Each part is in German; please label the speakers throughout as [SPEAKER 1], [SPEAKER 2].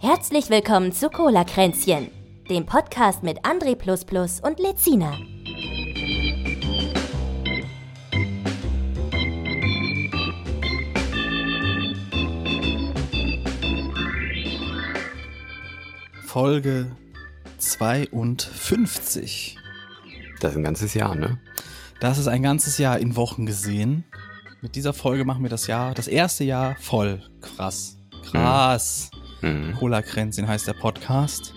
[SPEAKER 1] Herzlich willkommen zu Cola Kränzchen, dem Podcast mit André und Lezina.
[SPEAKER 2] Folge 52.
[SPEAKER 3] Das ist ein ganzes Jahr, ne?
[SPEAKER 2] Das ist ein ganzes Jahr in Wochen gesehen. Mit dieser Folge machen wir das Jahr, das erste Jahr voll. Krass. Krass.
[SPEAKER 3] Mhm.
[SPEAKER 2] Cola Kränzchen heißt der Podcast.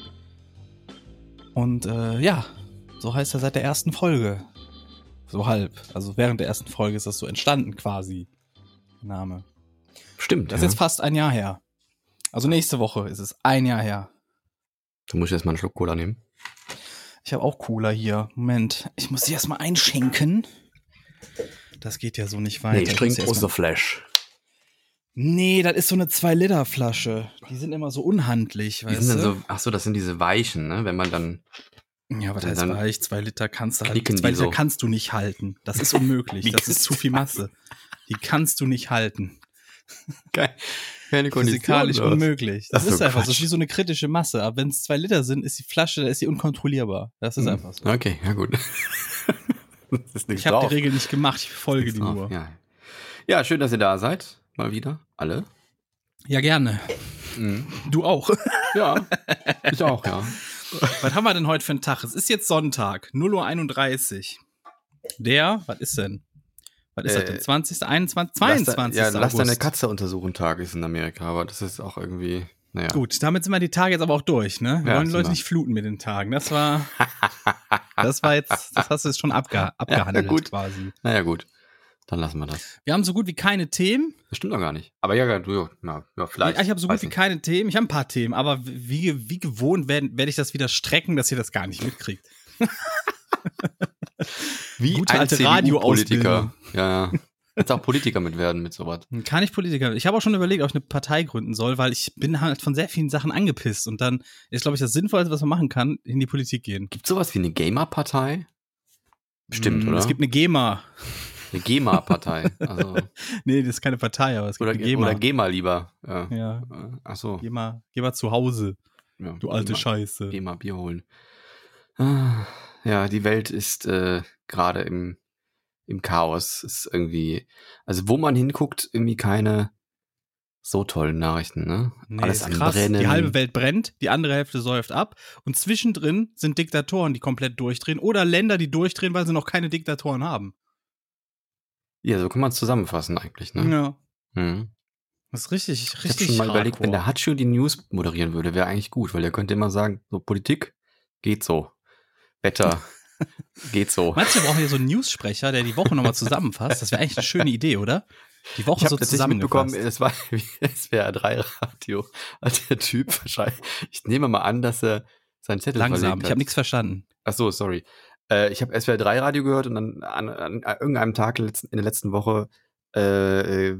[SPEAKER 2] Und äh, ja, so heißt er seit der ersten Folge. So halb. Also während der ersten Folge ist das so entstanden quasi. Der Name.
[SPEAKER 3] Stimmt.
[SPEAKER 2] Das ist
[SPEAKER 3] ja.
[SPEAKER 2] jetzt fast ein Jahr her. Also nächste Woche ist es ein Jahr her.
[SPEAKER 3] du musst jetzt mal einen Schluck Cola nehmen.
[SPEAKER 2] Ich habe auch Cola hier. Moment, ich muss sie erstmal einschenken. Das geht ja so nicht weiter.
[SPEAKER 3] nee, ich trinke
[SPEAKER 2] muss erst
[SPEAKER 3] große
[SPEAKER 2] mal-
[SPEAKER 3] Flash.
[SPEAKER 2] Nee, das ist so eine 2-Liter-Flasche. Die sind immer so unhandlich,
[SPEAKER 3] Die
[SPEAKER 2] weißt
[SPEAKER 3] sind dann
[SPEAKER 2] du?
[SPEAKER 3] so, ach so, das sind diese Weichen, ne? Wenn man dann
[SPEAKER 2] ja, was heißt
[SPEAKER 3] dann
[SPEAKER 2] weich? 2 Liter kannst du halt,
[SPEAKER 3] knicken
[SPEAKER 2] 2
[SPEAKER 3] die
[SPEAKER 2] Liter
[SPEAKER 3] so.
[SPEAKER 2] kannst du nicht halten. Das ist unmöglich.
[SPEAKER 3] Wie
[SPEAKER 2] das ist
[SPEAKER 3] kannst
[SPEAKER 2] zu viel Masse. Die kannst du nicht halten.
[SPEAKER 3] keine
[SPEAKER 2] Physikalisch unmöglich. Das,
[SPEAKER 3] Das ist
[SPEAKER 2] ist
[SPEAKER 3] so
[SPEAKER 2] einfach so. Das
[SPEAKER 3] Quatsch.
[SPEAKER 2] ist wie so eine kritische Masse. Aber wenn es 2 Liter sind, ist die Flasche, da ist sie unkontrollierbar. Das ist einfach so.
[SPEAKER 3] Okay, Hm. ja gut. das ist nichts
[SPEAKER 2] Ich habe
[SPEAKER 3] drauf.
[SPEAKER 2] die Regel nicht gemacht, ich folge
[SPEAKER 3] Nichts
[SPEAKER 2] die
[SPEAKER 3] drauf,
[SPEAKER 2] nur.
[SPEAKER 3] Ja. ja, schön, dass ihr da seid. Mal wieder. Alle.
[SPEAKER 2] ja, gerne.
[SPEAKER 3] Mhm.
[SPEAKER 2] Du auch.
[SPEAKER 3] Ja, ich auch, ja.
[SPEAKER 2] Was haben wir denn heute für einen Tag? Es ist jetzt Sonntag, 0.31 Uhr. Der, was ist denn? Was ist das
[SPEAKER 3] Äh,
[SPEAKER 2] denn? 20., 21., 22.
[SPEAKER 3] Lass da, ja, lass deine
[SPEAKER 2] August.
[SPEAKER 3] Katze untersuchen, Tag ist in Amerika, aber das ist auch irgendwie, naja.
[SPEAKER 2] Gut, damit sind wir die Tage jetzt aber auch durch, ne? Wir
[SPEAKER 3] Ja,
[SPEAKER 2] wollen die
[SPEAKER 3] sind
[SPEAKER 2] Leute
[SPEAKER 3] wir.
[SPEAKER 2] nicht fluten mit den Tagen. Das war, das war jetzt, das hast du jetzt schon abge, abgehandelt
[SPEAKER 3] gut.
[SPEAKER 2] quasi.
[SPEAKER 3] Naja, gut. Dann lassen wir das.
[SPEAKER 2] Wir haben so gut wie keine Themen.
[SPEAKER 3] Das stimmt doch gar nicht. Aber ja, ja, du, ja, ja vielleicht.
[SPEAKER 2] Ich habe so
[SPEAKER 3] Weiß
[SPEAKER 2] gut wie
[SPEAKER 3] nicht.
[SPEAKER 2] keine Themen. Ich habe ein paar Themen, aber wie, wie gewohnt werde werd ich das wieder strecken, dass ihr das gar nicht mitkriegt.
[SPEAKER 3] Wie
[SPEAKER 2] Gute alte Radio-Ausbildung.
[SPEAKER 3] Politiker. Ja, ja. Jetzt auch Politiker mit werden mit sowas.
[SPEAKER 2] Hm, Kann ich Politiker. Ich habe auch schon überlegt, ob ich eine Partei gründen soll, weil ich bin halt von sehr vielen Sachen angepisst. Und dann ist, glaube ich, das Sinnvollste, was man machen kann, in die Politik gehen.
[SPEAKER 3] Gibt sowas wie eine Gamer-Partei? Bestimmt,
[SPEAKER 2] Mm,
[SPEAKER 3] oder?
[SPEAKER 2] Es gibt eine GEMA.
[SPEAKER 3] eine GEMA-Partei. Also,
[SPEAKER 2] Nee, das ist keine Partei, aber es gibt
[SPEAKER 3] oder,
[SPEAKER 2] eine GEMA.
[SPEAKER 3] oder GEMA lieber. Ja.
[SPEAKER 2] ja,
[SPEAKER 3] Ach so.
[SPEAKER 2] GEMA, GEMA zu Hause,
[SPEAKER 3] Ja.
[SPEAKER 2] du alte
[SPEAKER 3] GEMA,
[SPEAKER 2] Scheiße.
[SPEAKER 3] GEMA Bier holen. Ah, Ja, die Welt ist äh, gerade im, im Chaos. Ist irgendwie, also wo man hinguckt, irgendwie keine so tollen Nachrichten, ne?
[SPEAKER 2] Nee,
[SPEAKER 3] Alles
[SPEAKER 2] ist
[SPEAKER 3] am
[SPEAKER 2] krass.
[SPEAKER 3] Brennen.
[SPEAKER 2] Die halbe Welt brennt, die andere Hälfte säuft ab. Und zwischendrin sind Diktatoren, die komplett durchdrehen. Oder Länder, die durchdrehen, weil sie noch keine Diktatoren haben.
[SPEAKER 3] Ja, so kann man es zusammenfassen eigentlich, ne?
[SPEAKER 2] Ja.
[SPEAKER 3] Mhm.
[SPEAKER 2] Das ist richtig,
[SPEAKER 3] Ich habe
[SPEAKER 2] richtig.
[SPEAKER 3] schon mal überlegt,
[SPEAKER 2] hardcore.
[SPEAKER 3] wenn der Hatschu die News moderieren würde, wäre eigentlich gut, weil der könnte immer sagen, so Politik geht so, Wetter geht so.
[SPEAKER 2] Meinst du, wir brauchen hier so einen News-Sprecher, der die Woche nochmal zusammenfasst? Das wäre eigentlich eine schöne Idee, oder? Die Woche
[SPEAKER 3] Ich
[SPEAKER 2] so
[SPEAKER 3] habe tatsächlich mitbekommen,
[SPEAKER 2] zusammengefasst.
[SPEAKER 3] es war SWR 3 Radio, als der Typ wahrscheinlich, ich nehme mal an, dass er seinen Zettel
[SPEAKER 2] Langsam,
[SPEAKER 3] verlegt
[SPEAKER 2] ich
[SPEAKER 3] hat.
[SPEAKER 2] habe nichts verstanden.
[SPEAKER 3] Ach so, sorry. Äh, ich habe SWR 3 Radio gehört und dann an, an, an irgendeinem Tag letzten, in der letzten Woche äh, äh,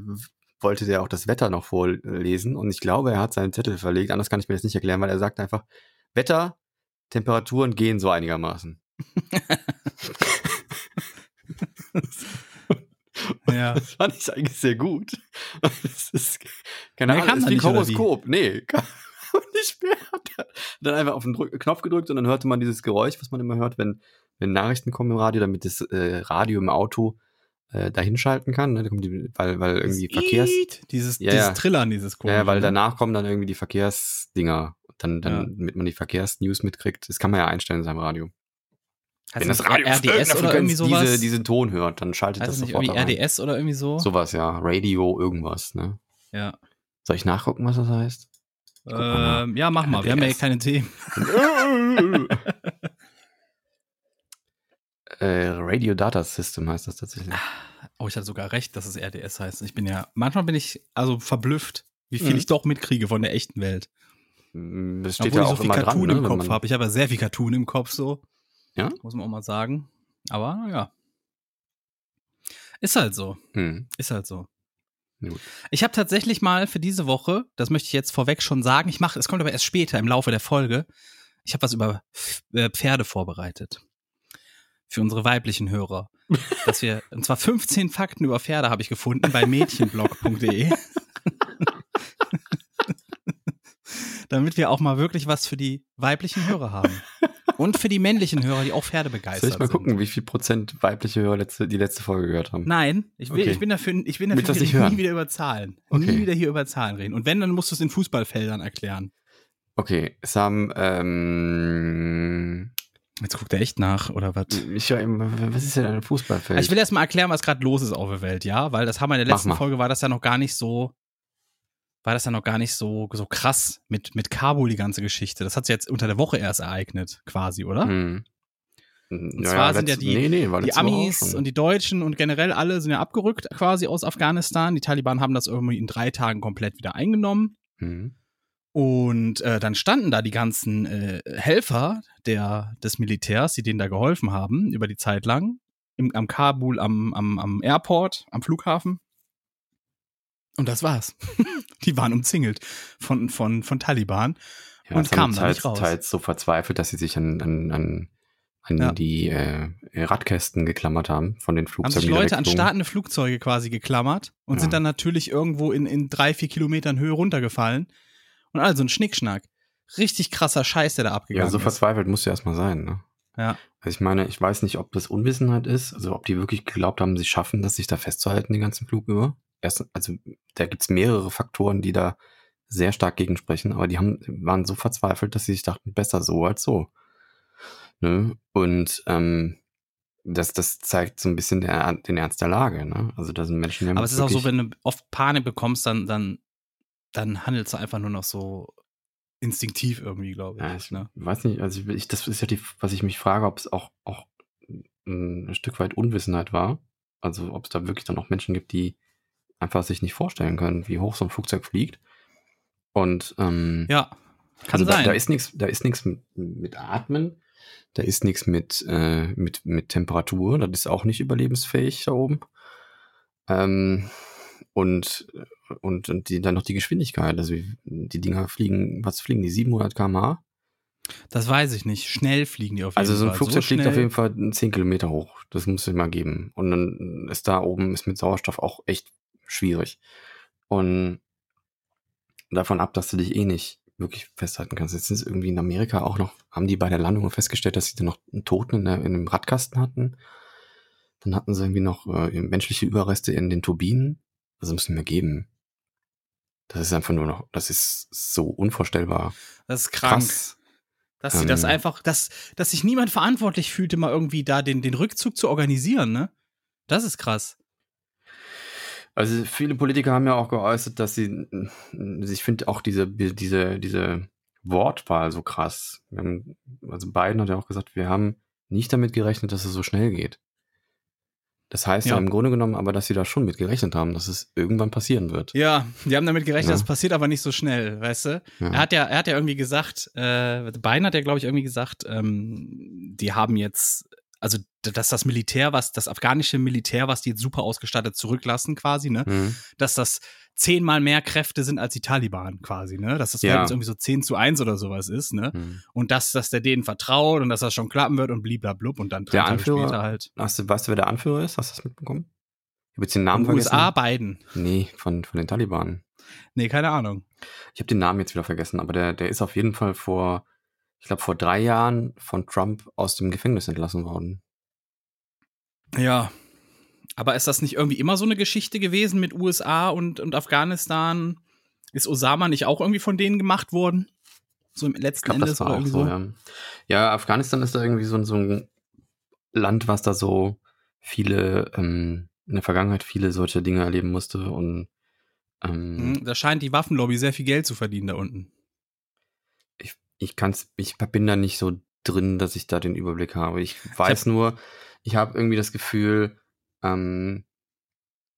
[SPEAKER 3] wollte der auch das Wetter noch vorlesen und ich glaube, er hat seinen Zettel verlegt. Anders kann ich mir das nicht erklären, weil er sagt einfach, Wetter, Temperaturen gehen so einigermaßen.
[SPEAKER 2] Ja.
[SPEAKER 3] Das fand ich eigentlich sehr gut. Das ist, keine
[SPEAKER 2] Mehr
[SPEAKER 3] Ahnung,
[SPEAKER 2] kam
[SPEAKER 3] ist
[SPEAKER 2] da
[SPEAKER 3] wie
[SPEAKER 2] nicht, oder
[SPEAKER 3] Horoskop. Nee, kam nicht mehr. Hat er dann einfach auf den Drück Knopf gedrückt und dann hörte man dieses Geräusch, was man immer hört, wenn, wenn Nachrichten kommen im Radio, damit das äh, Radio im Auto äh, dahin schalten kann. Ne? Da kommt die, weil, weil irgendwie
[SPEAKER 2] Dieses
[SPEAKER 3] Verkehrs...
[SPEAKER 2] Iiit, Dieses,
[SPEAKER 3] Ja,
[SPEAKER 2] dieses
[SPEAKER 3] ja.
[SPEAKER 2] Trillern, dieses komische.
[SPEAKER 3] Ja, weil
[SPEAKER 2] ne?
[SPEAKER 3] danach kommen dann irgendwie die Verkehrsdinger. Und Dann, dann,
[SPEAKER 2] Ja.
[SPEAKER 3] damit man die Verkehrsnews mitkriegt. Das kann man ja einstellen in seinem Radio.
[SPEAKER 2] Heißt
[SPEAKER 3] Wenn
[SPEAKER 2] das
[SPEAKER 3] das Radio auf
[SPEAKER 2] RDS
[SPEAKER 3] irgendeiner
[SPEAKER 2] oder irgendwie
[SPEAKER 3] Frequenz
[SPEAKER 2] sowas?
[SPEAKER 3] Diese, diesen Ton hört, dann schaltet
[SPEAKER 2] heißt
[SPEAKER 3] das
[SPEAKER 2] das nicht
[SPEAKER 3] sofort
[SPEAKER 2] irgendwie
[SPEAKER 3] da rein.
[SPEAKER 2] RDS oder irgendwie so?
[SPEAKER 3] Sowas, ja. Radio, irgendwas, ne?
[SPEAKER 2] Ja.
[SPEAKER 3] Soll ich nachgucken, was das heißt? guck mal.
[SPEAKER 2] Ähm, ja, mach mal, wir haben ja hier
[SPEAKER 3] RDS.
[SPEAKER 2] keine Themen.
[SPEAKER 3] äh, Radio Data System heißt das tatsächlich.
[SPEAKER 2] Oh, ich hatte sogar recht, dass es RDS heißt. Ich bin ja, manchmal bin ich also verblüfft, wie viel
[SPEAKER 3] Mhm.
[SPEAKER 2] ich doch mitkriege von der echten Welt.
[SPEAKER 3] Mm, Das steht
[SPEAKER 2] Obwohl
[SPEAKER 3] ja
[SPEAKER 2] ich
[SPEAKER 3] auch
[SPEAKER 2] so viel
[SPEAKER 3] immer dran.
[SPEAKER 2] Cartoon
[SPEAKER 3] Ne?
[SPEAKER 2] im
[SPEAKER 3] wenn
[SPEAKER 2] Kopf
[SPEAKER 3] man-
[SPEAKER 2] habe. Ich habe ja sehr viel Cartoon im Kopf so.
[SPEAKER 3] Ja?
[SPEAKER 2] Muss man auch mal sagen. Aber naja. Ist halt so.
[SPEAKER 3] Hm.
[SPEAKER 2] Ist halt so.
[SPEAKER 3] Na gut.
[SPEAKER 2] Ich habe tatsächlich mal für diese Woche, das möchte ich jetzt vorweg schon sagen, ich mache, es kommt aber erst später im Laufe der Folge. Ich habe was über Pf- äh, Pferde vorbereitet. Für unsere weiblichen Hörer. Dass wir, und zwar 15 Fakten über Pferde habe ich gefunden bei mädchenblog.de. damit wir auch mal wirklich was für die weiblichen Hörer haben. Und für die männlichen Hörer, die auch Pferde begeistert
[SPEAKER 3] Soll ich mal
[SPEAKER 2] sind.
[SPEAKER 3] gucken, wie viel Prozent weibliche Hörer letzte, die letzte Folge gehört haben?
[SPEAKER 2] Nein, ich, will,
[SPEAKER 3] Okay.
[SPEAKER 2] ich bin dafür, ich bin
[SPEAKER 3] Willst
[SPEAKER 2] dafür
[SPEAKER 3] du das nicht
[SPEAKER 2] nie
[SPEAKER 3] hören?
[SPEAKER 2] wieder über Zahlen. Nie
[SPEAKER 3] Okay.
[SPEAKER 2] wieder hier über Zahlen reden. Und wenn, dann musst du es in Fußballfeldern erklären.
[SPEAKER 3] Okay, es haben, ähm,
[SPEAKER 2] Jetzt guckt er echt nach, oder was?
[SPEAKER 3] ich, was ist denn ein Fußballfeld?
[SPEAKER 2] Also Ah, Ich will erst mal erklären, was gerade los ist auf der Welt, ja? Weil das haben wir in der
[SPEAKER 3] Mach
[SPEAKER 2] letzten
[SPEAKER 3] mal.
[SPEAKER 2] Folge, war das ja noch gar nicht so, war das ja noch gar nicht so, so krass mit, mit Kabul, die ganze Geschichte. Das hat sich jetzt unter der Woche erst ereignet, quasi, oder?
[SPEAKER 3] Hm. Und
[SPEAKER 2] zwar sind ja die-
[SPEAKER 3] nee, nee, war
[SPEAKER 2] Die
[SPEAKER 3] letzte Woche auch
[SPEAKER 2] Amis
[SPEAKER 3] schon.
[SPEAKER 2] und die Deutschen und generell alle sind ja abgerückt quasi aus Afghanistan. Die Taliban haben das irgendwie in drei Tagen komplett wieder eingenommen.
[SPEAKER 3] Hm.
[SPEAKER 2] Und äh, dann standen da die ganzen äh, Helfer der, des Militärs, die denen da geholfen haben, über die Zeit lang, im, am Kabul, am, am, am Airport, am Flughafen. Und das war's. die waren umzingelt von, von, von Taliban.
[SPEAKER 3] Ja,
[SPEAKER 2] und
[SPEAKER 3] das haben
[SPEAKER 2] kamen
[SPEAKER 3] die
[SPEAKER 2] da nicht
[SPEAKER 3] teils,
[SPEAKER 2] raus.
[SPEAKER 3] teils so verzweifelt, dass sie sich an, an, an, an
[SPEAKER 2] Ja.
[SPEAKER 3] die äh, Radkästen geklammert haben von den
[SPEAKER 2] Haben
[SPEAKER 3] Flugzeugen.
[SPEAKER 2] sich
[SPEAKER 3] die da
[SPEAKER 2] Leute an
[SPEAKER 3] wegflogen.
[SPEAKER 2] startende Flugzeuge quasi geklammert und sind
[SPEAKER 3] Ja.
[SPEAKER 2] dann natürlich irgendwo in, in drei, vier Kilometern Höhe runtergefallen. Und also ein Schnickschnack. Richtig krasser Scheiß, der da abgegangen
[SPEAKER 3] Ja, so
[SPEAKER 2] ist.
[SPEAKER 3] verzweifelt musst du erstmal sein, ne?
[SPEAKER 2] Ja.
[SPEAKER 3] Also ich meine, ich weiß nicht, ob das Unwissenheit ist, also ob die wirklich geglaubt haben, sie schaffen das, sich da festzuhalten den ganzen Flug über. Erst, also da gibt's mehrere Faktoren, die da sehr stark gegensprechen, aber die haben, waren so verzweifelt, dass sie sich dachten, besser so als so. Ne? Und ähm, das, das zeigt so ein bisschen der, den Ernst der Lage. Ne? Also da sind Menschen, die haben
[SPEAKER 2] Aber es ist auch so,
[SPEAKER 3] wirklich-
[SPEAKER 2] wenn du oft Panik bekommst, dann, dann, dann handelst du einfach nur noch so instinktiv irgendwie, glaube
[SPEAKER 3] Ja,
[SPEAKER 2] ich.
[SPEAKER 3] ich
[SPEAKER 2] ne?
[SPEAKER 3] weiß nicht, also ich, ich, das ist ja die, was ich mich frage, ob es auch, auch ein Stück weit Unwissenheit war. Also ob es da wirklich dann auch Menschen gibt, die einfach sich nicht vorstellen können, wie hoch so ein Flugzeug fliegt. Und ähm,
[SPEAKER 2] Ja, kann
[SPEAKER 3] also
[SPEAKER 2] sein.
[SPEAKER 3] Da, da ist nichts, da ist nichts mit, mit Atmen, da ist nichts mit, äh, mit, mit Temperatur, das ist auch nicht überlebensfähig da oben. Ähm, und und, und die, dann noch die Geschwindigkeit. Also wie- die Dinger fliegen, was fliegen die? 700 km/h?
[SPEAKER 2] das weiß ich nicht. Schnell fliegen die auf jeden
[SPEAKER 3] Also so ein
[SPEAKER 2] Fall.
[SPEAKER 3] Flugzeug fliegt auf
[SPEAKER 2] schnell.
[SPEAKER 3] jeden Fall 10 Kilometer hoch. Das muss es mal geben. Und dann ist da oben, ist mit Sauerstoff auch echt schwierig. Und davon ab, dass du dich eh nicht wirklich festhalten kannst. Jetzt ist irgendwie in Amerika auch noch, haben die bei der Landung festgestellt, dass sie da noch einen Toten in, der, in dem Radkasten hatten. Dann hatten sie irgendwie noch äh, menschliche Überreste in den Turbinen. Also müssen wir geben. Das ist einfach nur noch, das ist so unvorstellbar.
[SPEAKER 2] Das ist krank.
[SPEAKER 3] Krass.
[SPEAKER 2] Dass sie das
[SPEAKER 3] Ähm.
[SPEAKER 2] einfach, dass, dass sich niemand verantwortlich fühlte, mal irgendwie da den, den Rückzug zu organisieren, ne? Das ist krass.
[SPEAKER 3] Also viele Politiker haben ja auch geäußert, dass sie, also, ich finde auch diese, diese, diese Wortwahl so krass. Wir haben, also Biden hat ja auch gesagt, wir haben nicht damit gerechnet, dass es so schnell geht. Das heißt ja.
[SPEAKER 2] Ja.
[SPEAKER 3] im Grunde genommen aber, dass sie da schon mit gerechnet haben, dass es irgendwann passieren wird.
[SPEAKER 2] Ja, die haben damit gerechnet,
[SPEAKER 3] Ja.
[SPEAKER 2] das passiert aber nicht so schnell, weißt du?
[SPEAKER 3] Ja.
[SPEAKER 2] Er hat ja, er hat ja irgendwie gesagt, äh, Biden hat ja, glaube ich, irgendwie gesagt, ähm, die haben jetzt, also d- dass das Militär, was, das afghanische Militär, was die jetzt super ausgestattet zurücklassen, quasi, ne,
[SPEAKER 3] Mhm.
[SPEAKER 2] dass das zehnmal mehr Kräfte sind als die Taliban quasi, ne? Dass das
[SPEAKER 3] Ja.
[SPEAKER 2] Verhältnis irgendwie so 10 zu 1 oder sowas ist, ne?
[SPEAKER 3] Mhm.
[SPEAKER 2] Und dass, dass der denen vertraut und dass das schon klappen wird und bliblablub und dann drei
[SPEAKER 3] Der
[SPEAKER 2] Tage
[SPEAKER 3] Anführer-
[SPEAKER 2] später halt.
[SPEAKER 3] Hast du, weißt du, wer der Anführer ist? Hast du das mitbekommen? Ich habe jetzt den Namen
[SPEAKER 2] Von
[SPEAKER 3] vergessen.
[SPEAKER 2] USA, Biden.
[SPEAKER 3] Nee, von, von den Taliban.
[SPEAKER 2] Nee, keine Ahnung.
[SPEAKER 3] Ich habe den Namen jetzt wieder vergessen, aber der, der ist auf jeden Fall vor, ich glaube, vor drei Jahren von Trump aus dem Gefängnis entlassen worden.
[SPEAKER 2] Ja. Aber ist das nicht irgendwie immer so eine Geschichte gewesen mit USA und, und Afghanistan? Ist Osama nicht auch irgendwie von denen gemacht worden? So im letzten
[SPEAKER 3] glaub,
[SPEAKER 2] Endes oder irgendwie so?
[SPEAKER 3] ja. ja, Afghanistan ist da irgendwie so, ein- so ein Land, was da so viele, ähm, in der Vergangenheit viele solche Dinge erleben musste und ähm,
[SPEAKER 2] Mhm, Da scheint die Waffenlobby sehr viel Geld zu verdienen da unten.
[SPEAKER 3] ich, ich kann's, ich bin da nicht so drin, dass ich da den Überblick habe. Ich weiß
[SPEAKER 2] hab-
[SPEAKER 3] nur, ich habe irgendwie das Gefühl, ähm,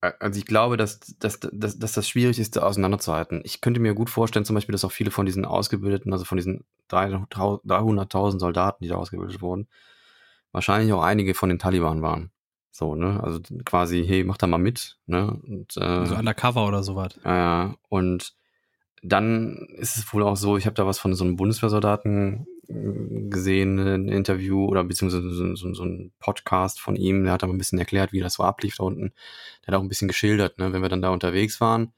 [SPEAKER 3] äh, also ich glaube, dass, dass, dass, dass das schwierig ist, da auseinanderzuhalten. Ich könnte mir gut vorstellen, zum Beispiel, dass auch viele von diesen ausgebildeten, also von diesen 300.000 Soldaten, die da ausgebildet wurden, wahrscheinlich auch einige von den Taliban waren. So, ne? Also quasi, hey, mach da mal mit, ne? Und, äh,
[SPEAKER 2] So undercover oder sowas.
[SPEAKER 3] ja, ja. und dann ist es wohl auch so, ich habe da was von so einem Bundeswehrsoldaten äh, gesehen, ein Interview oder beziehungsweise so, so, so ein Podcast von ihm, der hat aber ein bisschen erklärt, wie das so ablief da unten. Der hat auch ein bisschen geschildert, ne, wenn wir dann da unterwegs waren,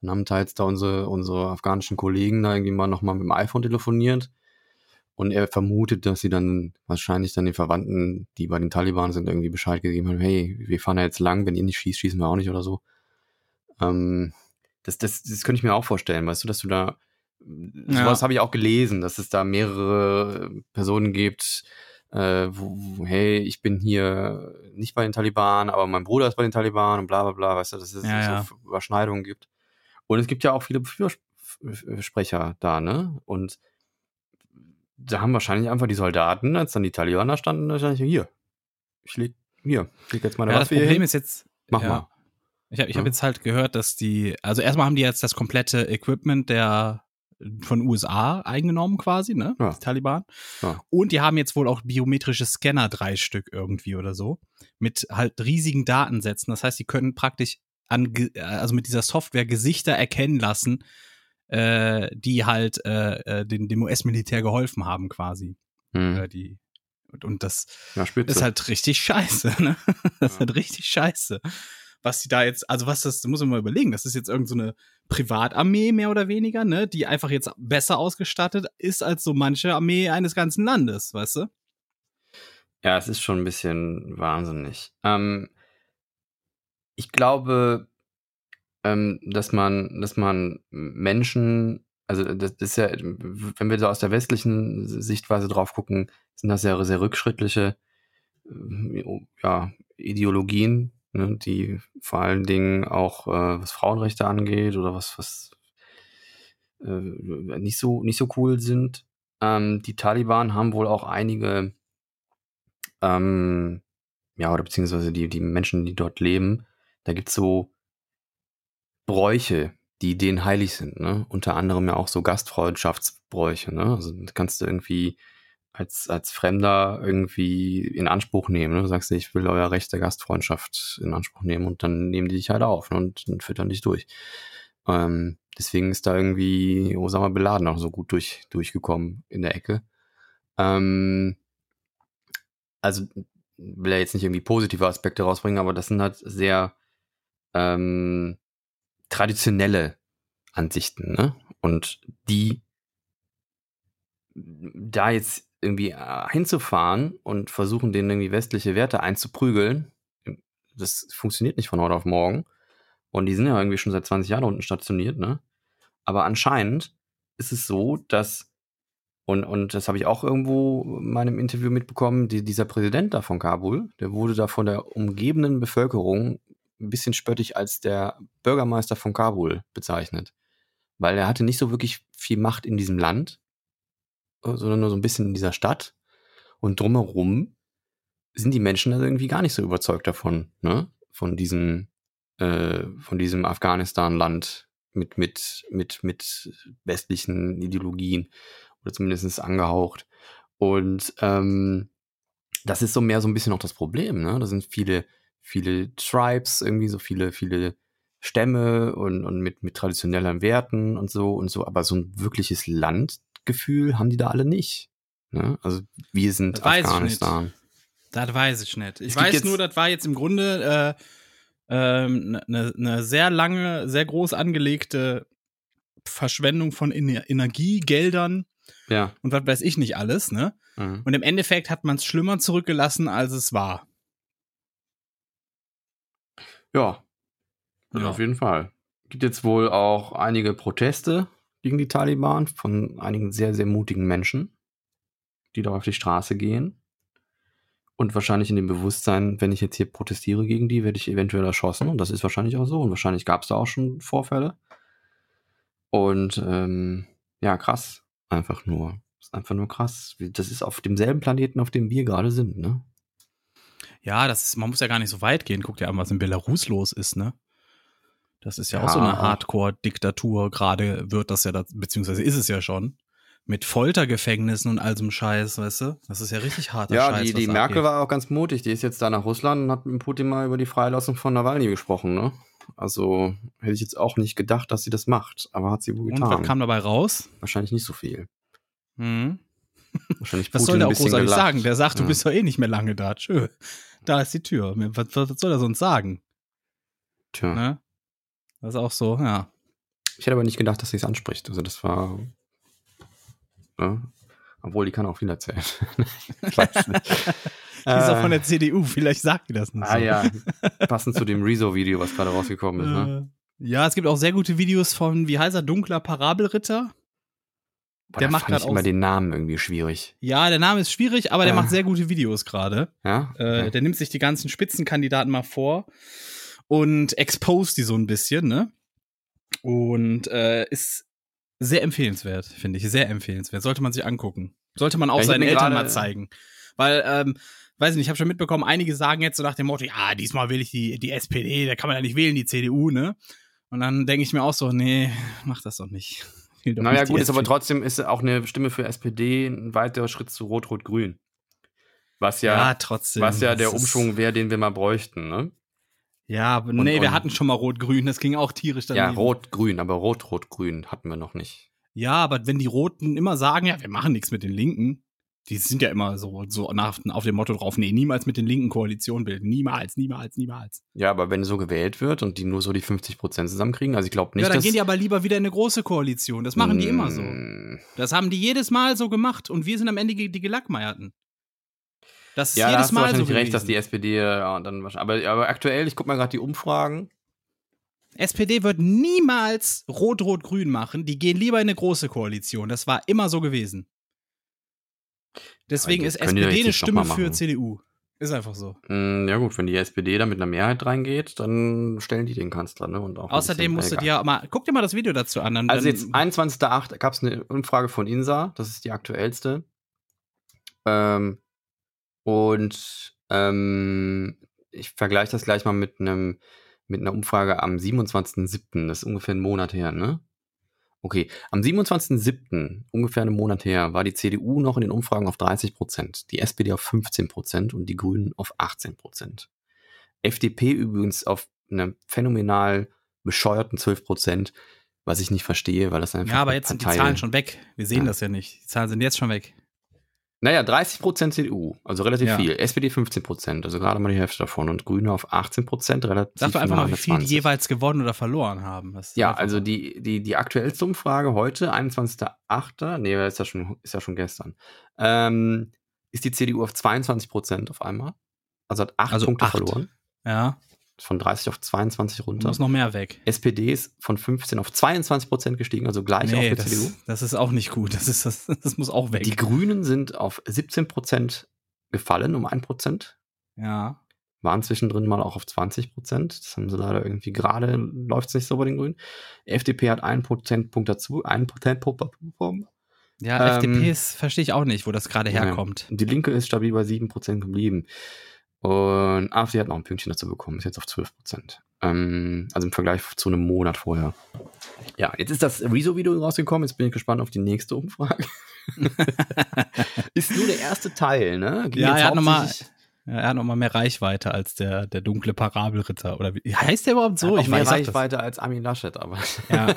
[SPEAKER 3] Dann haben teils da unsere, unsere afghanischen Kollegen da irgendwie mal nochmal mit dem iPhone telefoniert. Und er vermutet, dass sie dann wahrscheinlich dann den Verwandten, die bei den Taliban sind, irgendwie Bescheid gegeben haben, hey, wir fahren da jetzt lang, wenn ihr nicht schießt, schießen wir auch nicht oder so. Ähm, das, das, das könnte ich mir auch vorstellen, weißt du, dass du da, sowas habe ich auch gelesen, dass es da mehrere Personen gibt, äh, wo, wo, hey, ich bin hier nicht bei den Taliban, aber mein Bruder ist bei den Taliban und bla bla bla, weißt du, dass es
[SPEAKER 2] Ja, ja.
[SPEAKER 3] so Überschneidungen gibt. Und es gibt ja auch viele Fürsprecher da, ne? Und da haben wahrscheinlich einfach die Soldaten, als dann die Taliban da standen, wahrscheinlich hier. Ich leg, hier, ich leg jetzt meine
[SPEAKER 2] Ja, das
[SPEAKER 3] Waffe hier
[SPEAKER 2] Problem
[SPEAKER 3] hin.
[SPEAKER 2] ist jetzt,
[SPEAKER 3] Mach
[SPEAKER 2] ja.
[SPEAKER 3] mal.
[SPEAKER 2] ich habe ich
[SPEAKER 3] Ja.
[SPEAKER 2] hab jetzt halt gehört, dass die, also erstmal haben die jetzt das komplette Equipment der von USA eingenommen quasi, ne?
[SPEAKER 3] Ja.
[SPEAKER 2] Die Taliban.
[SPEAKER 3] Ja.
[SPEAKER 2] Und die haben jetzt wohl auch biometrische Scanner, drei Stück irgendwie oder so, mit halt riesigen Datensätzen. Das heißt, die können praktisch an, Ge- also mit dieser Software Gesichter erkennen lassen, äh, die halt äh, äh, dem, dem US-Militär geholfen haben quasi.
[SPEAKER 3] Hm.
[SPEAKER 2] Äh, die, und, und das,
[SPEAKER 3] Ja, spitze.
[SPEAKER 2] ist halt richtig scheiße, ne? Das ist
[SPEAKER 3] Ja.
[SPEAKER 2] halt richtig scheiße. Was die da jetzt, also was das, da muss man mal überlegen, das ist jetzt irgendeine so eine Privatarmee mehr oder weniger, ne? Die einfach jetzt besser ausgestattet ist als so manche Armee eines ganzen Landes, weißt du?
[SPEAKER 3] Ja, es ist schon ein bisschen wahnsinnig. Ähm, ich glaube, ähm, dass man, dass man Menschen, also das ist ja, wenn wir da aus der westlichen Sichtweise drauf gucken, sind das ja sehr rückschrittliche ähm, ja, Ideologien, ne, die vor allen Dingen auch äh, was Frauenrechte angeht oder was, was äh, nicht so nicht so cool sind. Ähm, die Taliban haben wohl auch einige ähm, ja, oder beziehungsweise die, die Menschen, die dort leben, da gibt's so Bräuche, die denen heilig sind, ne? Unter anderem ja auch so Gastfreundschaftsbräuche, ne? Also das kannst du irgendwie als, als Fremder irgendwie in Anspruch nehmen, ne? Du sagst, ich will euer Recht der Gastfreundschaft in Anspruch nehmen und dann nehmen die dich halt auf ne? und, und füttern dich durch. Ähm, deswegen ist da irgendwie oh, Osama Bin Laden auch so gut durch, durchgekommen in der Ecke. Ähm, also will ja jetzt nicht irgendwie positive Aspekte rausbringen, aber das sind halt sehr ähm, traditionelle Ansichten, ne? Und die da jetzt irgendwie äh, hinzufahren und versuchen, denen irgendwie westliche Werte einzuprügeln, das funktioniert nicht von heute auf morgen. Und die sind ja irgendwie schon seit 20 Jahren unten stationiert, ne? Aber anscheinend ist es so, dass und, und das habe ich auch irgendwo in meinem Interview mitbekommen, die, dieser Präsident da von Kabul, der wurde da von der umgebenden Bevölkerung ein bisschen spöttisch als der Bürgermeister von Kabul bezeichnet. Weil er hatte nicht so wirklich viel Macht in diesem Land, äh, sondern nur so ein bisschen in dieser Stadt. Und drumherum sind die Menschen da irgendwie gar nicht so überzeugt davon, ne? Von diesem, äh, von diesem Afghanistan-Land mit, mit, mit, mit westlichen Ideologien oder zumindest angehaucht. Und ähm, das ist so mehr so ein bisschen auch das Problem. Ne? Da sind viele, viele Tribes, irgendwie so viele, viele Stämme und, und mit, mit traditionellen Werten und so und so, aber so ein wirkliches Landgefühl haben die da alle nicht. Ne? Also wir sind
[SPEAKER 2] Das weiß ich
[SPEAKER 3] Afghanistan.
[SPEAKER 2] Das weiß ich nicht. Ich
[SPEAKER 3] Es gibt
[SPEAKER 2] weiß
[SPEAKER 3] jetzt-
[SPEAKER 2] nur, das war jetzt im Grunde eine ähm, ne, ne sehr lange, sehr groß angelegte Verschwendung von Ener- Energie, Geldern
[SPEAKER 3] Ja.
[SPEAKER 2] und was weiß ich nicht alles, ne?
[SPEAKER 3] Mhm.
[SPEAKER 2] Und im Endeffekt hat man es schlimmer zurückgelassen, als es war.
[SPEAKER 3] Ja.
[SPEAKER 2] Ja.
[SPEAKER 3] ja. Auf jeden Fall. Gibt jetzt wohl auch einige Proteste gegen die Taliban von einigen sehr, sehr mutigen Menschen, die da auf die Straße gehen. Und wahrscheinlich in dem Bewusstsein, wenn ich jetzt hier protestiere gegen die, werde ich eventuell erschossen. Und das ist wahrscheinlich auch so. Und wahrscheinlich gab es da auch schon Vorfälle. Und ähm, ja, krass. Einfach nur. Ist einfach nur krass. Das ist auf demselben Planeten, auf dem wir gerade sind, ne?
[SPEAKER 2] Ja, das ist, man muss ja gar nicht so weit gehen. Guck dir an, was in Belarus los ist, ne? Das ist ja, auch so
[SPEAKER 3] Ja.
[SPEAKER 2] eine Hardcore-Diktatur. Gerade wird das ja, da, beziehungsweise ist es ja schon. Mit Foltergefängnissen und all so einem Scheiß, weißt du? Das ist ja richtig harter
[SPEAKER 3] Ja,
[SPEAKER 2] Scheiß.
[SPEAKER 3] die, die
[SPEAKER 2] was da
[SPEAKER 3] Merkel
[SPEAKER 2] abgeht.
[SPEAKER 3] war auch ganz mutig. Die ist jetzt da nach Russland und hat mit Putin mal über die Freilassung von Nawalny gesprochen. Ne? Also hätte ich jetzt auch nicht gedacht, dass sie das macht. Aber hat sie wohl
[SPEAKER 2] Und was kam
[SPEAKER 3] getan.
[SPEAKER 2] dabei raus?
[SPEAKER 3] Wahrscheinlich nicht so viel.
[SPEAKER 2] Hm.
[SPEAKER 3] Wahrscheinlich
[SPEAKER 2] Was
[SPEAKER 3] Putin
[SPEAKER 2] soll der
[SPEAKER 3] ein
[SPEAKER 2] auch
[SPEAKER 3] bisschen
[SPEAKER 2] großartig
[SPEAKER 3] gelacht.
[SPEAKER 2] sagen? Der sagt, du
[SPEAKER 3] Ja.
[SPEAKER 2] bist doch eh nicht mehr lange da. Tschö. Da ist die Tür. Was, was was soll er sonst sagen?
[SPEAKER 3] Tja.
[SPEAKER 2] Ne? Das ist auch so, ja.
[SPEAKER 3] Ich hätte aber nicht gedacht, dass sie es anspricht. Also das war. Ne? Obwohl, die kann auch viel erzählen. ich weiß nicht.
[SPEAKER 2] Die ist
[SPEAKER 3] Äh,
[SPEAKER 2] auch von der CDU, vielleicht sagt die das nicht.
[SPEAKER 3] Ah
[SPEAKER 2] so.
[SPEAKER 3] ja, passend zu dem Rezo-Video, was gerade rausgekommen ist. Ne?
[SPEAKER 2] Äh, Ja, es gibt auch sehr gute Videos von, wie heißt er, dunkler Parabelritter.
[SPEAKER 3] Boah,
[SPEAKER 2] der
[SPEAKER 3] da
[SPEAKER 2] macht
[SPEAKER 3] fand ich
[SPEAKER 2] grad
[SPEAKER 3] immer
[SPEAKER 2] aus-
[SPEAKER 3] den Namen irgendwie schwierig.
[SPEAKER 2] Ja, der Name ist schwierig, aber der
[SPEAKER 3] Ja.
[SPEAKER 2] macht sehr gute Videos gerade.
[SPEAKER 3] Ja?
[SPEAKER 2] Äh,
[SPEAKER 3] Okay.
[SPEAKER 2] Der nimmt sich die ganzen Spitzenkandidaten mal vor und exposed die so ein bisschen, ne? Und äh, ist sehr empfehlenswert, finde ich. Sehr empfehlenswert. Sollte man sich angucken. Sollte man auch
[SPEAKER 3] Ja, ich hab
[SPEAKER 2] seinen
[SPEAKER 3] mir
[SPEAKER 2] Eltern
[SPEAKER 3] gerade-
[SPEAKER 2] mal zeigen. Weil, ähm, weiß ich nicht, ich habe schon mitbekommen, einige sagen jetzt so nach dem Motto, ja, diesmal will ich die, die SPD, da kann man ja nicht wählen, die CDU, ne? Und dann denke ich mir auch so, nee, mach das doch nicht. Wähl doch
[SPEAKER 3] Naja,
[SPEAKER 2] nicht die
[SPEAKER 3] gut, ist aber
[SPEAKER 2] SPD.
[SPEAKER 3] trotzdem ist auch eine Stimme für SPD ein weiterer Schritt zu Rot-Rot-Grün. Was
[SPEAKER 2] Ja,
[SPEAKER 3] ja,
[SPEAKER 2] trotzdem.
[SPEAKER 3] was ja der
[SPEAKER 2] Das ist-
[SPEAKER 3] Umschwung wäre, den wir mal bräuchten. Ne?
[SPEAKER 2] Ja, aber nee, wir
[SPEAKER 3] und-
[SPEAKER 2] hatten schon mal Rot-Grün, das ging auch tierisch
[SPEAKER 3] Ja,
[SPEAKER 2] daneben.
[SPEAKER 3] Rot-Grün, aber Rot-Rot-Grün hatten wir noch nicht.
[SPEAKER 2] Ja, aber wenn die Roten immer sagen, ja, wir machen nichts mit den Linken, die sind ja immer so, so nach, auf dem Motto drauf, nee, niemals mit den Linken Koalition bilden. Niemals, niemals, niemals.
[SPEAKER 3] Ja, aber wenn so gewählt wird und die nur so die 50 Prozent zusammenkriegen, also ich glaube nicht,
[SPEAKER 2] ja, dann
[SPEAKER 3] dass...
[SPEAKER 2] gehen die aber lieber wieder in eine große Koalition. Das machen die immer so.
[SPEAKER 3] Mm,
[SPEAKER 2] Das haben die jedes Mal so gemacht und wir sind am Ende die, die Gelackmeierten. Das ist
[SPEAKER 3] Ja, da
[SPEAKER 2] jedes
[SPEAKER 3] hast du
[SPEAKER 2] Mal
[SPEAKER 3] wahrscheinlich
[SPEAKER 2] so
[SPEAKER 3] recht, dass die
[SPEAKER 2] gewesen.
[SPEAKER 3] SPD ja, äh, dann wahrscheinlich... Aber, aber aktuell, ich gucke mal gerade die Umfragen.
[SPEAKER 2] SPD wird niemals Rot-Rot-Grün machen. Die gehen lieber in eine große Koalition. Das war immer so gewesen. Deswegen
[SPEAKER 3] jetzt
[SPEAKER 2] ist
[SPEAKER 3] können die doch
[SPEAKER 2] SPD
[SPEAKER 3] jetzt
[SPEAKER 2] eine
[SPEAKER 3] nicht noch mal
[SPEAKER 2] Stimme für
[SPEAKER 3] machen.
[SPEAKER 2] CDU. Ist einfach so.
[SPEAKER 3] Mm, Ja gut, wenn die SPD da mit einer Mehrheit reingeht, dann stellen die den Kanzler. Ne? Und auch ein
[SPEAKER 2] Außerdem
[SPEAKER 3] bisschen-
[SPEAKER 2] musstet
[SPEAKER 3] egal.
[SPEAKER 2] ihr ja mal, guck dir mal das Video dazu an. Dann,
[SPEAKER 3] Also
[SPEAKER 2] dann,
[SPEAKER 3] jetzt 21.8. gab es eine Umfrage von INSA, das ist die aktuellste. Ähm, und ähm, ich vergleiche das gleich mal mit einem mit einer Umfrage am 27.7., das ist ungefähr einen Monat her, ne? Okay, am 27.7., ungefähr einen Monat her, war die CDU noch in den Umfragen auf 30 Prozent, die SPD auf 15 Prozent und die Grünen auf 18 Prozent. FDP übrigens auf einem phänomenal bescheuerten 12 Prozent, was ich nicht verstehe, weil das einfach
[SPEAKER 2] ja, aber
[SPEAKER 3] eine
[SPEAKER 2] jetzt sind die
[SPEAKER 3] Partei-
[SPEAKER 2] Zahlen schon weg. Wir sehen
[SPEAKER 3] Ja.
[SPEAKER 2] das ja nicht. Die Zahlen sind jetzt schon weg.
[SPEAKER 3] Naja, 30 Prozent CDU, also relativ
[SPEAKER 2] Ja.
[SPEAKER 3] viel. SPD 15 Prozent, also gerade mal die Hälfte davon. Und Grüne auf 18 Prozent, relativ
[SPEAKER 2] Sag doch einfach mal,
[SPEAKER 3] nahe
[SPEAKER 2] wie viel die
[SPEAKER 3] 20.
[SPEAKER 2] jeweils gewonnen oder verloren haben. Das ist
[SPEAKER 3] Ja,
[SPEAKER 2] einfach-
[SPEAKER 3] also die, die, die aktuellste Umfrage heute, 21.8., nee, ist ja schon, ist ja schon gestern, ähm, ist die CDU auf 22 Prozent auf einmal. Also hat 8
[SPEAKER 2] Also
[SPEAKER 3] Punkte
[SPEAKER 2] acht.
[SPEAKER 3] verloren.
[SPEAKER 2] Ja,
[SPEAKER 3] Von 30 auf 22
[SPEAKER 2] da
[SPEAKER 3] runter.
[SPEAKER 2] muss noch mehr weg.
[SPEAKER 3] SPD ist von 15 auf 22 Prozent gestiegen, also gleich auf
[SPEAKER 2] Nee,
[SPEAKER 3] der CDU.
[SPEAKER 2] das, das ist auch nicht gut. Das, ist, das, das muss auch weg.
[SPEAKER 3] Die Grünen sind auf 17 Prozent gefallen, um 1 Prozent.
[SPEAKER 2] ja.
[SPEAKER 3] waren zwischendrin mal auch auf 20 Prozent. Das haben sie leider irgendwie gerade, läuft es nicht so bei den Grünen. FDP hat einen Prozentpunkt dazu, einen Prozentpunkt.
[SPEAKER 2] Ja,
[SPEAKER 3] Ähm,
[SPEAKER 2] FDPs verstehe ich auch nicht, wo das gerade
[SPEAKER 3] Ja.
[SPEAKER 2] herkommt.
[SPEAKER 3] Die Linke ist stabil bei 7 Prozent geblieben. Und AfD hat noch ein Pünktchen dazu bekommen, ist jetzt auf 12 Prozent. Ähm, also im Vergleich zu einem Monat vorher. Ja, jetzt ist das Rezo-Video rausgekommen, jetzt bin ich gespannt auf die nächste Umfrage. ist nur der erste Teil, ne? Ging
[SPEAKER 2] Ja,
[SPEAKER 3] jetzt
[SPEAKER 2] er hat noch mal-
[SPEAKER 3] hauptsächlich-
[SPEAKER 2] Ja, er hat noch mal mehr Reichweite als der, der dunkle Parabelritter. Oder wie heißt der überhaupt so?
[SPEAKER 3] hat auch mehr
[SPEAKER 2] ich sag das.
[SPEAKER 3] Reichweite als Armin Laschet, aber.
[SPEAKER 2] Ja.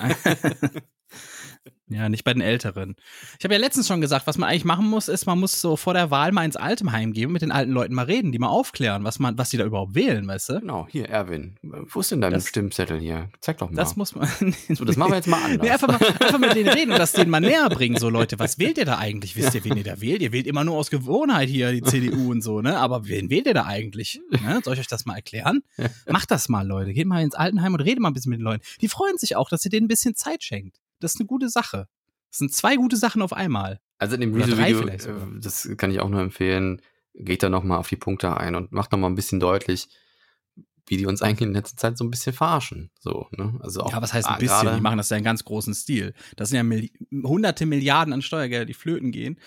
[SPEAKER 2] ja, nicht bei den Älteren. Ich habe ja letztens schon gesagt, was man eigentlich machen muss, ist, man muss so vor der Wahl mal ins Altenheim gehen und mit den alten Leuten mal reden, die mal aufklären, was man, was die da überhaupt wählen, weißt du?
[SPEAKER 3] Genau, hier, Erwin. Wo ist denn dein
[SPEAKER 2] Das-
[SPEAKER 3] Stimmzettel hier? Zeig doch mal.
[SPEAKER 2] Das muss man.
[SPEAKER 3] so, das machen wir jetzt mal anders.
[SPEAKER 2] Nee, einfach, mal, einfach mit denen reden und das denen mal näher bringen, so Leute, was wählt ihr da eigentlich? Wisst ihr, wen ihr da wählt? Ihr wählt immer nur aus Gewohnheit hier die CDU und so, ne? Aber wen wählt ihr da eigentlich? Ne? Soll ich euch das mal erklären? Macht das mal, Leute. Geht mal ins Altenheim und redet mal ein bisschen mit den Leuten. Die freuen sich auch, dass ihr denen ein bisschen Zeit schenkt. Das ist eine gute Sache. Das sind zwei gute Sachen auf einmal.
[SPEAKER 3] also in dem
[SPEAKER 2] Oder drei
[SPEAKER 3] Rezo-Video,
[SPEAKER 2] vielleicht sogar.
[SPEAKER 3] äh, das kann ich auch nur empfehlen, geht da nochmal auf die Punkte ein und macht nochmal ein bisschen deutlich, wie die uns eigentlich in letzter Zeit so ein bisschen verarschen. So, ne? Also auch
[SPEAKER 2] Ja, was heißt
[SPEAKER 3] ah,
[SPEAKER 2] ein bisschen?
[SPEAKER 3] gerade-
[SPEAKER 2] Die machen das ja in ganz großen Stil. Das sind ja Milli hunderte Milliarden an Steuergelder, die flöten gehen.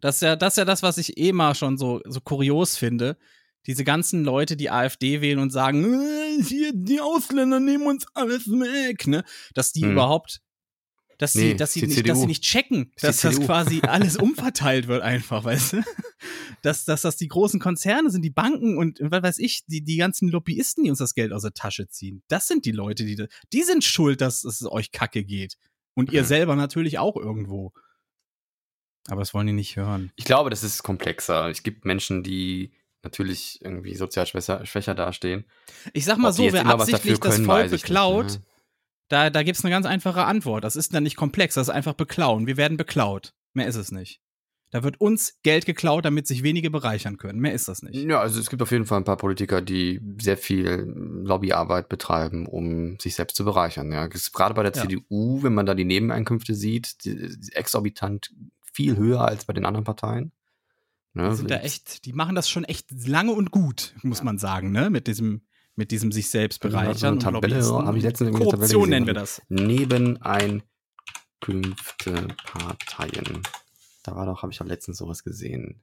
[SPEAKER 2] Das ist ja das, ist ja das was ich eh mal schon so, so kurios finde. Diese ganzen Leute, die AfD wählen und sagen, äh, hier, die Ausländer nehmen uns alles weg, ne? Dass die
[SPEAKER 3] Hm.
[SPEAKER 2] überhaupt, dass sie,
[SPEAKER 3] Nee,
[SPEAKER 2] dass
[SPEAKER 3] ist
[SPEAKER 2] sie
[SPEAKER 3] die
[SPEAKER 2] nicht, dass
[SPEAKER 3] CDU.
[SPEAKER 2] sie nicht checken,
[SPEAKER 3] Ist die
[SPEAKER 2] dass das
[SPEAKER 3] CDU.
[SPEAKER 2] quasi alles umverteilt wird einfach, weißt du? Dass, dass das die großen Konzerne sind, die Banken und was weiß ich, die, die ganzen Lobbyisten, die uns das Geld aus der Tasche ziehen. Das sind die Leute, die, da- die sind schuld, dass es euch kacke geht. Und ihr
[SPEAKER 3] Mhm.
[SPEAKER 2] selber natürlich auch irgendwo. Aber das wollen die nicht hören.
[SPEAKER 3] Ich glaube, das ist komplexer. Es gibt Menschen, die natürlich irgendwie sozial schwächer, schwächer dastehen.
[SPEAKER 2] Ich sag mal
[SPEAKER 3] Ob die
[SPEAKER 2] so,
[SPEAKER 3] jetzt
[SPEAKER 2] wer
[SPEAKER 3] immer was
[SPEAKER 2] absichtlich
[SPEAKER 3] dafür
[SPEAKER 2] das
[SPEAKER 3] können,
[SPEAKER 2] Volk
[SPEAKER 3] weiß ich nicht,
[SPEAKER 2] beklaut,
[SPEAKER 3] ne?
[SPEAKER 2] Da, da gibt es eine ganz einfache Antwort. Das ist dann nicht komplex, das ist einfach beklauen. Wir werden beklaut. Mehr ist es nicht. Da wird uns Geld geklaut, damit sich wenige bereichern können. Mehr ist das nicht.
[SPEAKER 3] Ja, also es gibt auf jeden Fall ein paar Politiker, die sehr viel Lobbyarbeit betreiben, um sich selbst zu bereichern. Ja, Das ist gerade bei der
[SPEAKER 2] Ja.
[SPEAKER 3] CDU, wenn man da die Nebeneinkünfte sieht, die, die exorbitant viel höher als bei den anderen Parteien. Ne?
[SPEAKER 2] Die sind da echt, die machen das schon echt lange und gut, muss man sagen, ne? Mit diesem, mit diesem sich selbst
[SPEAKER 3] Ja, so eine
[SPEAKER 2] bereichern. und
[SPEAKER 3] Tabelle,
[SPEAKER 2] Lobbyisten.
[SPEAKER 3] hab ich letztens irgendwie eine Tabelle
[SPEAKER 2] Korruption
[SPEAKER 3] gesehen.
[SPEAKER 2] nennen wir das.
[SPEAKER 3] Nebeneinkünfte Parteien. Da war doch, habe ich doch letztens sowas gesehen.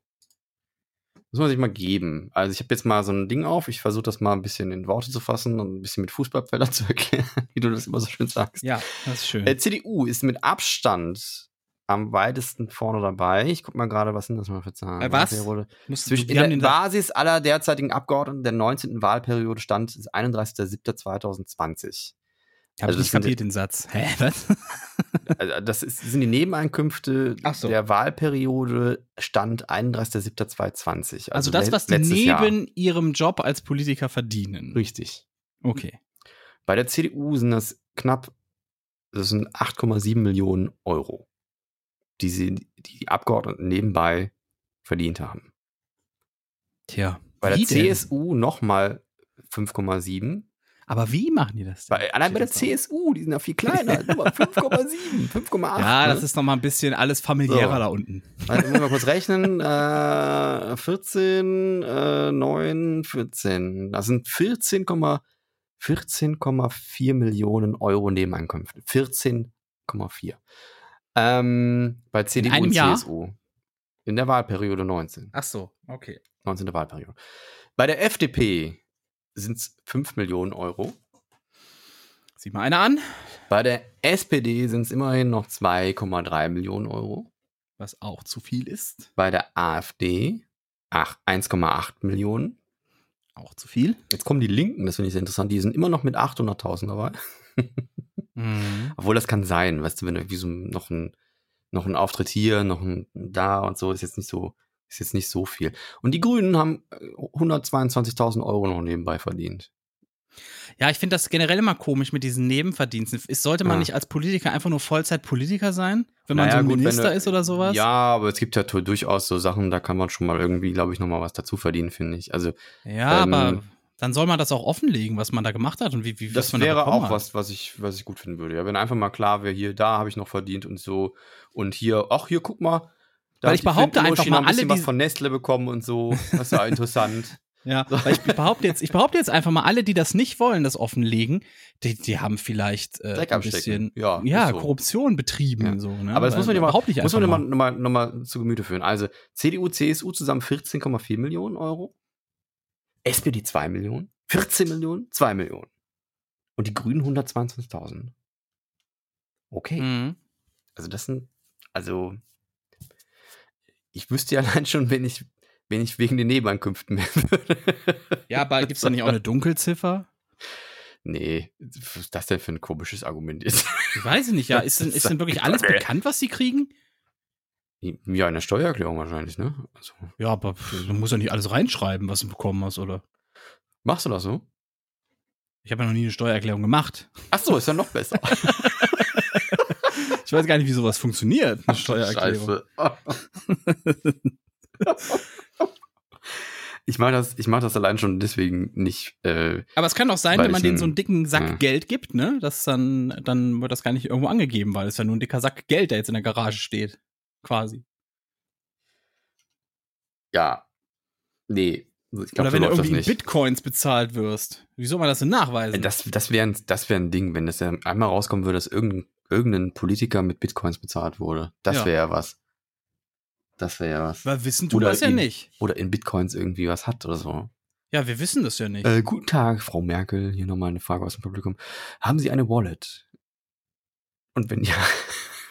[SPEAKER 3] Muss man sich mal geben. Also ich habe jetzt mal so ein Ding auf. Ich versuche das mal ein bisschen in Worte zu fassen und ein bisschen mit Fußballfeldern zu erklären, wie du das immer so schön sagst.
[SPEAKER 2] Ja, das ist schön.
[SPEAKER 3] Äh, CDU ist mit Abstand am weitesten vorne dabei. Ich guck mal gerade, was sind das mal für Zahlen?
[SPEAKER 2] Äh, was?
[SPEAKER 3] Wahlperiode.
[SPEAKER 2] Musst,
[SPEAKER 3] Zwischen,
[SPEAKER 2] wir haben
[SPEAKER 3] in
[SPEAKER 2] den
[SPEAKER 3] der
[SPEAKER 2] da,
[SPEAKER 3] Basis aller derzeitigen Abgeordneten der 19. Wahlperiode stand ist 31.07.2020.
[SPEAKER 2] hab ich
[SPEAKER 3] also das
[SPEAKER 2] nicht
[SPEAKER 3] sind-
[SPEAKER 2] kapiert den Satz. Hä, was?
[SPEAKER 3] Also das ist, sind die Nebeneinkünfte
[SPEAKER 2] Ach so.
[SPEAKER 3] der Wahlperiode Stand 31.07.2020.
[SPEAKER 2] Also das,
[SPEAKER 3] le-
[SPEAKER 2] was die
[SPEAKER 3] letztes
[SPEAKER 2] neben
[SPEAKER 3] Jahr.
[SPEAKER 2] ihrem Job als Politiker verdienen.
[SPEAKER 3] Richtig.
[SPEAKER 2] Okay.
[SPEAKER 3] Bei der CDU sind das knapp, das sind 8,7 Millionen Euro, die, sie, die die Abgeordneten nebenbei verdient haben.
[SPEAKER 2] Tja.
[SPEAKER 3] Bei der
[SPEAKER 2] wie denn?
[SPEAKER 3] CSU nochmal 5,7.
[SPEAKER 2] Aber wie machen die das? denn?
[SPEAKER 3] Bei, allein bei der
[SPEAKER 2] Steht
[SPEAKER 3] CSU, die sind ja viel kleiner. Guck mal, 5,7, 5,8.
[SPEAKER 2] da. Ja,
[SPEAKER 3] ne?
[SPEAKER 2] das ist nochmal ein bisschen alles familiärer
[SPEAKER 3] So.
[SPEAKER 2] da unten.
[SPEAKER 3] Also, muss mal kurz rechnen. Äh, 14, äh, 9, 14. Das sind 14,4 14,4 Millionen Euro Nebeneinkünfte. 14,4. Ähm, bei CDU
[SPEAKER 2] einem
[SPEAKER 3] und
[SPEAKER 2] Jahr?
[SPEAKER 3] CSU. In der Wahlperiode 19.
[SPEAKER 2] Ach so, okay.
[SPEAKER 3] 19. Wahlperiode. Bei der FDP sind es 5 Millionen Euro.
[SPEAKER 2] Sieh mal einer an.
[SPEAKER 3] Bei der SPD sind es immerhin noch 2,3 Millionen Euro.
[SPEAKER 2] Was auch zu viel ist.
[SPEAKER 3] Bei der AfD ach, 1,8 Millionen.
[SPEAKER 2] Auch zu viel.
[SPEAKER 3] Jetzt kommen die Linken, das finde ich sehr interessant. Die sind immer noch mit 800.000 dabei.
[SPEAKER 2] Mhm.
[SPEAKER 3] Obwohl das kann sein, weißt du, wenn irgendwie so noch ein, noch ein Auftritt hier, noch ein da und so, ist jetzt nicht so, ist jetzt nicht so viel. Und die Grünen haben äh, 122.000 Euro noch nebenbei verdient.
[SPEAKER 2] Ja, ich finde das generell immer komisch mit diesen Nebenverdiensten. Ist, sollte man
[SPEAKER 3] Ja.
[SPEAKER 2] nicht als Politiker einfach nur Vollzeit-Politiker sein? Wenn man so
[SPEAKER 3] Naja,
[SPEAKER 2] ein
[SPEAKER 3] gut, wenn
[SPEAKER 2] Minister
[SPEAKER 3] du-
[SPEAKER 2] ist oder sowas?
[SPEAKER 3] Ja, aber es gibt ja tu- durchaus so Sachen, da kann man schon mal irgendwie, glaube ich, nochmal was dazu verdienen, finde ich. Also
[SPEAKER 2] Ja,
[SPEAKER 3] Ähm,
[SPEAKER 2] aber dann soll man das auch offenlegen, was man da gemacht hat und wie, wie was
[SPEAKER 3] das
[SPEAKER 2] man da
[SPEAKER 3] wäre
[SPEAKER 2] bekommen
[SPEAKER 3] auch
[SPEAKER 2] hat.
[SPEAKER 3] was, was ich, was ich gut finden würde. Ja, wenn einfach mal klar wäre, hier, da habe ich noch verdient und so. Und hier, ach, hier, guck mal. Da
[SPEAKER 2] Weil
[SPEAKER 3] hat
[SPEAKER 2] ich
[SPEAKER 3] die Finn
[SPEAKER 2] behaupte einfach
[SPEAKER 3] Emoji
[SPEAKER 2] mal,
[SPEAKER 3] noch ein bisschen
[SPEAKER 2] alle
[SPEAKER 3] was
[SPEAKER 2] diese-
[SPEAKER 3] von Nestle bekommen und so. Das ist ja interessant.
[SPEAKER 2] Ja, weil ich behaupte jetzt, ich behaupte jetzt einfach mal, alle, die das nicht wollen, das offenlegen, die, die haben vielleicht äh,
[SPEAKER 3] Dreck
[SPEAKER 2] ein
[SPEAKER 3] abstecken.
[SPEAKER 2] bisschen
[SPEAKER 3] Ja,
[SPEAKER 2] ja,
[SPEAKER 3] ist so.
[SPEAKER 2] Korruption betrieben.
[SPEAKER 3] Ja.
[SPEAKER 2] So, ne?
[SPEAKER 3] Aber das muss man ja mal,
[SPEAKER 2] Behaupte ich
[SPEAKER 3] muss man ja
[SPEAKER 2] einfach
[SPEAKER 3] mal, noch mal, noch mal zu Gemüte führen. Also CDU, CSU zusammen 14,4 Millionen Euro. SPD 2 Millionen. 14 Millionen, 2 Millionen. Und die Grünen 122.000. Okay.
[SPEAKER 2] Mhm.
[SPEAKER 3] Also das sind, also ich wüsste ja allein schon, wenn ich, wenn ich wegen den Nebeneinkünften mehr würde.
[SPEAKER 2] Ja, aber gibt's da nicht auch eine Dunkelziffer?
[SPEAKER 3] Nee, was ist das denn für ein komisches Argument ist?
[SPEAKER 2] Ich weiß es nicht, ja. Ist denn, ist denn wirklich alles bekannt, was sie kriegen?
[SPEAKER 3] Ja, in der Steuererklärung wahrscheinlich, ne? Also,
[SPEAKER 2] Ja, aber pff, du musst ja nicht alles reinschreiben, was du bekommen hast, oder?
[SPEAKER 3] machst du das so?
[SPEAKER 2] Ich habe ja noch nie eine Steuererklärung gemacht.
[SPEAKER 3] Ach so, ist ja noch besser.
[SPEAKER 2] Ich weiß gar nicht, wie sowas funktioniert, eine Steuererklärung.
[SPEAKER 3] Scheiße. ich mache das, ich mach das allein schon deswegen nicht. Äh,
[SPEAKER 2] Aber es kann auch sein,
[SPEAKER 3] Weil
[SPEAKER 2] wenn man
[SPEAKER 3] ich
[SPEAKER 2] denen
[SPEAKER 3] ein-
[SPEAKER 2] so einen dicken Sack
[SPEAKER 3] ja.
[SPEAKER 2] Geld gibt, ne, dass dann, dann wird das gar nicht irgendwo angegeben, weil es ist ja nur ein dicker Sack Geld, der jetzt in der Garage steht. Quasi.
[SPEAKER 3] ja. Nee. Ich glaub,
[SPEAKER 2] Oder
[SPEAKER 3] so
[SPEAKER 2] wenn du
[SPEAKER 3] läuft das
[SPEAKER 2] irgendwie in
[SPEAKER 3] nicht.
[SPEAKER 2] Bitcoins bezahlt wirst. Wie soll man das denn nachweisen?
[SPEAKER 3] Äh, Das, das wäre ein, das wär ein Ding, wenn das ja einmal rauskommen würde, dass irgendein, irgendein Politiker mit Bitcoins bezahlt wurde. Das
[SPEAKER 2] Ja.
[SPEAKER 3] wäre ja was. Das wäre ja was.
[SPEAKER 2] weil wissen tun
[SPEAKER 3] Oder
[SPEAKER 2] das ja
[SPEAKER 3] ihn.
[SPEAKER 2] nicht.
[SPEAKER 3] Oder in Bitcoins irgendwie was hat oder so.
[SPEAKER 2] Ja, wir wissen das ja nicht.
[SPEAKER 3] Äh, guten Tag, Frau Merkel. Hier nochmal eine Frage aus dem Publikum. Haben Sie eine Wallet? Und wenn ja,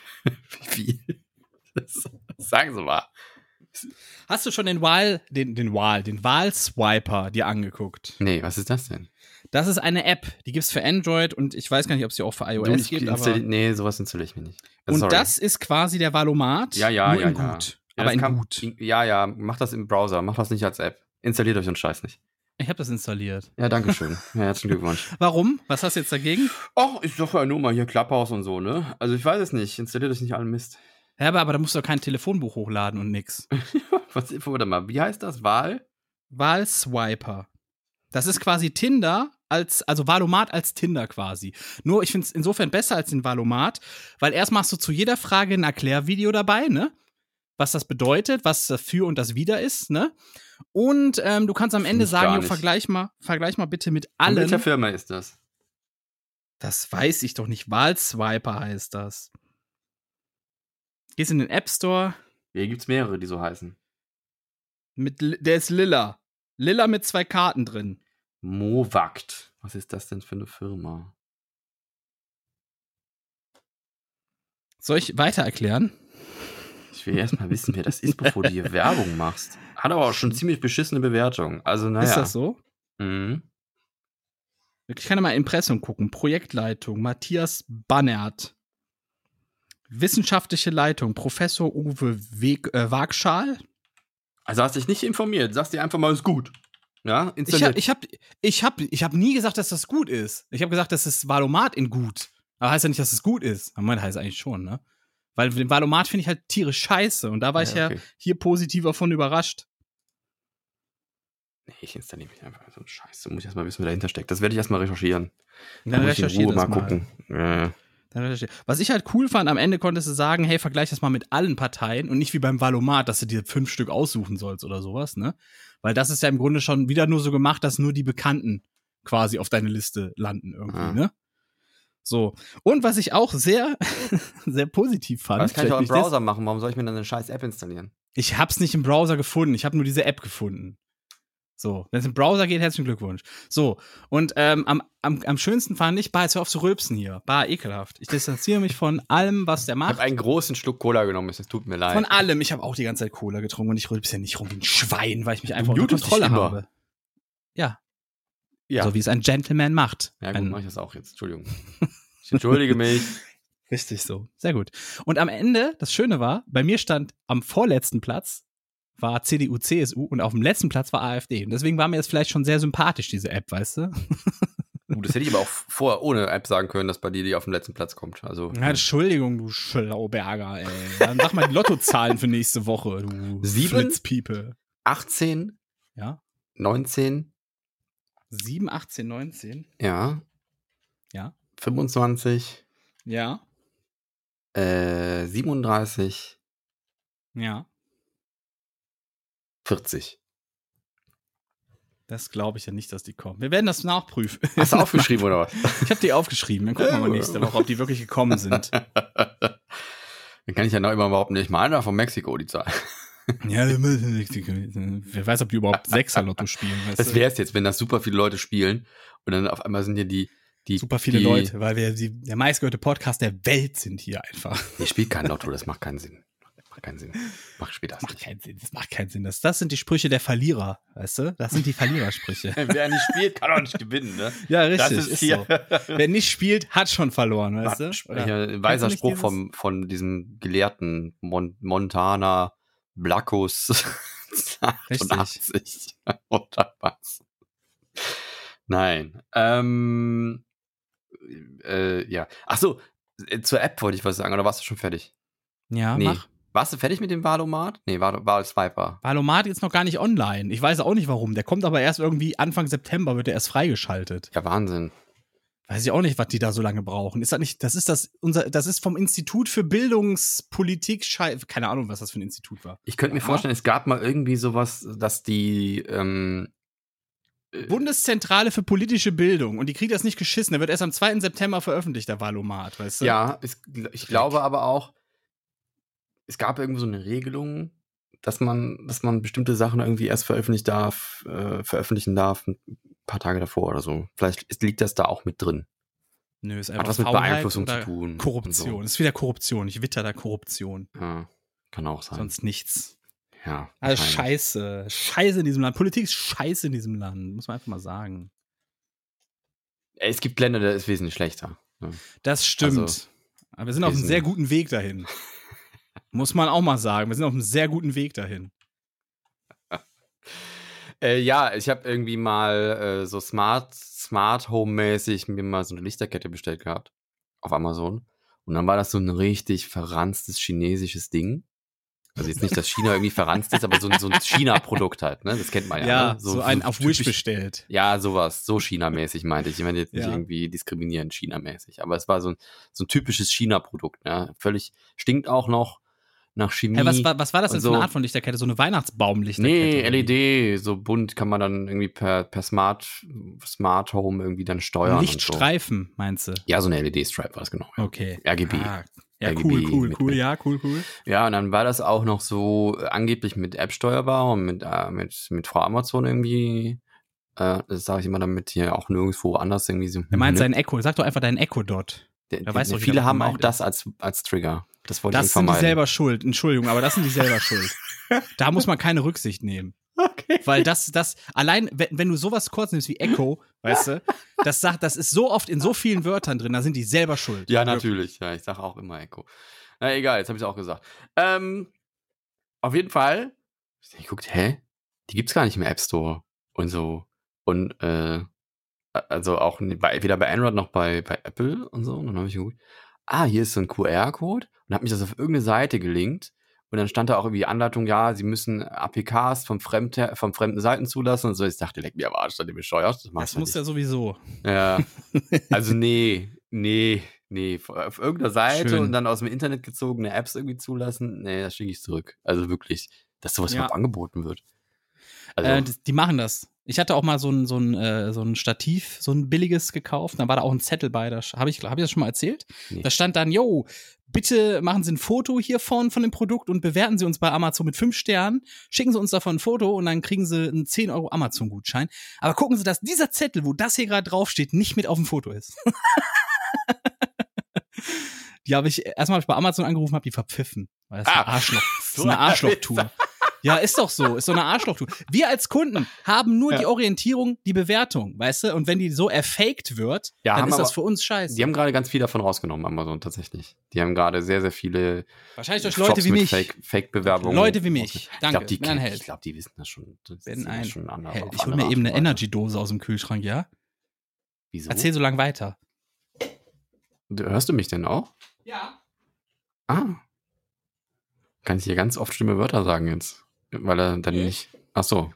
[SPEAKER 3] wie viel? Das, sagen Sie mal.
[SPEAKER 2] Hast du schon den Wahl, den, den Wahl, den Wahlswiper dir angeguckt?
[SPEAKER 3] Nee, was ist das denn?
[SPEAKER 2] Das ist eine App, die gibt's für Android und ich weiß gar nicht, ob es die auch für iOS
[SPEAKER 3] Du, ich
[SPEAKER 2] gibt.
[SPEAKER 3] installi-
[SPEAKER 2] Aber
[SPEAKER 3] nee, sowas installiere ich mir nicht.
[SPEAKER 2] und
[SPEAKER 3] Sorry.
[SPEAKER 2] das ist quasi der Valomat.
[SPEAKER 3] Ja, ja,
[SPEAKER 2] nur
[SPEAKER 3] ja,
[SPEAKER 2] in
[SPEAKER 3] ja.
[SPEAKER 2] gut.
[SPEAKER 3] Ja,
[SPEAKER 2] aber
[SPEAKER 3] das
[SPEAKER 2] in
[SPEAKER 3] kann-
[SPEAKER 2] gut.
[SPEAKER 3] Ja, ja, macht das im Browser, macht das nicht als App. Installiert euch den Scheiß nicht.
[SPEAKER 2] Ich habe das installiert.
[SPEAKER 3] Ja, danke schön. Ja, herzlichen Glückwunsch.
[SPEAKER 2] Warum? Was hast du jetzt dagegen?
[SPEAKER 3] Och, ist doch ja nur mal hier Clubhouse und so, ne? Also ich weiß es nicht. Installiert euch nicht allen Mist.
[SPEAKER 2] Ja, aber, aber da musst du doch kein Telefonbuch hochladen und nix.
[SPEAKER 3] Was, warte mal, wie heißt das? Wahl?
[SPEAKER 2] Wahlswiper. Das ist quasi Tinder als, also Valomat als Tinder quasi. Nur ich finde es insofern besser als den Valomat, weil erst machst du zu jeder Frage ein Erklärvideo dabei, ne? Was das bedeutet, was das für und das wieder ist, ne? Und ähm, du kannst am
[SPEAKER 3] Find
[SPEAKER 2] Ende
[SPEAKER 3] ich
[SPEAKER 2] sagen,
[SPEAKER 3] gar
[SPEAKER 2] jo,
[SPEAKER 3] nicht.
[SPEAKER 2] vergleich mal, vergleich mal bitte mit
[SPEAKER 3] Von
[SPEAKER 2] allen.
[SPEAKER 3] welcher Firma ist das?
[SPEAKER 2] Das weiß ich doch nicht. Wahlswiper heißt das. Gehst in den App Store
[SPEAKER 3] Hier gibt's mehrere, die so heißen.
[SPEAKER 2] mit Li- der ist lila. Lila mit zwei Karten drin.
[SPEAKER 3] Movakt. Was ist das denn für eine Firma?
[SPEAKER 2] Soll ich weiter erklären?
[SPEAKER 3] Ich will erst mal wissen, wer das ist, bevor du hier Werbung machst. Hat aber auch schon ziemlich beschissene Bewertungen. Also, naja.
[SPEAKER 2] Ist das so?
[SPEAKER 3] Mhm.
[SPEAKER 2] Ich kann ja mal Impressum gucken. Projektleitung Matthias Bannert. Wissenschaftliche Leitung Professor Uwe Weg, äh, Wagschal.
[SPEAKER 3] Also hast dich nicht informiert. Sagst dir einfach mal, ist gut. Ja,
[SPEAKER 2] Ich habe ich hab, ich hab, ich hab nie gesagt, dass das gut ist. Ich habe gesagt, das ist Valomat in gut. Aber heißt ja nicht, dass es gut ist. Aber mein heißt eigentlich schon, ne? Weil den Valomat finde ich halt tierisch scheiße. Und da war ich ja
[SPEAKER 3] okay.
[SPEAKER 2] hier positiv davon überrascht.
[SPEAKER 3] Nee, ich installiere mich einfach. So ein Scheiß. Da muss ich erst mal wissen, wer dahinter steckt. Das werde ich erst mal recherchieren.
[SPEAKER 2] Und
[SPEAKER 3] muss ich in
[SPEAKER 2] recherchier
[SPEAKER 3] Ruhe
[SPEAKER 2] das
[SPEAKER 3] mal gucken. Ja.
[SPEAKER 2] Dann recherchier- Was ich halt cool fand, am Ende konntest du sagen, hey, vergleich das mal mit allen Parteien und nicht wie beim Valomat, dass du dir fünf Stück aussuchen sollst oder sowas, ne? Weil das ist ja im Grunde schon wieder nur so gemacht, dass nur die Bekannten quasi auf deine Liste landen irgendwie,
[SPEAKER 3] Ah.
[SPEAKER 2] ne? So. Und was ich auch sehr, sehr positiv fand.
[SPEAKER 3] Das kann ich auch im
[SPEAKER 2] vielleicht nicht
[SPEAKER 3] Browser machen. Warum soll ich mir dann eine scheiß App installieren?
[SPEAKER 2] ich hab's nicht im Browser gefunden, ich habe nur diese App gefunden. So, wenn es im Browser geht, herzlichen Glückwunsch. So, und ähm, am, am, am schönsten fand ich, bah, jetzt hör auf zu rülpsen hier. Bah, ekelhaft. Ich distanziere mich von allem, was der
[SPEAKER 3] Ich habe
[SPEAKER 2] macht.
[SPEAKER 3] einen großen Schluck Cola genommen. Es tut mir leid.
[SPEAKER 2] Von allem. Ich habe auch die ganze Zeit Cola getrunken und ich rülpse ja nicht rum wie ein Schwein, weil ich mich einfach unter
[SPEAKER 3] mutest dich
[SPEAKER 2] Kontrolle
[SPEAKER 3] immer.
[SPEAKER 2] habe. Ja,
[SPEAKER 3] ja.
[SPEAKER 2] so wie es ein Gentleman macht.
[SPEAKER 3] ja, gut,
[SPEAKER 2] ein,
[SPEAKER 3] mache ich das auch jetzt. Entschuldigung. Ich entschuldige mich.
[SPEAKER 2] Richtig so. Sehr gut. Und am Ende, das Schöne war, bei mir stand am vorletzten Platz war CDU, CSU und auf dem letzten Platz war AfD. Und deswegen war mir das vielleicht schon sehr sympathisch, diese App, weißt du?
[SPEAKER 3] Gut, das hätte ich aber auch vorher ohne App sagen können, dass bei dir die auf den letzten Platz kommt. Also
[SPEAKER 2] Na, Entschuldigung, du Schlauberger, ey. Dann sag mal die Lottozahlen für nächste Woche, du
[SPEAKER 3] Sieben?
[SPEAKER 2] Flitzpiepe.
[SPEAKER 3] 18,
[SPEAKER 2] Ja.
[SPEAKER 3] 19,
[SPEAKER 2] 7, 18, 19.
[SPEAKER 3] ja.
[SPEAKER 2] Ja.
[SPEAKER 3] 25,
[SPEAKER 2] Ja.
[SPEAKER 3] äh, 37,
[SPEAKER 2] Ja.
[SPEAKER 3] 40.
[SPEAKER 2] Das glaube ich ja nicht, dass die kommen. Wir werden das nachprüfen.
[SPEAKER 3] Hast du aufgeschrieben oder was?
[SPEAKER 2] Ich habe die aufgeschrieben. Dann gucken wir mal nächste Woche, ob die wirklich gekommen sind.
[SPEAKER 3] Dann kann ich ja noch immer überhaupt nicht mal einer von Mexiko die Zahl.
[SPEAKER 2] Ja, wir müssen richtig- wer weiß, ob die überhaupt Sechser-Lotto spielen. weißt
[SPEAKER 3] Das
[SPEAKER 2] du?
[SPEAKER 3] wäre es jetzt, wenn das super viele Leute spielen und dann auf einmal sind ja die die
[SPEAKER 2] super viele
[SPEAKER 3] die,
[SPEAKER 2] Leute, weil wir die, der meistgehörte Podcast der Welt sind hier einfach.
[SPEAKER 3] Ihr spielt kein Lotto, das macht keinen Sinn. Macht keinen Sinn. Macht später
[SPEAKER 2] Das macht keinen Sinn. Das macht keinen Sinn. Das, das sind die Sprüche der Verlierer, weißt du? Das sind die Verlierersprüche.
[SPEAKER 3] Äh, Wer nicht spielt, kann auch nicht gewinnen, ne?
[SPEAKER 2] ja, richtig.
[SPEAKER 3] Das ist hier.
[SPEAKER 2] so. Wer nicht spielt, hat schon verloren, weißt du?
[SPEAKER 3] Ja,
[SPEAKER 2] Oder-
[SPEAKER 3] ein weiser
[SPEAKER 2] nicht
[SPEAKER 3] Spruch
[SPEAKER 2] dieses-
[SPEAKER 3] vom, von diesem Gelehrten Mon Montana Blackus
[SPEAKER 2] Richtig.
[SPEAKER 3] 88 oder was? Nein. Ähm, äh, ja. Ach so, äh, zur App wollte ich was sagen, oder warst du schon fertig?
[SPEAKER 2] Ja,
[SPEAKER 3] nee.
[SPEAKER 2] Ah, mach.
[SPEAKER 3] Warst du fertig mit dem Valomat? Nee, Val Valswiper.
[SPEAKER 2] Valomat ist noch gar nicht online. Ich weiß auch nicht warum. Der kommt aber erst irgendwie Anfang September, wird er erst freigeschaltet.
[SPEAKER 3] Ja, Wahnsinn.
[SPEAKER 2] Weiß ich auch nicht, was die da so lange brauchen. Ist das nicht, das ist das, unser, das ist vom Institut für Bildungspolitik, Schei- keine Ahnung, was das für ein Institut war.
[SPEAKER 3] Ich könnte mir
[SPEAKER 2] Ja.
[SPEAKER 3] vorstellen, es gab mal irgendwie sowas, dass die ähm,
[SPEAKER 2] Bundeszentrale für politische Bildung und die kriegt das nicht geschissen. Der wird erst am 2. September veröffentlicht, der Valomat, weißt du?
[SPEAKER 3] äh, Ja, es, ich glaube aber auch, es gab irgendwie so eine Regelung, dass man, dass man bestimmte Sachen irgendwie erst veröffentlichen darf, äh, veröffentlichen darf ein paar Tage davor oder so. Vielleicht ist, liegt das da auch mit drin.
[SPEAKER 2] Nö, ist einfach
[SPEAKER 3] Hat was mit
[SPEAKER 2] Faulheit
[SPEAKER 3] Beeinflussung
[SPEAKER 2] oder
[SPEAKER 3] zu tun. und
[SPEAKER 2] Korruption. Ist wieder Korruption. Ich witter da Korruption.
[SPEAKER 3] So. Ja, kann auch sein.
[SPEAKER 2] Sonst nichts.
[SPEAKER 3] ja,
[SPEAKER 2] Also
[SPEAKER 3] wahrscheinlich.
[SPEAKER 2] Scheiße. Scheiße in diesem Land. Politik ist Scheiße in diesem Land. Muss man einfach mal sagen.
[SPEAKER 3] Es gibt Länder, da ist wesentlich schlechter. Ja.
[SPEAKER 2] Das stimmt.
[SPEAKER 3] Also,
[SPEAKER 2] Aber wir sind auf einem
[SPEAKER 3] diesen-
[SPEAKER 2] sehr guten Weg dahin. Muss man auch mal sagen. Wir sind auf einem sehr guten Weg dahin.
[SPEAKER 3] Äh, ja, ich habe irgendwie mal äh, so smart, smart home-mäßig mir mal so eine Lichterkette bestellt gehabt auf Amazon. Und dann war das so ein richtig verranztes chinesisches Ding. Also jetzt nicht, dass China irgendwie verranzt ist, aber so, ein- so ein China-Produkt halt, ne? Das kennt man ja.
[SPEAKER 2] Ja,
[SPEAKER 3] ne?
[SPEAKER 2] so, einen auf Wish
[SPEAKER 3] typisch-
[SPEAKER 2] bestellt.
[SPEAKER 3] Ja, sowas, so China-mäßig meinte ich. Ich meine jetzt nicht
[SPEAKER 2] Ja.
[SPEAKER 3] irgendwie diskriminierend China-mäßig, aber es war so ein, so ein typisches China-Produkt, ne? Völlig stinkt auch noch nach Chemie.
[SPEAKER 2] Hey, was, war, was war das
[SPEAKER 3] und
[SPEAKER 2] denn für eine
[SPEAKER 3] so.
[SPEAKER 2] Art von Lichterkette? So eine Weihnachtsbaumlichterkette?
[SPEAKER 3] Also Nee, E LED, so bunt kann man dann irgendwie per, per Smart, Smart Home irgendwie dann steuern. und
[SPEAKER 2] Lichtstreifen, meinst du?
[SPEAKER 3] So. Ja, so eine LED-Stripe war es genau. ja.
[SPEAKER 2] Okay.
[SPEAKER 3] RGB.
[SPEAKER 2] Ah, ja,
[SPEAKER 3] RGB
[SPEAKER 2] cool, cool,
[SPEAKER 3] mit- Mhm.
[SPEAKER 2] cool, ja, cool, cool.
[SPEAKER 3] Ja, und dann war das auch noch so äh, angeblich mit App steuerbar und mit, äh, mit, mit Frau Amazon irgendwie. Äh, das sage ich immer damit hier auch nirgendwo anders irgendwie so.
[SPEAKER 2] Er meint seinen Echo. Sag doch einfach deinen Echo dort.
[SPEAKER 3] Der-
[SPEAKER 2] er weiß
[SPEAKER 3] der-
[SPEAKER 2] doch, wie
[SPEAKER 3] viele
[SPEAKER 2] damit
[SPEAKER 3] haben
[SPEAKER 2] gemeint
[SPEAKER 3] auch das als, als Trigger. Das wollte ich
[SPEAKER 2] Das sind die
[SPEAKER 3] vermeiden.
[SPEAKER 2] selber schuld. Entschuldigung, aber das sind die selber schuld. Da muss man keine Rücksicht nehmen.
[SPEAKER 3] Okay.
[SPEAKER 2] Weil das, das, allein, wenn, wenn du sowas kurz nimmst wie Echo, weißt du, das sagt, das ist so oft in so vielen Wörtern drin, da sind die selber schuld.
[SPEAKER 3] Ja, natürlich. Ja, ich sage auch immer Echo. Na egal, jetzt habe ich auch gesagt. Ähm, auf jeden Fall. Ich guckt, hä? Die gibt's gar nicht im App Store und so. Und äh, also auch n- bei, weder bei Android noch bei, bei Apple und so. Und dann habe ich geguckt, ah, hier ist so ein QR-Code und habe mich das auf irgendeine Seite gelinkt. Und dann stand da auch irgendwie Anleitung, ja, sie müssen APKs vom Fremdher vom fremden Seiten zulassen und so. Ich dachte, leck mir am Arsch, seid ihr bescheuert? Das, mach ich
[SPEAKER 2] Das
[SPEAKER 3] doch
[SPEAKER 2] muss
[SPEAKER 3] nicht.
[SPEAKER 2] ja sowieso.
[SPEAKER 3] Ja. Also nee, nee, nee. Auf- Auf irgendeiner Seite
[SPEAKER 2] Schön.
[SPEAKER 3] und dann aus dem Internet gezogene Apps irgendwie zulassen, nee, das schicke ich zurück. Also wirklich, dass sowas
[SPEAKER 2] Ja.
[SPEAKER 3] überhaupt angeboten wird. Also,
[SPEAKER 2] Äh, das- die machen das. Ich hatte auch mal so ein, so ein, äh, so ein Stativ, so ein billiges gekauft. Da war da auch ein Zettel bei. Da habe ich, hab ich das schon mal erzählt.
[SPEAKER 3] Nee.
[SPEAKER 2] Da stand dann, yo, bitte machen Sie ein Foto hiervon von dem Produkt und bewerten Sie uns bei Amazon mit fünf Sternen. Schicken Sie uns davon ein Foto und dann kriegen Sie einen 10 Euro Amazon-Gutschein. Aber gucken Sie, dass dieser Zettel, wo das hier gerade draufsteht, nicht mit auf dem Foto ist. die habe ich, erstmal habe ich bei Amazon angerufen, habe die verpfiffen. Weil das ist ein
[SPEAKER 3] Ah.
[SPEAKER 2] Arschloch. Das ist
[SPEAKER 3] So
[SPEAKER 2] eine Arschlochtour. Ja, ist doch so. Ist so eine Arschlochtour. Wir als Kunden haben nur
[SPEAKER 3] Ja.
[SPEAKER 2] die Orientierung, die Bewertung, weißt du? Und wenn die so erfaked wird,
[SPEAKER 3] Ja,
[SPEAKER 2] dann
[SPEAKER 3] haben
[SPEAKER 2] ist das
[SPEAKER 3] aber-
[SPEAKER 2] für uns scheiße.
[SPEAKER 3] die haben gerade ganz viel davon rausgenommen, Amazon tatsächlich. Die haben gerade sehr, sehr viele
[SPEAKER 2] Wahrscheinlich durch
[SPEAKER 3] Shops
[SPEAKER 2] Leute wie
[SPEAKER 3] mit
[SPEAKER 2] mich.
[SPEAKER 3] Fake- Fake-Bewerbungen.
[SPEAKER 2] Leute wie mich.
[SPEAKER 3] Ich
[SPEAKER 2] Danke.
[SPEAKER 3] glaube, die,
[SPEAKER 2] bin ein
[SPEAKER 3] kennen- ich
[SPEAKER 2] Held.
[SPEAKER 3] glaub, die wissen das schon. Das
[SPEAKER 2] Bin
[SPEAKER 3] sehen wir
[SPEAKER 2] ein
[SPEAKER 3] schon andere-
[SPEAKER 2] Held.
[SPEAKER 3] auf
[SPEAKER 2] Ich hole
[SPEAKER 3] andere
[SPEAKER 2] mir eben
[SPEAKER 3] Art
[SPEAKER 2] eine
[SPEAKER 3] und Weise.
[SPEAKER 2] Energy-Dose aus dem Kühlschrank, ja?
[SPEAKER 3] Wieso?
[SPEAKER 2] Erzähl so lang weiter.
[SPEAKER 3] Hörst du mich denn auch?
[SPEAKER 2] Ja.
[SPEAKER 3] Ah. Kann ich hier ganz oft schlimme Wörter sagen jetzt? Weil er dann
[SPEAKER 2] Nee.
[SPEAKER 3] nicht. Ach so.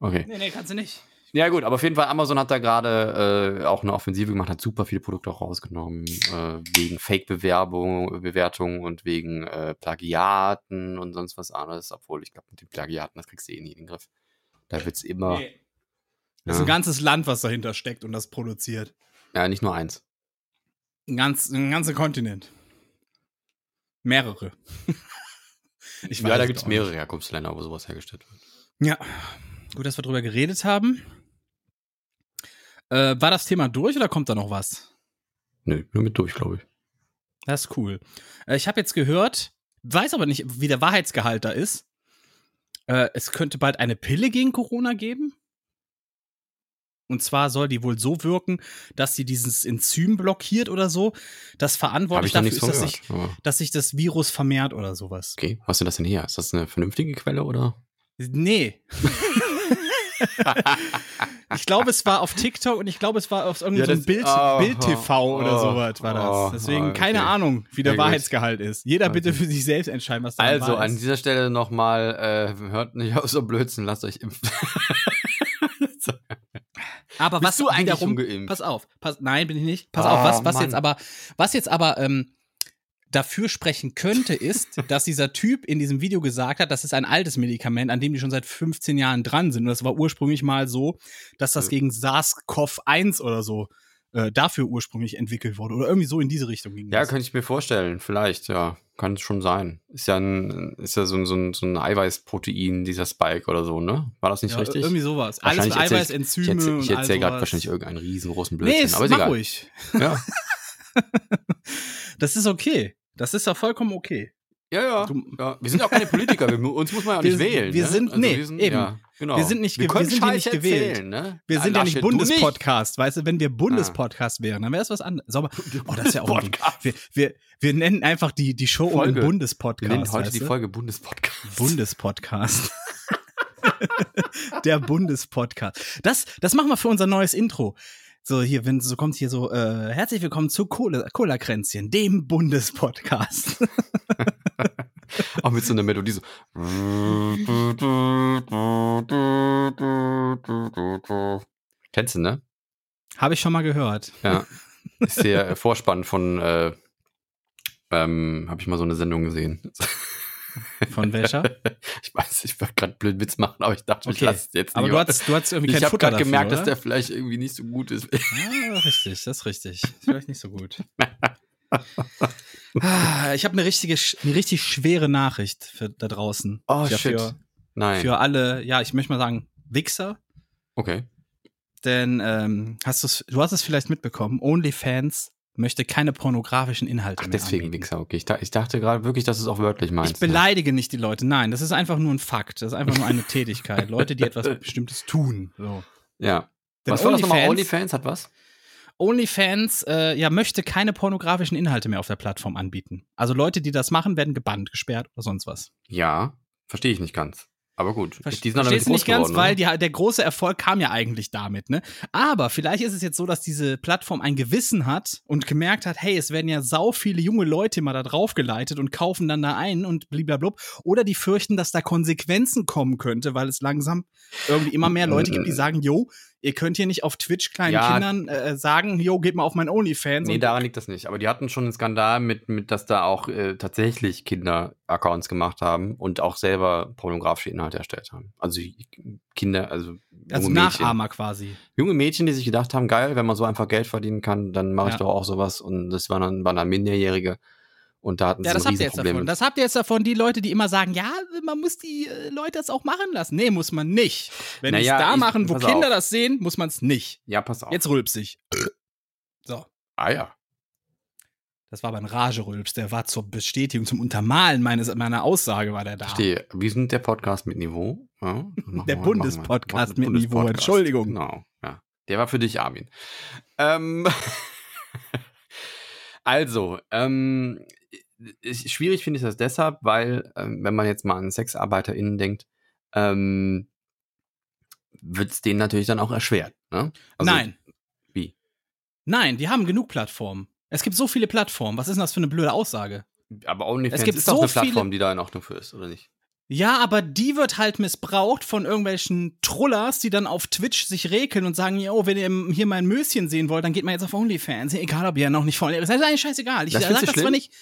[SPEAKER 3] Okay.
[SPEAKER 2] Nee, nee, kannst du nicht.
[SPEAKER 3] Ja, gut, aber auf jeden Fall, Amazon hat da gerade äh, auch eine Offensive gemacht, hat super viele Produkte auch rausgenommen, äh, wegen Fake-Bewerbung, Bewertungen und wegen äh, Plagiaten und sonst was anderes. Obwohl, ich glaube, mit den Plagiaten, das kriegst du eh nie in den Griff. Da wird's immer.
[SPEAKER 2] Nee. Das ist
[SPEAKER 3] ja,
[SPEAKER 2] ein ganzes Land, was dahinter steckt und das produziert.
[SPEAKER 3] ja, nicht nur eins.
[SPEAKER 2] Ein, ganz, ein ganzer Kontinent. Mehrere. ich
[SPEAKER 3] ja, da
[SPEAKER 2] es
[SPEAKER 3] gibt's
[SPEAKER 2] doch nicht.
[SPEAKER 3] mehrere Herkunftsländer, wo sowas hergestellt wird.
[SPEAKER 2] Ja, gut, dass wir drüber geredet haben. Äh, war das Thema durch oder kommt da noch was?
[SPEAKER 3] Nö, nur mit durch, glaube ich.
[SPEAKER 2] Das ist cool. Äh, ich habe jetzt gehört, weiß aber nicht, wie der Wahrheitsgehalt da ist. Äh, es könnte bald eine Pille gegen Corona geben. Und zwar soll die wohl so wirken, dass sie dieses Enzym blockiert oder so. Das
[SPEAKER 3] Habe
[SPEAKER 2] verantwortlich
[SPEAKER 3] ich noch
[SPEAKER 2] dafür
[SPEAKER 3] nichts
[SPEAKER 2] ist,
[SPEAKER 3] von
[SPEAKER 2] dass
[SPEAKER 3] gehört.
[SPEAKER 2] sich,
[SPEAKER 3] aber-
[SPEAKER 2] dass sich das Virus vermehrt oder sowas.
[SPEAKER 3] Okay, was ist denn das denn her? Ist das eine vernünftige Quelle oder?
[SPEAKER 2] Nee. ich glaube, es war auf TikTok und ich glaube, es war auf irgendeinem
[SPEAKER 3] Ja,
[SPEAKER 2] so einem
[SPEAKER 3] das-
[SPEAKER 2] Bild,
[SPEAKER 3] oh,
[SPEAKER 2] Bild TV
[SPEAKER 3] oh,
[SPEAKER 2] oder sowas war das.
[SPEAKER 3] oh,
[SPEAKER 2] Deswegen
[SPEAKER 3] oh,
[SPEAKER 2] keine
[SPEAKER 3] okay.
[SPEAKER 2] Ahnung, wie der
[SPEAKER 3] Ja, gut.
[SPEAKER 2] Wahrheitsgehalt ist. Jeder bitte
[SPEAKER 3] Okay.
[SPEAKER 2] für sich selbst entscheiden, was da
[SPEAKER 3] Also,
[SPEAKER 2] wahr
[SPEAKER 3] an
[SPEAKER 2] ist.
[SPEAKER 3] dieser Stelle nochmal, äh, hört nicht auf so Blödsinn, lasst euch impfen.
[SPEAKER 2] Aber was
[SPEAKER 3] Bist du eigentlich
[SPEAKER 2] wiederum,
[SPEAKER 3] schon geimpft?
[SPEAKER 2] Pass auf, pass, nein, bin ich nicht. Pass
[SPEAKER 3] Oh,
[SPEAKER 2] auf, was, was
[SPEAKER 3] Mann.
[SPEAKER 2] jetzt aber, was jetzt aber ähm, dafür sprechen könnte, ist, dass dieser Typ in diesem Video gesagt hat, das ist ein altes Medikament, an dem die schon seit 15 Jahren dran sind. Und das war ursprünglich mal so, dass das
[SPEAKER 3] Ja.
[SPEAKER 2] gegen SARS-CoV-1 oder so äh, dafür ursprünglich entwickelt wurde. Oder irgendwie so in diese Richtung ging
[SPEAKER 3] Ja,
[SPEAKER 2] das.
[SPEAKER 3] könnte ich mir vorstellen, vielleicht, ja. Kann es schon sein. Ist ja, ein, ist ja so, ein- so, ein, so ein Eiweißprotein, dieser Spike oder so, ne? War das nicht
[SPEAKER 2] ja,
[SPEAKER 3] richtig?
[SPEAKER 2] Irgendwie sowas. Alles
[SPEAKER 3] Wahrscheinlich
[SPEAKER 2] mit
[SPEAKER 3] erzähl
[SPEAKER 2] Eiweiß,
[SPEAKER 3] ich
[SPEAKER 2] Enzyme
[SPEAKER 3] hätte,
[SPEAKER 2] und
[SPEAKER 3] ich
[SPEAKER 2] all
[SPEAKER 3] hätte ja gerade
[SPEAKER 2] sowas.
[SPEAKER 3] wahrscheinlich irgendeinen riesengroßen Blödsinn.
[SPEAKER 2] Nee, ist,
[SPEAKER 3] aber ist
[SPEAKER 2] mach
[SPEAKER 3] egal.
[SPEAKER 2] ruhig.
[SPEAKER 3] Ja,
[SPEAKER 2] Das ist okay. Das ist ja vollkommen okay.
[SPEAKER 3] ja, ja.
[SPEAKER 2] Du-
[SPEAKER 3] ja. Wir sind ja auch keine Politiker, wir, mu- uns muss man ja
[SPEAKER 2] Wir-
[SPEAKER 3] nicht wählen.
[SPEAKER 2] wir
[SPEAKER 3] ne?
[SPEAKER 2] sind- nee, eben.
[SPEAKER 3] genau.
[SPEAKER 2] Wir sind nicht ge- wir
[SPEAKER 3] können
[SPEAKER 2] sind hier
[SPEAKER 3] Scheiß
[SPEAKER 2] nicht gewählt.
[SPEAKER 3] erzählen, Ne?
[SPEAKER 2] Wir sind ja nicht Bundespodcast, weißt du,
[SPEAKER 3] Ah.
[SPEAKER 2] wenn wir Bundespodcast wären, dann wäre es was anderes. Sauber. Oh, das ist ja auch
[SPEAKER 3] Podcast.
[SPEAKER 2] wir, wir, wir nennen einfach die, die Show um den
[SPEAKER 3] Folge. Wir
[SPEAKER 2] Bundespodcast.
[SPEAKER 3] nennen heute
[SPEAKER 2] weißt
[SPEAKER 3] die
[SPEAKER 2] du?
[SPEAKER 3] Folge Bundespodcast.
[SPEAKER 2] Bundespodcast. Der Bundespodcast. Das, das machen wir für unser neues Intro. So, hier, wenn so kommt hier so, äh, herzlich willkommen zu Cola- Cola-Kränzchen, dem Bundespodcast.
[SPEAKER 3] Auch mit so einer Melodie so. Kennst du, ne?
[SPEAKER 2] Habe ich schon mal gehört.
[SPEAKER 3] Ja. Ist der Vorspann von, äh, ähm, habe ich mal so eine Sendung gesehen.
[SPEAKER 2] Von welcher?
[SPEAKER 3] Ich weiß, ich wollte gerade blöd Witz machen, aber ich dachte, ich
[SPEAKER 2] Okay.
[SPEAKER 3] lasse es jetzt
[SPEAKER 2] Aber
[SPEAKER 3] nicht.
[SPEAKER 2] du hast, du hast irgendwie
[SPEAKER 3] ich
[SPEAKER 2] kein
[SPEAKER 3] habe
[SPEAKER 2] Futter
[SPEAKER 3] gerade
[SPEAKER 2] dafür,
[SPEAKER 3] gemerkt, dass
[SPEAKER 2] oder?
[SPEAKER 3] der vielleicht irgendwie nicht so gut ist.
[SPEAKER 2] Ah, richtig, das ist richtig. Ist vielleicht nicht so gut. Ah, Ich habe eine richtige, sch- eine richtig schwere Nachricht für da draußen.
[SPEAKER 3] Oh,
[SPEAKER 2] ja,
[SPEAKER 3] shit.
[SPEAKER 2] Für,
[SPEAKER 3] Nein.
[SPEAKER 2] für alle, ja, ich möchte mal sagen, Wichser.
[SPEAKER 3] okay.
[SPEAKER 2] Denn ähm, hast du's, du hast es vielleicht mitbekommen, OnlyFans möchte keine pornografischen Inhalte
[SPEAKER 3] Ach,
[SPEAKER 2] mehr
[SPEAKER 3] deswegen
[SPEAKER 2] anbieten.
[SPEAKER 3] Wichser, okay. Ich, da, ich dachte gerade wirklich, dass du es auch wörtlich meinst. ne?
[SPEAKER 2] Ich beleidige nicht die Leute. Nein, das ist einfach nur ein Fakt. Das ist einfach nur eine Tätigkeit. Leute, die etwas Bestimmtes tun. So.
[SPEAKER 3] Ja.
[SPEAKER 2] Denn
[SPEAKER 3] was war das nochmal?
[SPEAKER 2] OnlyFans-
[SPEAKER 3] OnlyFans hat was?
[SPEAKER 2] OnlyFans äh, ja, möchte keine pornografischen Inhalte mehr auf der Plattform anbieten. Also Leute, die das machen, werden gebannt, gesperrt oder sonst was.
[SPEAKER 3] Ja. Verstehe ich nicht ganz. Aber gut.
[SPEAKER 2] Verstehst
[SPEAKER 3] sind damit
[SPEAKER 2] du nicht
[SPEAKER 3] groß
[SPEAKER 2] ganz,
[SPEAKER 3] geworden,
[SPEAKER 2] weil
[SPEAKER 3] oder?
[SPEAKER 2] die, der große Erfolg kam ja eigentlich damit, ne? Aber vielleicht ist es jetzt so, dass diese Plattform ein Gewissen hat und gemerkt hat, hey, es werden ja sau viele junge Leute mal da drauf geleitet und kaufen dann da ein und bliblablub. Oder die fürchten, dass da Konsequenzen kommen könnte, weil es langsam irgendwie immer mehr Leute gibt, die sagen, yo, ihr könnt hier nicht auf Twitch kleinen
[SPEAKER 3] Ja.
[SPEAKER 2] Kindern äh, sagen, yo, geht mal auf mein OnlyFans.
[SPEAKER 3] Nee,
[SPEAKER 2] und
[SPEAKER 3] daran liegt das nicht. Aber die hatten schon einen Skandal mit, mit dass da auch äh, tatsächlich Kinder Accounts gemacht haben und auch selber pornografische Inhalte erstellt haben. Also Kinder, also junge
[SPEAKER 2] also
[SPEAKER 3] Mädchen.
[SPEAKER 2] Nachahmer quasi.
[SPEAKER 3] Junge Mädchen, die sich gedacht haben, geil, wenn man so einfach Geld verdienen kann, dann mache ich
[SPEAKER 2] Ja.
[SPEAKER 3] doch auch sowas. Und das waren dann, waren dann Minderjährige. Und da hatten sie
[SPEAKER 2] Ja, das
[SPEAKER 3] ein
[SPEAKER 2] habt ihr jetzt
[SPEAKER 3] Riesenproblem.
[SPEAKER 2] davon. Das habt ihr jetzt davon, die Leute, die immer sagen, ja, man muss die äh, Leute das auch machen lassen. Nee, muss man nicht. Wenn die es
[SPEAKER 3] Naja,
[SPEAKER 2] da
[SPEAKER 3] ich-
[SPEAKER 2] machen, wo
[SPEAKER 3] pass
[SPEAKER 2] Kinder
[SPEAKER 3] auf.
[SPEAKER 2] das sehen, muss man es nicht.
[SPEAKER 3] ja, pass auf.
[SPEAKER 2] Jetzt rülps ich. So,
[SPEAKER 3] ah ja.
[SPEAKER 2] das war aber ein Rage-Rülps. Der war zur Bestätigung, zum Untermalen meines, meiner Aussage war der da.
[SPEAKER 3] Verstehe. Wir sind der Podcast mit Niveau. Ja, machen
[SPEAKER 2] Der
[SPEAKER 3] wir-
[SPEAKER 2] Bundespodcast
[SPEAKER 3] machen wir.
[SPEAKER 2] mit Niveau, Entschuldigung.
[SPEAKER 3] Genau. Ja. Der war für dich, Armin. Ähm, also, ähm, ich, schwierig finde ich das deshalb, weil, ähm, wenn man jetzt mal an SexarbeiterInnen denkt, ähm, wird es denen natürlich dann auch erschwert. Ne? Also,
[SPEAKER 2] Nein.
[SPEAKER 3] Wie?
[SPEAKER 2] Nein, die haben genug Plattformen. Es gibt so viele Plattformen. Was ist denn das für eine blöde Aussage?
[SPEAKER 3] Aber OnlyFans
[SPEAKER 2] Es gibt
[SPEAKER 3] ist
[SPEAKER 2] so
[SPEAKER 3] doch eine
[SPEAKER 2] viele-
[SPEAKER 3] Plattform, die da in Ordnung für ist, oder nicht?
[SPEAKER 2] Ja, aber die wird halt missbraucht von irgendwelchen Trullers, die dann auf Twitch sich rekeln und sagen, yo, wenn ihr im- hier mein Möschen sehen wollt, dann geht mal jetzt auf OnlyFans. Egal, ob ihr noch nicht voll. Das ist eigentlich scheißegal. Ich
[SPEAKER 3] Das
[SPEAKER 2] sag
[SPEAKER 3] findest
[SPEAKER 2] das
[SPEAKER 3] du
[SPEAKER 2] zwar
[SPEAKER 3] schlimm?
[SPEAKER 2] nicht.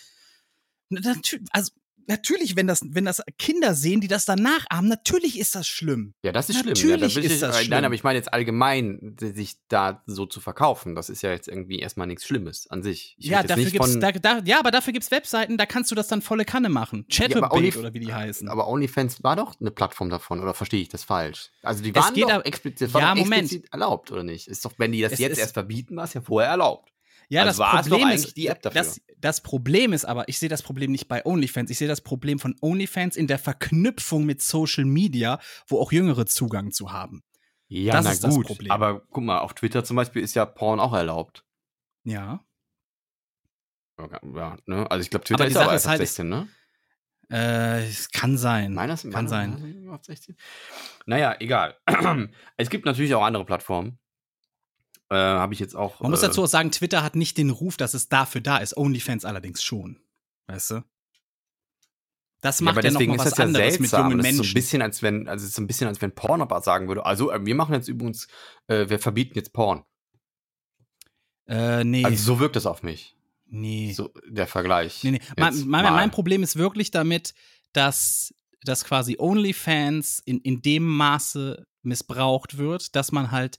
[SPEAKER 2] Natü- also, natürlich, wenn das, wenn das Kinder sehen, die das dann nachahmen, natürlich ist das schlimm.
[SPEAKER 3] Ja, das ist schlimm. Ja, da
[SPEAKER 2] Natürlich
[SPEAKER 3] will
[SPEAKER 2] ist
[SPEAKER 3] ich,
[SPEAKER 2] das
[SPEAKER 3] äh, Nein,
[SPEAKER 2] schlimm.
[SPEAKER 3] aber ich meine jetzt allgemein, sich da so zu verkaufen, das ist ja jetzt irgendwie erstmal nichts Schlimmes an sich. Ich
[SPEAKER 2] ja,
[SPEAKER 3] rede jetzt
[SPEAKER 2] dafür
[SPEAKER 3] nicht
[SPEAKER 2] gibt's,
[SPEAKER 3] von-
[SPEAKER 2] da, da, ja, aber dafür gibt's Webseiten, da kannst du das dann volle Kanne machen.
[SPEAKER 3] Ja, aber
[SPEAKER 2] Chatterbait
[SPEAKER 3] Onlyf-
[SPEAKER 2] oder wie die heißen.
[SPEAKER 3] Aber OnlyFans war doch eine Plattform davon, oder verstehe ich das falsch? Also die
[SPEAKER 2] Es
[SPEAKER 3] waren
[SPEAKER 2] geht
[SPEAKER 3] doch
[SPEAKER 2] ab-
[SPEAKER 3] explizit, war
[SPEAKER 2] Ja,
[SPEAKER 3] doch
[SPEAKER 2] Moment.
[SPEAKER 3] explizit erlaubt, oder nicht? Ist doch, wenn die das
[SPEAKER 2] Es
[SPEAKER 3] jetzt
[SPEAKER 2] ist-
[SPEAKER 3] erst verbieten, war es ja vorher erlaubt.
[SPEAKER 2] Ja, das
[SPEAKER 3] Also war es doch
[SPEAKER 2] Problem
[SPEAKER 3] eigentlich
[SPEAKER 2] ist,
[SPEAKER 3] die App dafür.
[SPEAKER 2] Das, das Problem ist aber, ich sehe das Problem nicht bei OnlyFans, ich sehe das Problem von OnlyFans in der Verknüpfung mit Social Media, wo auch Jüngere Zugang zu haben.
[SPEAKER 3] Ja,
[SPEAKER 2] Das ist das Problem.
[SPEAKER 3] Aber guck mal, auf Twitter zum Beispiel ist ja Porn auch erlaubt.
[SPEAKER 2] Ja.
[SPEAKER 3] Ja, ne? Also ich glaube, Twitter
[SPEAKER 2] Aber die
[SPEAKER 3] ist
[SPEAKER 2] Sache
[SPEAKER 3] aber
[SPEAKER 2] ist
[SPEAKER 3] erst ab
[SPEAKER 2] halt,
[SPEAKER 3] 16, ne?
[SPEAKER 2] Äh, es kann sein.
[SPEAKER 3] Nein, das
[SPEAKER 2] kann sein.
[SPEAKER 3] Auf 16? Naja, egal. es gibt natürlich auch andere Plattformen. Äh, Habe ich jetzt auch.
[SPEAKER 2] Man muss
[SPEAKER 3] äh,
[SPEAKER 2] dazu auch sagen, Twitter hat nicht den Ruf, dass es dafür da ist. OnlyFans allerdings schon. Weißt du? Das macht ja, nochmal was anderes mit jungen
[SPEAKER 3] das
[SPEAKER 2] Menschen.
[SPEAKER 3] Ist so ein bisschen, als wenn, also es ist so ein bisschen, als wenn Pornhub sagen würde, also äh, wir machen jetzt übrigens, äh, wir verbieten jetzt Porn.
[SPEAKER 2] äh, nee,
[SPEAKER 3] Also so wirkt das auf mich.
[SPEAKER 2] nee.
[SPEAKER 3] So der Vergleich.
[SPEAKER 2] Nee, nee.
[SPEAKER 3] Jetzt
[SPEAKER 2] Mein, mein,
[SPEAKER 3] mal.
[SPEAKER 2] mein Problem ist wirklich damit, dass, dass quasi OnlyFans in, in dem Maße missbraucht wird, dass man halt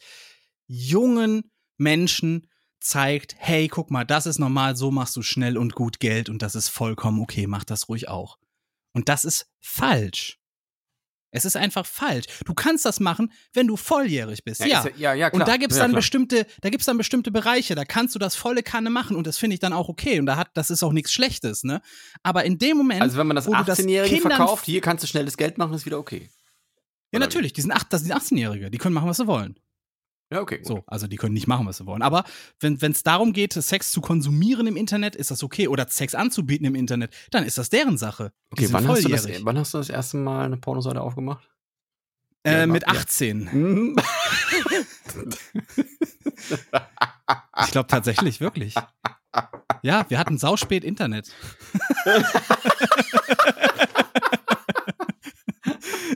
[SPEAKER 2] jungen Menschen zeigt, hey, guck mal, das ist normal, so machst du schnell und gut Geld und das ist vollkommen okay, mach das ruhig auch. Und das ist falsch. Es ist einfach falsch. Du kannst das machen, wenn du volljährig bist. Ja,
[SPEAKER 3] ist ja, ja, klar.
[SPEAKER 2] und da gibt's
[SPEAKER 3] ja,
[SPEAKER 2] dann
[SPEAKER 3] klar.
[SPEAKER 2] bestimmte, da gibt's dann bestimmte Bereiche, da kannst du das volle Kanne machen und das finde ich dann auch okay und da hat, das ist auch nichts Schlechtes, ne? Aber in dem Moment,
[SPEAKER 3] Also wenn man das
[SPEAKER 2] wo du das
[SPEAKER 3] 18-Jährige
[SPEAKER 2] Kindern-
[SPEAKER 3] verkauft, hier kannst du schnelles Geld machen, ist wieder okay.
[SPEAKER 2] ja natürlich, die sind acht, das sind 18-Jährige, die können machen, was sie wollen.
[SPEAKER 3] Ja, okay. gut.
[SPEAKER 2] So, also die können nicht machen, was sie wollen. Aber wenn es darum geht, Sex zu konsumieren im Internet, ist das okay oder Sex anzubieten im Internet, dann ist das deren Sache. Die
[SPEAKER 3] Okay,
[SPEAKER 2] sind
[SPEAKER 3] wann hast, du das, e-
[SPEAKER 2] volljährig.
[SPEAKER 3] wann hast du das erste Mal eine Pornoseite aufgemacht?
[SPEAKER 2] Äh,
[SPEAKER 3] Ja,
[SPEAKER 2] mit
[SPEAKER 3] ja.
[SPEAKER 2] 18.
[SPEAKER 3] Mhm.
[SPEAKER 2] Ich glaube tatsächlich, wirklich. Ja, wir hatten sauspät Internet.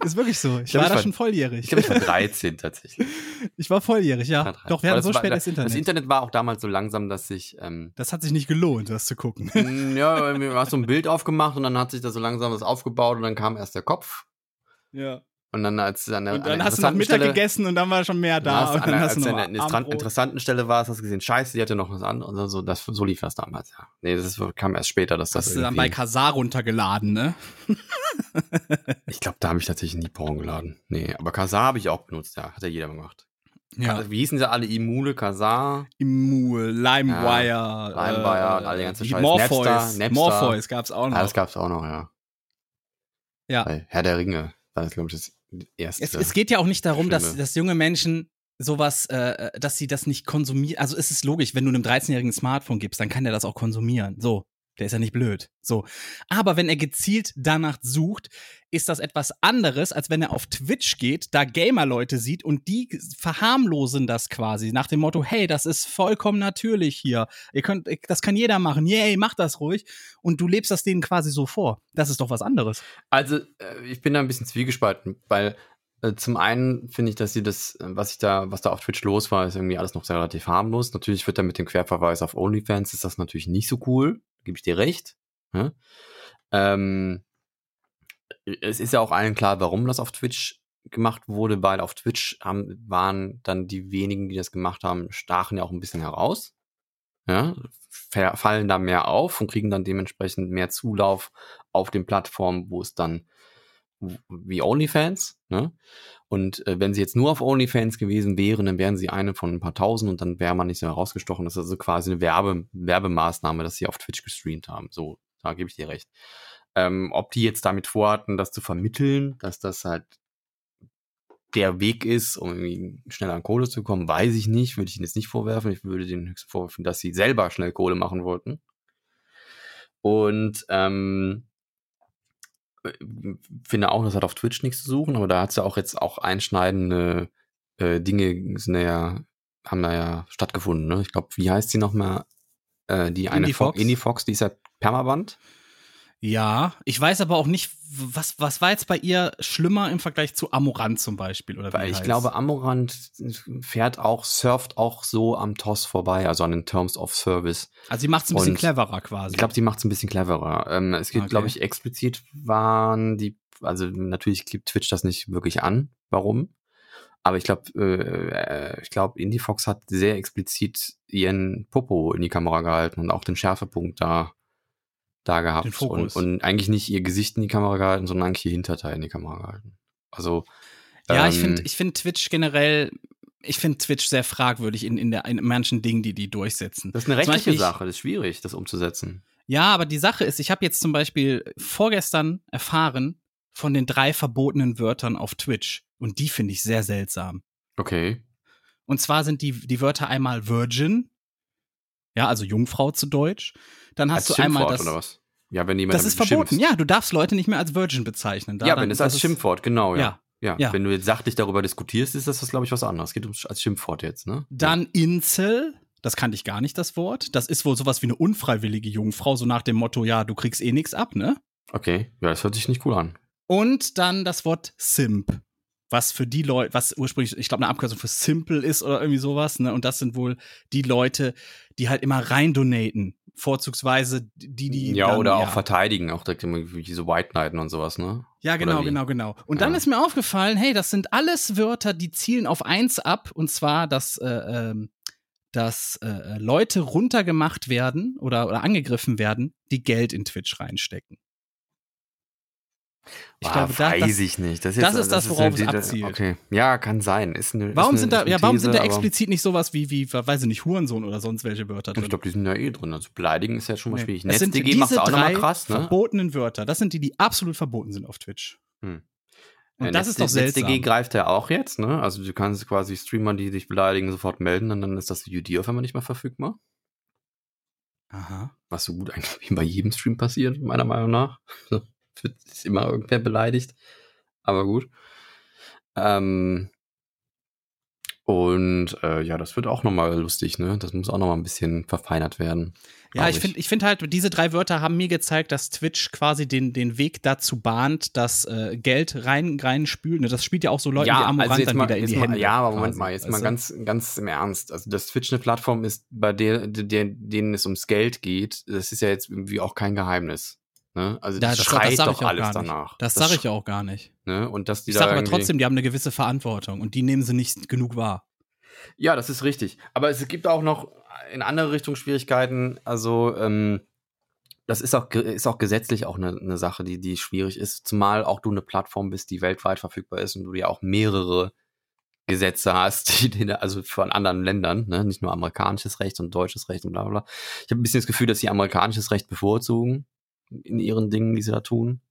[SPEAKER 2] Ist wirklich so. Ich,
[SPEAKER 3] Ich glaub,
[SPEAKER 2] war
[SPEAKER 3] ich
[SPEAKER 2] da
[SPEAKER 3] war-
[SPEAKER 2] schon volljährig.
[SPEAKER 3] Ich glaube, ich war 13 tatsächlich.
[SPEAKER 2] Ich war volljährig, ja.
[SPEAKER 3] War 13.
[SPEAKER 2] Doch, wir hatten
[SPEAKER 3] Aber das
[SPEAKER 2] so
[SPEAKER 3] war-
[SPEAKER 2] spät das Internet.
[SPEAKER 3] Das Internet war auch damals so langsam, dass ich. Ähm,
[SPEAKER 2] das hat sich nicht gelohnt, das zu gucken.
[SPEAKER 3] mh, ja, du hast so ein Bild aufgemacht und dann hat sich da so langsam was aufgebaut und dann kam erst der Kopf.
[SPEAKER 2] Ja.
[SPEAKER 3] Und dann als an der-
[SPEAKER 2] Und
[SPEAKER 3] an
[SPEAKER 2] dann
[SPEAKER 3] der
[SPEAKER 2] hast du nach
[SPEAKER 3] interessanten
[SPEAKER 2] Mittag
[SPEAKER 3] Stelle-
[SPEAKER 2] gegessen und dann war schon mehr
[SPEAKER 3] Dann
[SPEAKER 2] da.
[SPEAKER 3] hast,
[SPEAKER 2] und dann
[SPEAKER 3] an,
[SPEAKER 2] hast
[SPEAKER 3] als
[SPEAKER 2] du
[SPEAKER 3] du
[SPEAKER 2] noch
[SPEAKER 3] an einer
[SPEAKER 2] Abendbrot.
[SPEAKER 3] interessanten, interessanten Stelle warst, hast du gesehen, scheiße, die hatte noch was an. Und dann so, das, so lief das damals, ja. Nee, das ist, kam erst später, dass das.
[SPEAKER 2] Hast du dann bei
[SPEAKER 3] irgendwie-
[SPEAKER 2] Kasar runtergeladen, ne?
[SPEAKER 3] ich glaube, da habe ich tatsächlich nie Porn geladen. Nee, aber Kazar habe ich auch benutzt, ja. Hat ja jeder gemacht.
[SPEAKER 2] Ja.
[SPEAKER 3] Also, wie hießen sie alle? Imule, Kazar,
[SPEAKER 2] Imul, LimeWire. äh,
[SPEAKER 3] LimeWire und all die ganze
[SPEAKER 2] die
[SPEAKER 3] Scheiße.
[SPEAKER 2] Morpheus.
[SPEAKER 3] Napster, Napster.
[SPEAKER 2] Morpheus gab's auch noch.
[SPEAKER 3] Ah, das gab es auch noch, ja.
[SPEAKER 2] Ja.
[SPEAKER 3] Bei Herr der Ringe. Das ist, glaube ich, das erste.
[SPEAKER 2] Es, es geht ja auch nicht darum, dass,
[SPEAKER 3] Schlimme.
[SPEAKER 2] dass junge Menschen sowas, äh, dass sie das nicht konsumieren. Also es ist logisch, wenn du einem 13-Jährigen ein Smartphone gibst, dann kann der das auch konsumieren. So, der ist ja nicht blöd. So. Aber wenn er gezielt danach sucht, ist das etwas anderes, als wenn er auf Twitch geht, da Gamer-Leute sieht und die verharmlosen das quasi nach dem Motto, hey, das ist vollkommen natürlich hier. Ihr könnt, das kann jeder machen. Yay, macht das ruhig. Und du lebst das denen quasi so vor. Das ist doch was anderes.
[SPEAKER 3] Also, äh, ich bin da ein bisschen zwiegespalten, weil äh, zum einen finde ich, dass sie das, äh, was ich da, was da auf Twitch los war, ist irgendwie alles noch sehr relativ harmlos. Natürlich wird da mit dem Querverweis auf OnlyFans ist das natürlich nicht so cool. Gebe ich dir recht. Ne? Ähm, es ist ja auch allen klar, warum das auf Twitch gemacht wurde, weil auf Twitch haben, waren dann die wenigen, die das gemacht haben, stachen ja auch ein bisschen heraus. Ja, fa- fallen da mehr auf und kriegen dann dementsprechend mehr Zulauf auf den Plattformen, wo es dann w- wie OnlyFans, ne? Und äh, wenn sie jetzt nur auf OnlyFans gewesen wären, dann wären sie eine von ein paar tausend und dann wäre man nicht so herausgestochen. Das ist also quasi eine Werbe Werbemaßnahme, dass sie auf Twitch gestreamt haben. So, da gebe ich dir recht. Ähm, ob die jetzt damit vorhatten, das zu vermitteln, dass das halt der Weg ist, um irgendwie schnell an Kohle zu kommen, weiß ich nicht. Würde ich ihnen jetzt nicht vorwerfen. Ich würde denen höchstens vorwerfen, dass sie selber schnell Kohle machen wollten. Und ähm, äh, finde auch, das hat auf Twitch nichts zu suchen, aber da hat es ja auch jetzt auch einschneidende äh, Dinge sind da ja, haben da ja stattgefunden. Ne? Ich glaube, wie heißt sie nochmal? Äh, die eine
[SPEAKER 2] Indie
[SPEAKER 3] Fo-
[SPEAKER 2] Fox?
[SPEAKER 3] Indie Fox, die ist ja permaband.
[SPEAKER 2] Ja, ich weiß aber auch nicht, was, was war jetzt bei ihr schlimmer im Vergleich zu Amorant zum Beispiel? Oder wie
[SPEAKER 3] Weil ich
[SPEAKER 2] heißt?
[SPEAKER 3] glaube, Amorant fährt auch, surft auch so am TOS vorbei, also an den Terms of Service.
[SPEAKER 2] also sie macht es ein bisschen
[SPEAKER 3] und-
[SPEAKER 2] cleverer quasi.
[SPEAKER 3] Ich glaube, sie macht es ein bisschen cleverer. Ähm, es gibt,
[SPEAKER 2] Okay.
[SPEAKER 3] glaube ich, explizit waren die, also natürlich gibt Twitch das nicht wirklich an, warum. Aber ich glaube, äh, äh, ich glaube, IndieFox hat sehr explizit ihren Popo in die Kamera gehalten und auch den Schärfepunkt da, da gehabt.
[SPEAKER 2] Den Fokus.
[SPEAKER 3] Und, und eigentlich nicht ihr Gesicht in die Kamera gehalten, sondern eigentlich ihr Hinterteil in die Kamera gehalten. Also,
[SPEAKER 2] ja, ich
[SPEAKER 3] ähm,
[SPEAKER 2] finde ich find Twitch generell, ich finde Twitch sehr fragwürdig in, in, der, in manchen Dingen, die die durchsetzen.
[SPEAKER 3] das ist eine
[SPEAKER 2] Zum
[SPEAKER 3] rechtliche
[SPEAKER 2] Beispiel ich-
[SPEAKER 3] Sache, das ist schwierig, das umzusetzen.
[SPEAKER 2] Ja, aber die Sache ist, ich habe jetzt zum Beispiel vorgestern erfahren von den drei verbotenen Wörtern auf Twitch. Und die finde ich sehr seltsam.
[SPEAKER 3] Okay.
[SPEAKER 2] Und zwar sind die, die Wörter einmal Virgin, ja, also Jungfrau zu Deutsch. Dann hast
[SPEAKER 3] als
[SPEAKER 2] du einmal
[SPEAKER 3] Schimpfwort
[SPEAKER 2] das.
[SPEAKER 3] oder was? Ja, wenn jemand
[SPEAKER 2] Das ist
[SPEAKER 3] damit
[SPEAKER 2] verboten,
[SPEAKER 3] schimpft.
[SPEAKER 2] ja. Du darfst Leute nicht mehr als Virgin bezeichnen. Da
[SPEAKER 3] ja,
[SPEAKER 2] dann-
[SPEAKER 3] wenn es als Schimpfwort, genau,
[SPEAKER 2] Ja.
[SPEAKER 3] ja. Ja,
[SPEAKER 2] Ja.
[SPEAKER 3] wenn du jetzt sachlich darüber diskutierst, ist das, das glaube ich, was anderes. Geht um als Schimpfwort jetzt, ne?
[SPEAKER 2] Dann Insel, das kannte ich gar nicht, das Wort. Das ist wohl sowas wie eine unfreiwillige Jungfrau, so nach dem Motto, ja, du kriegst eh nichts ab, ne?
[SPEAKER 3] Okay, ja, das hört sich nicht cool an.
[SPEAKER 2] Und dann das Wort Simp. Was für die Leute, was ursprünglich, ich glaube, eine Abkürzung für Simple ist oder irgendwie sowas, ne? Und das sind wohl die Leute, die halt immer rein donaten. Vorzugsweise die, die.
[SPEAKER 3] ja,
[SPEAKER 2] dann,
[SPEAKER 3] oder auch verteidigen, auch direkt immer wie diese White Knighten und sowas, ne?
[SPEAKER 2] Ja,
[SPEAKER 3] Oder
[SPEAKER 2] genau,
[SPEAKER 3] wie? Ah.
[SPEAKER 2] genau, genau. Und dann
[SPEAKER 3] Ja.
[SPEAKER 2] ist mir aufgefallen, hey, das sind alles Wörter, die zielen auf eins ab, und zwar, dass, äh, ähm, dass äh, Leute runtergemacht werden oder, oder angegriffen werden, die Geld in Twitch reinstecken. Ich
[SPEAKER 3] Ah,
[SPEAKER 2] glaube, da,
[SPEAKER 3] weiß
[SPEAKER 2] das,
[SPEAKER 3] ich nicht. Das,
[SPEAKER 2] das ist das, worauf
[SPEAKER 3] eine-
[SPEAKER 2] es abzielt.
[SPEAKER 3] Okay, ja, kann sein. Ist eine,
[SPEAKER 2] warum
[SPEAKER 3] ist eine,
[SPEAKER 2] sind da,
[SPEAKER 3] ist eine
[SPEAKER 2] ja, warum sind da
[SPEAKER 3] These, aber-
[SPEAKER 2] explizit nicht sowas wie, wie, weiß ich nicht, Hurensohn oder sonst welche Wörter drin?
[SPEAKER 3] Ich glaube, die sind ja eh drin. Also beleidigen ist ja schon mal
[SPEAKER 2] Nee.
[SPEAKER 3] schwierig.
[SPEAKER 2] Es sind
[SPEAKER 3] NetzDG
[SPEAKER 2] diese
[SPEAKER 3] macht auch nochmal
[SPEAKER 2] drei
[SPEAKER 3] krass, ne?
[SPEAKER 2] verbotenen Wörter. Das sind die, die absolut verboten sind auf Twitch.
[SPEAKER 3] Hm.
[SPEAKER 2] Und
[SPEAKER 3] Ja,
[SPEAKER 2] das
[SPEAKER 3] Netz-
[SPEAKER 2] ist doch seltsam.
[SPEAKER 3] NetzDG greift ja auch jetzt, ne? Also du kannst quasi Streamer, die dich beleidigen, sofort melden und dann ist das UD auf einmal nicht mehr verfügbar.
[SPEAKER 2] Aha.
[SPEAKER 3] was so gut eigentlich wie bei jedem Stream passiert, meiner Meinung nach. Wird ist immer irgendwer beleidigt. Aber gut. Ähm, und äh, ja, das wird auch nochmal lustig, ne? Das muss auch nochmal ein bisschen verfeinert werden.
[SPEAKER 2] Ja,
[SPEAKER 3] glaub
[SPEAKER 2] ich finde ich find halt, diese drei Wörter haben mir gezeigt, dass Twitch quasi den, den Weg dazu bahnt, dass äh, Geld rein, rein spült. Ne, Das spielt ja auch so Leuten wie Amorant
[SPEAKER 3] also jetzt
[SPEAKER 2] dann
[SPEAKER 3] mal,
[SPEAKER 2] wieder in
[SPEAKER 3] jetzt
[SPEAKER 2] die
[SPEAKER 3] mal,
[SPEAKER 2] Hände.
[SPEAKER 3] Ja, aber Moment
[SPEAKER 2] quasi.
[SPEAKER 3] mal, jetzt
[SPEAKER 2] Weißt
[SPEAKER 3] mal
[SPEAKER 2] du?
[SPEAKER 3] ganz, ganz im Ernst. Also, dass Twitch eine Plattform ist, bei der, der, denen es ums Geld geht, das ist ja jetzt irgendwie auch kein Geheimnis. Ne? Also,
[SPEAKER 2] Ja,
[SPEAKER 3] das,
[SPEAKER 2] das- das
[SPEAKER 3] schreit
[SPEAKER 2] sag ich
[SPEAKER 3] doch
[SPEAKER 2] auch
[SPEAKER 3] alles
[SPEAKER 2] gar nicht.
[SPEAKER 3] danach.
[SPEAKER 2] Das sage ich
[SPEAKER 3] sch-
[SPEAKER 2] auch gar nicht.
[SPEAKER 3] Ne? Und dass die
[SPEAKER 2] Ich
[SPEAKER 3] da
[SPEAKER 2] sage aber
[SPEAKER 3] irgendwie-
[SPEAKER 2] trotzdem, die haben eine gewisse Verantwortung und die nehmen sie nicht genug wahr.
[SPEAKER 3] Ja, das ist richtig. Aber es gibt auch noch in andere Richtung Schwierigkeiten. Also, ähm, das ist auch, ge- ist auch gesetzlich auch eine, eine Sache, die, die schwierig ist. Zumal auch du eine Plattform bist, die weltweit verfügbar ist und du ja auch mehrere Gesetze hast, die, die also von anderen Ländern, ne? nicht nur amerikanisches Recht und deutsches Recht und bla bla. bla. Ich habe ein bisschen das Gefühl, dass sie amerikanisches Recht bevorzugen in ihren Dingen, die sie da tun.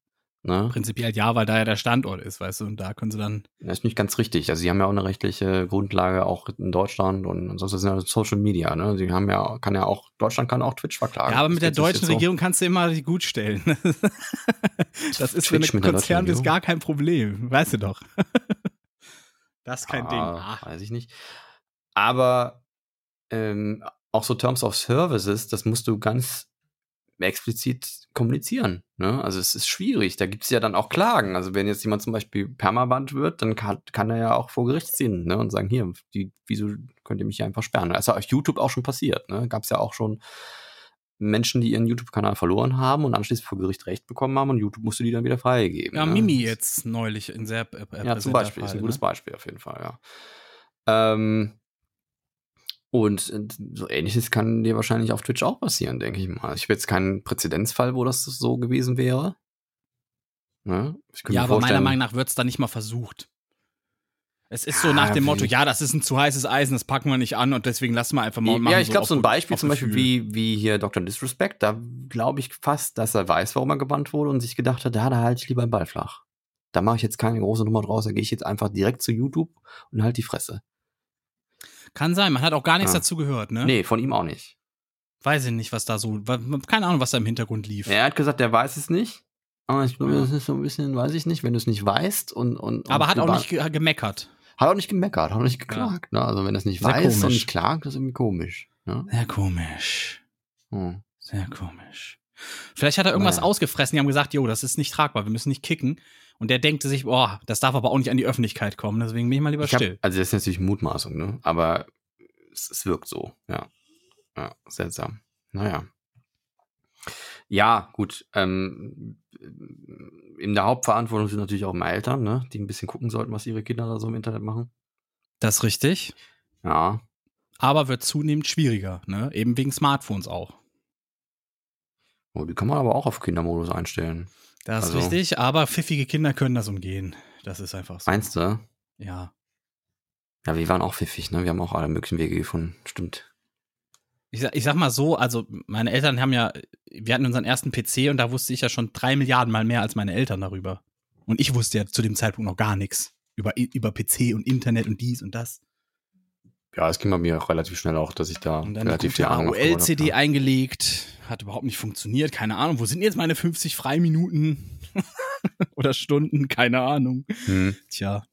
[SPEAKER 3] Ne?
[SPEAKER 2] Prinzipiell ja, weil da ja der Standort ist, weißt du, und da können sie dann.
[SPEAKER 3] Das ist nicht ganz richtig. Also, sie haben ja auch eine rechtliche Grundlage auch in Deutschland und ansonsten sind ja Social Media, ne? Sie haben ja, kann ja auch, Deutschland kann auch Twitch verklagen.
[SPEAKER 2] Ja, aber mit
[SPEAKER 3] Ah,
[SPEAKER 2] der
[SPEAKER 3] Das geht sich
[SPEAKER 2] deutschen
[SPEAKER 3] jetzt so-
[SPEAKER 2] Regierung kannst du immer die gut stellen. das ist für einen
[SPEAKER 3] Twitch mit der deutschen
[SPEAKER 2] Konzern ist
[SPEAKER 3] Regierung?
[SPEAKER 2] gar kein Problem, weißt du doch. das ist kein Ding.
[SPEAKER 3] Ah,
[SPEAKER 2] Ach,
[SPEAKER 3] Weiß ich nicht. Aber ähm, auch so Terms of Services, das musst du ganz explizit kommunizieren. Ne? Also es ist schwierig. Da gibt es ja dann auch Klagen. Also wenn jetzt jemand zum Beispiel permabannt wird, dann kann, kann er ja auch vor Gericht ziehen ne? und sagen, hier, die, wieso könnt ihr mich hier einfach sperren? Das ist ja auf YouTube auch schon passiert. Ne? Gab es ja auch schon Menschen, die ihren YouTube-Kanal verloren haben und anschließend vor Gericht Recht bekommen haben und YouTube musste die dann wieder freigeben.
[SPEAKER 2] ja,
[SPEAKER 3] ne?
[SPEAKER 2] Mimi
[SPEAKER 3] Das-
[SPEAKER 2] jetzt neulich in sehr äh,
[SPEAKER 3] ja,
[SPEAKER 2] präsenter
[SPEAKER 3] zum Beispiel. Ist
[SPEAKER 2] Fall,
[SPEAKER 3] ein
[SPEAKER 2] ne?
[SPEAKER 3] gutes Beispiel auf jeden Fall, ja. Ähm, und äh, so ähnliches kann dir wahrscheinlich auf Twitch auch passieren, denke ich mal. Ich habe jetzt keinen Präzedenzfall, wo das so gewesen wäre. Ne? Ich könnte
[SPEAKER 2] Ja,
[SPEAKER 3] mir
[SPEAKER 2] aber meiner
[SPEAKER 3] vorstellen-
[SPEAKER 2] Meinung nach wird es da nicht mal versucht. Es ist so
[SPEAKER 3] Ja,
[SPEAKER 2] nach dem Motto,
[SPEAKER 3] vielleicht.
[SPEAKER 2] ja, das ist ein zu heißes Eisen, das packen wir nicht an und deswegen lassen wir einfach mal und machen.
[SPEAKER 3] Ja, ich glaube,
[SPEAKER 2] auf
[SPEAKER 3] so ein
[SPEAKER 2] gut-
[SPEAKER 3] Beispiel
[SPEAKER 2] auf
[SPEAKER 3] zum Beispiel
[SPEAKER 2] Gefühl.
[SPEAKER 3] wie, wie hier Dr. Disrespect, da glaube ich fast, dass er weiß, warum er gebannt wurde und sich gedacht hat, ja, da halte ich lieber den Ball flach. Da mache ich jetzt keine große Nummer draus, da gehe ich jetzt einfach direkt zu YouTube und halt die Fresse.
[SPEAKER 2] Kann sein, man hat auch gar nichts
[SPEAKER 3] Ja.
[SPEAKER 2] dazu gehört, ne?
[SPEAKER 3] Ah. Nee, von ihm auch nicht.
[SPEAKER 2] Weiß ich nicht, was da so, wa- keine Ahnung, was da im Hintergrund lief.
[SPEAKER 3] Er hat gesagt, er weiß es nicht. Aber ich glaube, das ist so ein bisschen, weiß ich nicht, wenn du es nicht weißt und. und, und
[SPEAKER 2] aber hat auch
[SPEAKER 3] über-
[SPEAKER 2] nicht ge gemeckert.
[SPEAKER 3] Hat auch nicht gemeckert, hat auch nicht geklagt. Ne? Also, wenn er es nicht
[SPEAKER 2] Sehr
[SPEAKER 3] weiß und
[SPEAKER 2] komisch.
[SPEAKER 3] nicht klagt, ist irgendwie komisch. Ne?
[SPEAKER 2] Sehr komisch.
[SPEAKER 3] Hm.
[SPEAKER 2] Sehr komisch. Vielleicht hat er irgendwas
[SPEAKER 3] Naja.
[SPEAKER 2] ausgefressen. Die haben gesagt, jo, das ist nicht tragbar, wir müssen nicht kicken. Und der denkte sich, boah, das darf aber auch nicht an die Öffentlichkeit kommen, deswegen bin ich mal lieber
[SPEAKER 3] Ich hab,
[SPEAKER 2] still.
[SPEAKER 3] also, das ist natürlich Mutmaßung, ne? aber es, es wirkt so. Ja. ja. Seltsam. Naja. Ja, gut. Ähm, in der Hauptverantwortung sind natürlich auch meine Eltern, ne? die ein bisschen gucken sollten, was ihre Kinder da so im Internet machen.
[SPEAKER 2] Das ist richtig.
[SPEAKER 3] Ja,
[SPEAKER 2] Aber wird zunehmend schwieriger, ne? Eben wegen Smartphones auch.
[SPEAKER 3] Oh, die kann man aber auch auf Kindermodus einstellen.
[SPEAKER 2] Das ist
[SPEAKER 3] Also-
[SPEAKER 2] richtig, aber pfiffige Kinder können das umgehen. Das ist einfach so.
[SPEAKER 3] Meinst du?
[SPEAKER 2] Ja.
[SPEAKER 3] Ja, wir waren auch pfiffig, ne? Wir haben auch alle möglichen Wege gefunden. Stimmt.
[SPEAKER 2] Ich, sa- ich sag mal so, also meine Eltern haben ja, wir hatten unseren ersten PC und da wusste ich ja schon drei Milliarden Mal mehr als meine Eltern darüber. Und ich wusste ja zu dem Zeitpunkt noch gar nichts über, I- über PC und Internet und dies und das.
[SPEAKER 3] Ja, es ging bei mir auch relativ schnell auch, dass ich da
[SPEAKER 2] Und dann
[SPEAKER 3] relativ viel
[SPEAKER 2] eine
[SPEAKER 3] Ahnung
[SPEAKER 2] gute
[SPEAKER 3] aufgebaut hab, ne?
[SPEAKER 2] AOL-CD
[SPEAKER 3] ja.
[SPEAKER 2] eingelegt, hat überhaupt nicht funktioniert, keine Ahnung. Wo sind jetzt meine 50 Freiminuten oder Stunden? Keine Ahnung.
[SPEAKER 3] Hm.
[SPEAKER 2] Tja,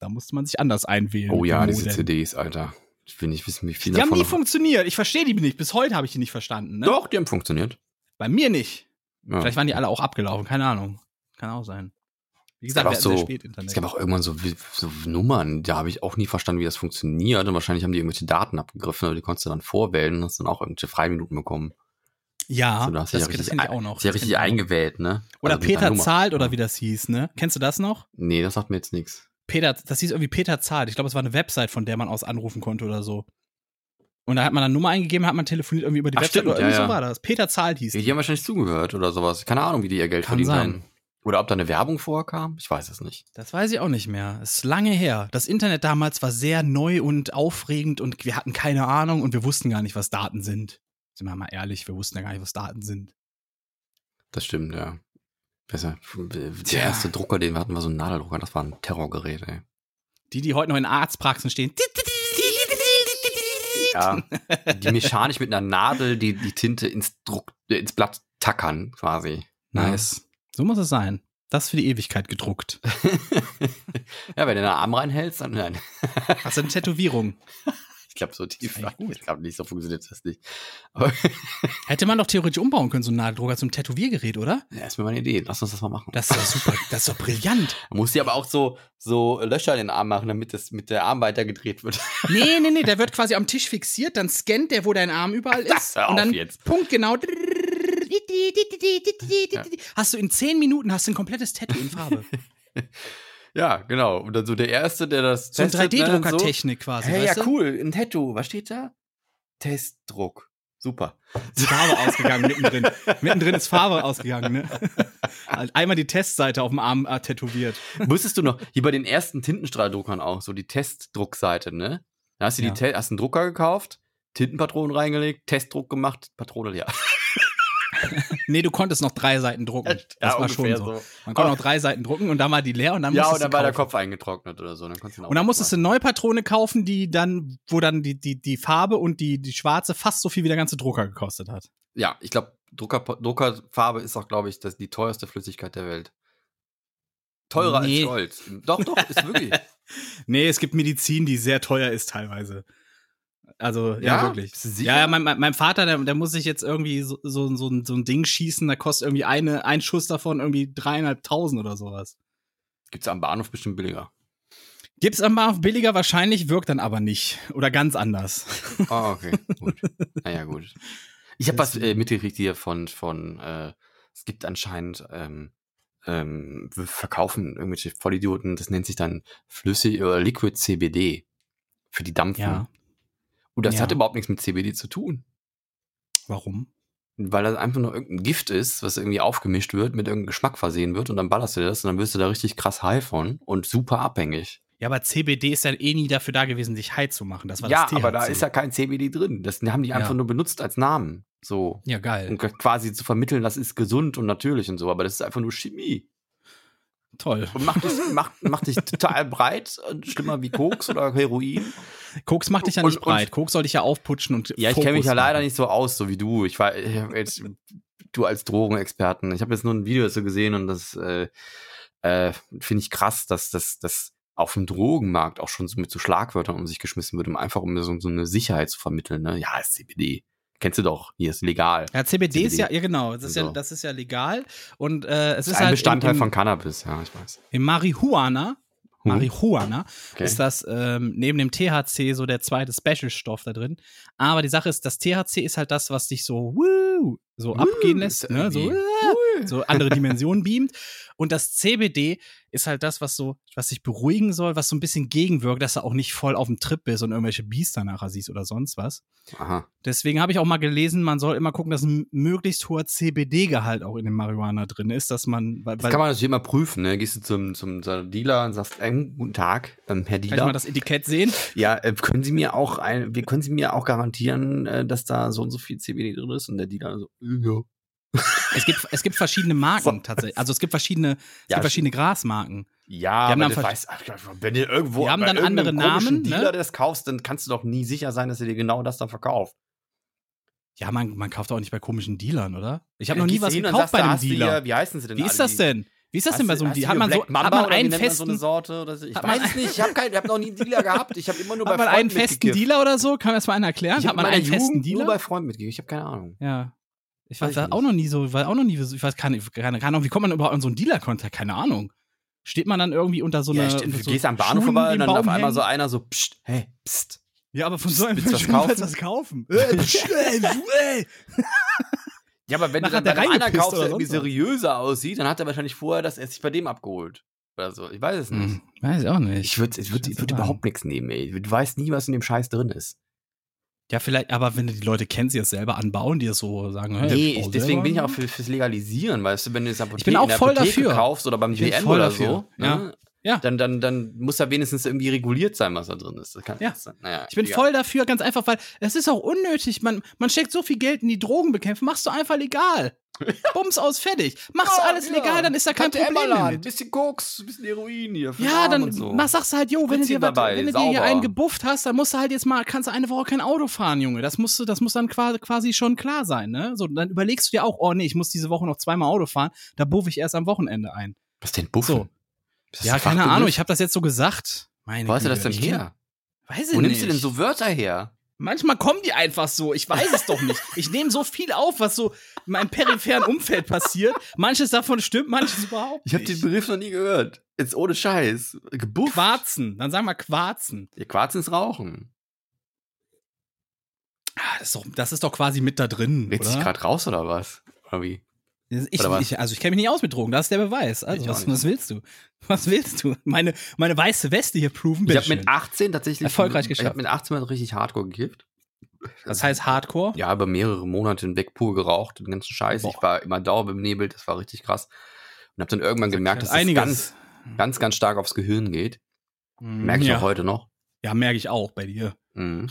[SPEAKER 2] da musste man sich anders einwählen.
[SPEAKER 3] Oh
[SPEAKER 2] mit
[SPEAKER 3] ja,
[SPEAKER 2] dem
[SPEAKER 3] diese
[SPEAKER 2] Modem.
[SPEAKER 3] CDs, Alter. Ich will nicht wissen, wie viel
[SPEAKER 2] Die haben
[SPEAKER 3] davon
[SPEAKER 2] nie
[SPEAKER 3] noch-
[SPEAKER 2] funktioniert. Ich verstehe die nicht. Bis heute habe ich die nicht verstanden. Ne?
[SPEAKER 3] Doch, die haben funktioniert.
[SPEAKER 2] Bei mir nicht.
[SPEAKER 3] Ja.
[SPEAKER 2] Vielleicht waren die alle auch abgelaufen. Keine Ahnung. Kann auch sein. Wie gesagt,
[SPEAKER 3] gab
[SPEAKER 2] wir
[SPEAKER 3] auch
[SPEAKER 2] hatten sehr
[SPEAKER 3] so-
[SPEAKER 2] spät
[SPEAKER 3] Es
[SPEAKER 2] Internet.
[SPEAKER 3] gab auch irgendwann so, wie- so Nummern, da habe ich auch nie verstanden, wie das funktioniert. Und wahrscheinlich haben die irgendwelche Daten abgegriffen, aber die konntest du dann vorwählen und hast dann auch irgendwelche Freiminuten bekommen.
[SPEAKER 2] ja,
[SPEAKER 3] so, da
[SPEAKER 2] das,
[SPEAKER 3] hast du
[SPEAKER 2] Ah, das
[SPEAKER 3] ja richtig
[SPEAKER 2] kenne ich
[SPEAKER 3] ein-
[SPEAKER 2] auch noch.
[SPEAKER 3] Ist ja
[SPEAKER 2] Das kenn
[SPEAKER 3] richtig
[SPEAKER 2] ich auch noch.
[SPEAKER 3] eingewählt, ne?
[SPEAKER 2] Oder
[SPEAKER 3] Also mit deiner
[SPEAKER 2] Peter
[SPEAKER 3] Nummer.
[SPEAKER 2] zahlt oder wie das hieß, ne? Kennst du das noch?
[SPEAKER 3] Nee, das sagt mir jetzt nichts.
[SPEAKER 2] Peter, das hieß irgendwie Peter zahlt. Ich glaube, es war eine Website, von der man aus anrufen konnte oder so. Und da hat man dann Nummer eingegeben, hat man telefoniert irgendwie über die
[SPEAKER 3] Ach,
[SPEAKER 2] Website
[SPEAKER 3] stimmt,
[SPEAKER 2] oder irgendwie
[SPEAKER 3] ja,
[SPEAKER 2] so
[SPEAKER 3] ja.
[SPEAKER 2] war das. Peter zahlt hieß.
[SPEAKER 3] Ja,
[SPEAKER 2] die.
[SPEAKER 3] die haben wahrscheinlich zugehört oder sowas. Keine Ahnung, wie die ihr Geld
[SPEAKER 2] Kann
[SPEAKER 3] verdient
[SPEAKER 2] sein.
[SPEAKER 3] haben. Oder ob da eine Werbung vorkam. Ich weiß es nicht.
[SPEAKER 2] Das weiß ich auch nicht mehr. Es ist lange her. Das Internet damals war sehr neu und aufregend und wir hatten keine Ahnung und wir wussten gar nicht, was Daten sind. Sind wir mal ehrlich, wir wussten ja gar nicht, was Daten sind.
[SPEAKER 3] Das stimmt, ja. Besser. Der
[SPEAKER 2] Tja.
[SPEAKER 3] erste Drucker, den wir hatten, war so ein Nadeldrucker. Das war ein Terrorgerät, ey.
[SPEAKER 2] Die, die heute noch in Arztpraxen stehen.
[SPEAKER 3] Ja. Die mechanisch mit einer Nadel die, die Tinte ins, Druck, äh, ins Blatt tackern, quasi.
[SPEAKER 2] Nice. So muss es sein. Das für die Ewigkeit gedruckt.
[SPEAKER 3] ja, wenn du den Arm reinhältst, dann nein.
[SPEAKER 2] Hast du eine Tätowierung?
[SPEAKER 3] Ich glaube, so tief.
[SPEAKER 2] eigentlich gut.
[SPEAKER 3] Ich glaube nicht, so funktioniert das nicht. Aber
[SPEAKER 2] Hätte man doch theoretisch umbauen können, so einen Nadeldrucker zum Tätowiergerät, oder?
[SPEAKER 3] ja, ist mir mal eine Idee. Lass uns das mal machen.
[SPEAKER 2] Das ist doch super. Das ist doch brillant.
[SPEAKER 3] Man muss dir aber auch so, so Löcher in den Arm machen, damit das mit der Arm weitergedreht wird.
[SPEAKER 2] Nee, nee, nee, der wird quasi am Tisch fixiert, dann scannt der, wo dein Arm überall ist.
[SPEAKER 3] Das hör auf
[SPEAKER 2] und dann genau.
[SPEAKER 3] jetzt.
[SPEAKER 2] punktgenau. Hast du in zehn Minuten hast du ein komplettes Tattoo in Farbe.
[SPEAKER 3] Ja, genau. Und dann so der Erste, der das
[SPEAKER 2] So eine
[SPEAKER 3] testet, ne, dann so.
[SPEAKER 2] 3D-Druckertechnik quasi.
[SPEAKER 3] Hey,
[SPEAKER 2] weißt
[SPEAKER 3] ja,
[SPEAKER 2] du?
[SPEAKER 3] cool. Ein Tattoo. Was steht da? Testdruck. Super.
[SPEAKER 2] Ist Farbe ausgegangen mittendrin. Mittendrin ist Farbe ausgegangen, ne? Einmal die Testseite auf dem Arm äh, tätowiert.
[SPEAKER 3] Musstest du noch, hier bei den ersten Tintenstrahldruckern auch, so die Testdruckseite, ne? Da hast du
[SPEAKER 2] Ja.
[SPEAKER 3] die Te hast einen Drucker gekauft, Tintenpatronen reingelegt, Testdruck gemacht, Patrone leer.
[SPEAKER 2] Hm, Nee, du konntest noch drei Seiten drucken. Das war schon
[SPEAKER 3] ungefähr
[SPEAKER 2] so. Man konnte noch drei Seiten drucken und dann war die leer und dann
[SPEAKER 3] Ja,
[SPEAKER 2] musstest
[SPEAKER 3] und dann
[SPEAKER 2] du
[SPEAKER 3] war der
[SPEAKER 2] kaufen.
[SPEAKER 3] Kopf eingetrocknet oder so. Dann konntest du ihn auch
[SPEAKER 2] Und dann musstest du eine neue Patrone kaufen, die dann, wo dann die, die, die Farbe und die, die schwarze fast so viel wie der ganze Drucker gekostet hat.
[SPEAKER 3] Ja, ich glaube, Drucker, Druckerfarbe ist auch, glaube ich, das, die teuerste Flüssigkeit der Welt. Teurer
[SPEAKER 2] Nee.
[SPEAKER 3] als Gold. Doch, doch, ist wirklich.
[SPEAKER 2] Nee, es gibt Medizin, die sehr teuer ist teilweise. Also, ja,
[SPEAKER 3] Ja?
[SPEAKER 2] wirklich.
[SPEAKER 3] Bist du sicher?
[SPEAKER 2] Ja, ja, mein, mein, mein Vater, der, der muss sich jetzt irgendwie so, so, so, ein- so ein Ding schießen, da kostet irgendwie eine, ein Schuss davon irgendwie dreieinhalbtausend oder sowas.
[SPEAKER 3] Gibt's am Bahnhof bestimmt billiger.
[SPEAKER 2] Gibt's am Marv billiger wahrscheinlich, wirkt dann aber nicht. Oder ganz anders.
[SPEAKER 3] Ah, okay, gut. Naja, gut. Ich habe was äh,
[SPEAKER 2] Deswegen.
[SPEAKER 3] mitgekriegt hier von, von äh, es gibt anscheinend, ähm, ähm, wir verkaufen irgendwelche Vollidioten, das nennt sich dann flüssig oder Liquid CBD für die Dampfen.
[SPEAKER 2] Ja.
[SPEAKER 3] Und das
[SPEAKER 2] Ja.
[SPEAKER 3] hat überhaupt nichts mit CBD zu tun.
[SPEAKER 2] Warum?
[SPEAKER 3] weil das einfach nur irgendein Gift ist, was irgendwie aufgemischt wird, mit irgendeinem Geschmack versehen wird und dann ballerst du dir das und dann wirst du da richtig krass high von und super abhängig.
[SPEAKER 2] Ja, aber CBD ist ja eh nie dafür da gewesen, dich high zu machen. Das war
[SPEAKER 3] ja,
[SPEAKER 2] das THC.
[SPEAKER 3] aber da ist ja kein CBD drin. Das haben die einfach
[SPEAKER 2] Ja.
[SPEAKER 3] nur benutzt als Namen. So.
[SPEAKER 2] Ja, geil.
[SPEAKER 3] Um quasi zu vermitteln, das ist gesund und natürlich und so, aber das ist einfach nur Chemie.
[SPEAKER 2] Toll.
[SPEAKER 3] Und macht dich, macht, macht dich total breit, und schlimmer wie Koks oder Heroin.
[SPEAKER 2] Koks macht dich ja
[SPEAKER 3] Und-
[SPEAKER 2] nicht
[SPEAKER 3] und-
[SPEAKER 2] breit. Koks soll dich ja aufputschen und
[SPEAKER 3] Ja, ich kenne mich
[SPEAKER 2] Fokus
[SPEAKER 3] ja leider
[SPEAKER 2] machen.
[SPEAKER 3] nicht so aus, so wie du. Ich war ich hab jetzt, du als Drogenexperten. Ich habe jetzt nur ein Video dazu gesehen und das äh, äh, finde ich krass, dass das dass auf dem Drogenmarkt auch schon so mit so Schlagwörtern um sich geschmissen wird, um einfach um so, so eine Sicherheit zu vermitteln. Ne? Ja, ist CBD. Kennst du doch, hier ist legal.
[SPEAKER 2] Ja, CBD, ist
[SPEAKER 3] CBD.
[SPEAKER 2] ja, ja genau, das ist ja,
[SPEAKER 3] So.
[SPEAKER 2] das ist ja legal und äh, es ist,
[SPEAKER 3] ist ein
[SPEAKER 2] halt
[SPEAKER 3] Bestandteil
[SPEAKER 2] im, im,
[SPEAKER 3] von Cannabis, ja, ich weiß.
[SPEAKER 2] im Marihuana,
[SPEAKER 3] Hm.
[SPEAKER 2] Marihuana
[SPEAKER 3] Okay.
[SPEAKER 2] ist das ähm, neben dem THC so der zweite Special-Stoff da drin. Aber die Sache ist, das THC ist halt das, was dich so wuh, so
[SPEAKER 3] Wuh,
[SPEAKER 2] abgehen lässt,
[SPEAKER 3] ist
[SPEAKER 2] ne? so,
[SPEAKER 3] irgendwie-
[SPEAKER 2] wuh, so andere Dimensionen beamt. Und das CBD ist halt das, was so, was dich beruhigen soll, was so ein bisschen gegenwirkt, dass du auch nicht voll auf dem Trip bist und irgendwelche Biester nachher siehst oder sonst was.
[SPEAKER 3] Aha.
[SPEAKER 2] Deswegen habe ich auch mal gelesen, man soll immer gucken, dass ein möglichst hoher CBD-Gehalt auch in dem Marihuana drin ist, dass man, weil,
[SPEAKER 3] Das kann man natürlich immer prüfen, ne? Gehst du zum, zum Dealer und sagst, ähm, guten Tag, ähm, Herr
[SPEAKER 2] kann ich
[SPEAKER 3] Dealer.
[SPEAKER 2] mal das Etikett sehen?
[SPEAKER 3] Ja, äh, können Sie mir auch ein, wir können Sie mir auch garantieren, äh, dass da so und so viel CBD drin ist und der Dealer so, "Äh, ja.
[SPEAKER 2] Es gibt, es gibt verschiedene
[SPEAKER 3] So.
[SPEAKER 2] Marken tatsächlich. Also es gibt verschiedene, es
[SPEAKER 3] Ja,
[SPEAKER 2] gibt verschiedene Grasmarken.
[SPEAKER 3] Ja,
[SPEAKER 2] Die haben
[SPEAKER 3] aber
[SPEAKER 2] dann
[SPEAKER 3] das
[SPEAKER 2] ver-
[SPEAKER 3] weiß, ach, wenn du irgendwo
[SPEAKER 2] Die haben
[SPEAKER 3] bei
[SPEAKER 2] dann
[SPEAKER 3] irgendeinem
[SPEAKER 2] andere
[SPEAKER 3] komischen
[SPEAKER 2] Namen, ne?
[SPEAKER 3] Dealer das kaufst, dann kannst du doch nie sicher sein, dass er dir genau das dann verkauft.
[SPEAKER 2] Ja, man, man kauft auch nicht bei komischen Dealern, oder? Ich habe noch
[SPEAKER 3] Dann
[SPEAKER 2] nie
[SPEAKER 3] gehst du
[SPEAKER 2] was
[SPEAKER 3] hin und
[SPEAKER 2] gekauft
[SPEAKER 3] sagst, da
[SPEAKER 2] bei einem
[SPEAKER 3] hast du
[SPEAKER 2] Dealer.
[SPEAKER 3] Hier, wie heißen sie denn
[SPEAKER 2] Wie
[SPEAKER 3] alle,
[SPEAKER 2] ist das
[SPEAKER 3] die-
[SPEAKER 2] denn? Wie ist das
[SPEAKER 3] Hast
[SPEAKER 2] denn bei
[SPEAKER 3] du-
[SPEAKER 2] so einem
[SPEAKER 3] hast du
[SPEAKER 2] Dealer?
[SPEAKER 3] hier
[SPEAKER 2] Hat man so,
[SPEAKER 3] Black Mamba
[SPEAKER 2] hat man
[SPEAKER 3] oder wie
[SPEAKER 2] einen
[SPEAKER 3] nennt man so eine
[SPEAKER 2] festen,
[SPEAKER 3] Sorte oder so? Ich
[SPEAKER 2] Hat
[SPEAKER 3] weiß
[SPEAKER 2] man-
[SPEAKER 3] es nicht, ich habe hab noch nie einen Dealer gehabt. Ich habe immer nur bei
[SPEAKER 2] hat man
[SPEAKER 3] Freunden
[SPEAKER 2] einen festen
[SPEAKER 3] mitgekifft.
[SPEAKER 2] Dealer oder so? Kann mir das mal einer erklären?
[SPEAKER 3] Ich
[SPEAKER 2] Hat
[SPEAKER 3] habe
[SPEAKER 2] man
[SPEAKER 3] meiner
[SPEAKER 2] einen festen
[SPEAKER 3] Jugend nur bei
[SPEAKER 2] Dealer?
[SPEAKER 3] Freunden mitgekifft. Ich habe keine Ahnung.
[SPEAKER 2] Ja. Ich
[SPEAKER 3] Weiß
[SPEAKER 2] weiß,
[SPEAKER 3] ich
[SPEAKER 2] das auch
[SPEAKER 3] nicht.
[SPEAKER 2] noch nie so, weil auch noch nie, so- ich weiß keine, keine, keine Ahnung, wie kommt man überhaupt an so einen Dealer-Kontakt? Keine Ahnung. Steht man dann irgendwie unter so einer.
[SPEAKER 3] ja, stimmt,
[SPEAKER 2] unter
[SPEAKER 3] du
[SPEAKER 2] so
[SPEAKER 3] gehst am Bahnhof
[SPEAKER 2] Schulen, die
[SPEAKER 3] vorbei und
[SPEAKER 2] im
[SPEAKER 3] dann auf
[SPEAKER 2] Baum
[SPEAKER 3] einmal so
[SPEAKER 2] hängen?
[SPEAKER 3] einer so, pst, hey, pst.
[SPEAKER 2] Ja, aber von so einem
[SPEAKER 3] Willst du
[SPEAKER 2] willst
[SPEAKER 3] was
[SPEAKER 2] du was, kaufen.
[SPEAKER 3] kaufen?
[SPEAKER 2] Äh,
[SPEAKER 3] Ja, aber wenn
[SPEAKER 2] Nachher
[SPEAKER 3] du
[SPEAKER 2] hat der
[SPEAKER 3] dann bei dem anderen
[SPEAKER 2] reingepisst
[SPEAKER 3] kaufst,
[SPEAKER 2] oder
[SPEAKER 3] der irgendwie
[SPEAKER 2] sonst was.
[SPEAKER 3] seriöser aussieht, dann hat er wahrscheinlich vorher das erst sich bei dem abgeholt. Oder so. Ich weiß es nicht.
[SPEAKER 2] Hm, weiß auch nicht.
[SPEAKER 3] Ich würde ich würd, ich
[SPEAKER 2] Schwer
[SPEAKER 3] würd
[SPEAKER 2] zu
[SPEAKER 3] überhaupt nichts nehmen, ey. Du weißt nie, was in dem Scheiß drin ist.
[SPEAKER 2] ja, vielleicht, aber wenn du die Leute kennst, die das selber anbauen, die das so sagen, hey,
[SPEAKER 3] nee,
[SPEAKER 2] bau
[SPEAKER 3] ich, deswegen
[SPEAKER 2] selber.
[SPEAKER 3] bin ich auch für, fürs Legalisieren, weißt du, wenn du es
[SPEAKER 2] bin auch
[SPEAKER 3] in der
[SPEAKER 2] voll
[SPEAKER 3] Apotheke
[SPEAKER 2] dafür.
[SPEAKER 3] kaufst oder beim
[SPEAKER 2] Bin ich
[SPEAKER 3] GM
[SPEAKER 2] voll
[SPEAKER 3] oder
[SPEAKER 2] dafür.
[SPEAKER 3] so, ne?
[SPEAKER 2] Ja.
[SPEAKER 3] Dann, dann, dann muss da wenigstens irgendwie reguliert sein, was da drin ist. Das kann,
[SPEAKER 2] Ja.
[SPEAKER 3] das- naja,
[SPEAKER 2] Ich bin
[SPEAKER 3] egal.
[SPEAKER 2] voll dafür, ganz einfach, weil es ist auch unnötig. Man, man steckt so viel Geld in die Drogenbekämpfung, machst du einfach legal. Bums aus, fertig. Machst du
[SPEAKER 3] Ja,
[SPEAKER 2] alles
[SPEAKER 3] Ah, ja.
[SPEAKER 2] legal, dann ist da kein
[SPEAKER 3] Tante
[SPEAKER 2] Problem
[SPEAKER 3] Emma
[SPEAKER 2] mehr
[SPEAKER 3] laden,
[SPEAKER 2] mit.
[SPEAKER 3] Bisschen Koks, bisschen Heroin hier. für den
[SPEAKER 2] Ja,
[SPEAKER 3] Arm
[SPEAKER 2] dann
[SPEAKER 3] und so.
[SPEAKER 2] mach- sagst du halt, jo, wenn du
[SPEAKER 3] Spritzen
[SPEAKER 2] dir, was,
[SPEAKER 3] dabei,
[SPEAKER 2] wenn du dir hier
[SPEAKER 3] sauber.
[SPEAKER 2] einen gebufft hast, dann musst du halt jetzt mal, kannst du eine Woche kein Auto fahren, Junge. Das musst du, das muss dann qua- quasi schon klar sein, ne? So, dann überlegst du dir auch, oh nee, ich muss diese Woche noch zweimal Auto fahren, da buff ich erst am Wochenende ein.
[SPEAKER 3] Was denn Buffen?
[SPEAKER 2] So.
[SPEAKER 3] Ist das
[SPEAKER 2] ja,
[SPEAKER 3] ein
[SPEAKER 2] keine
[SPEAKER 3] Fachbegriff?
[SPEAKER 2] Ahnung, ich habe das jetzt so gesagt. Meine
[SPEAKER 3] Wo hast du
[SPEAKER 2] Güte,
[SPEAKER 3] das denn
[SPEAKER 2] ich kenn-
[SPEAKER 3] her?
[SPEAKER 2] Weiß ich
[SPEAKER 3] Wo
[SPEAKER 2] nicht.
[SPEAKER 3] nimmst du denn so Wörter her?
[SPEAKER 2] Manchmal kommen die einfach so. Ich weiß es doch nicht. Ich nehme so viel auf, was so in meinem peripheren Umfeld passiert. Manches davon stimmt, manches überhaupt
[SPEAKER 3] Ich habe
[SPEAKER 2] nicht.
[SPEAKER 3] den Begriff noch nie gehört. Jetzt ohne Scheiß. Gebufft.
[SPEAKER 2] Quarzen. Dann sagen wir Quarzen.
[SPEAKER 3] Ihr Quarz ins Rauchen.
[SPEAKER 2] Ah, Das ist doch, das ist doch quasi mit da drin.
[SPEAKER 3] Lädt sich
[SPEAKER 2] oder?
[SPEAKER 3] gerade raus oder was? Oder wie?
[SPEAKER 2] Ich,
[SPEAKER 3] Oder was?
[SPEAKER 2] ich, also ich kenne mich nicht aus mit Drogen, das ist der Beweis. Also
[SPEAKER 3] Ich auch
[SPEAKER 2] was,
[SPEAKER 3] nicht.
[SPEAKER 2] was willst du? Was willst du? Meine, meine weiße Weste hier proven.
[SPEAKER 3] Ich habe
[SPEAKER 2] bitteschön.
[SPEAKER 3] mit 18 tatsächlich.
[SPEAKER 2] Erfolgreich
[SPEAKER 3] Ich
[SPEAKER 2] geschafft.
[SPEAKER 3] habe mit 18 mal richtig hardcore gekifft.
[SPEAKER 2] das heißt Hardcore.
[SPEAKER 3] Ja, über mehrere Monate hinweg pur geraucht, den ganzen Scheiß. Ich
[SPEAKER 2] Boah.
[SPEAKER 3] war immer dauer benebelt, das war richtig krass. Und habe dann irgendwann gemerkt, dass das ganz,
[SPEAKER 2] einiges.
[SPEAKER 3] ganz, ganz stark aufs Gehirn geht. Merke ich
[SPEAKER 2] ja.
[SPEAKER 3] auch heute noch.
[SPEAKER 2] Ja, merke ich auch bei dir.
[SPEAKER 3] Mhm.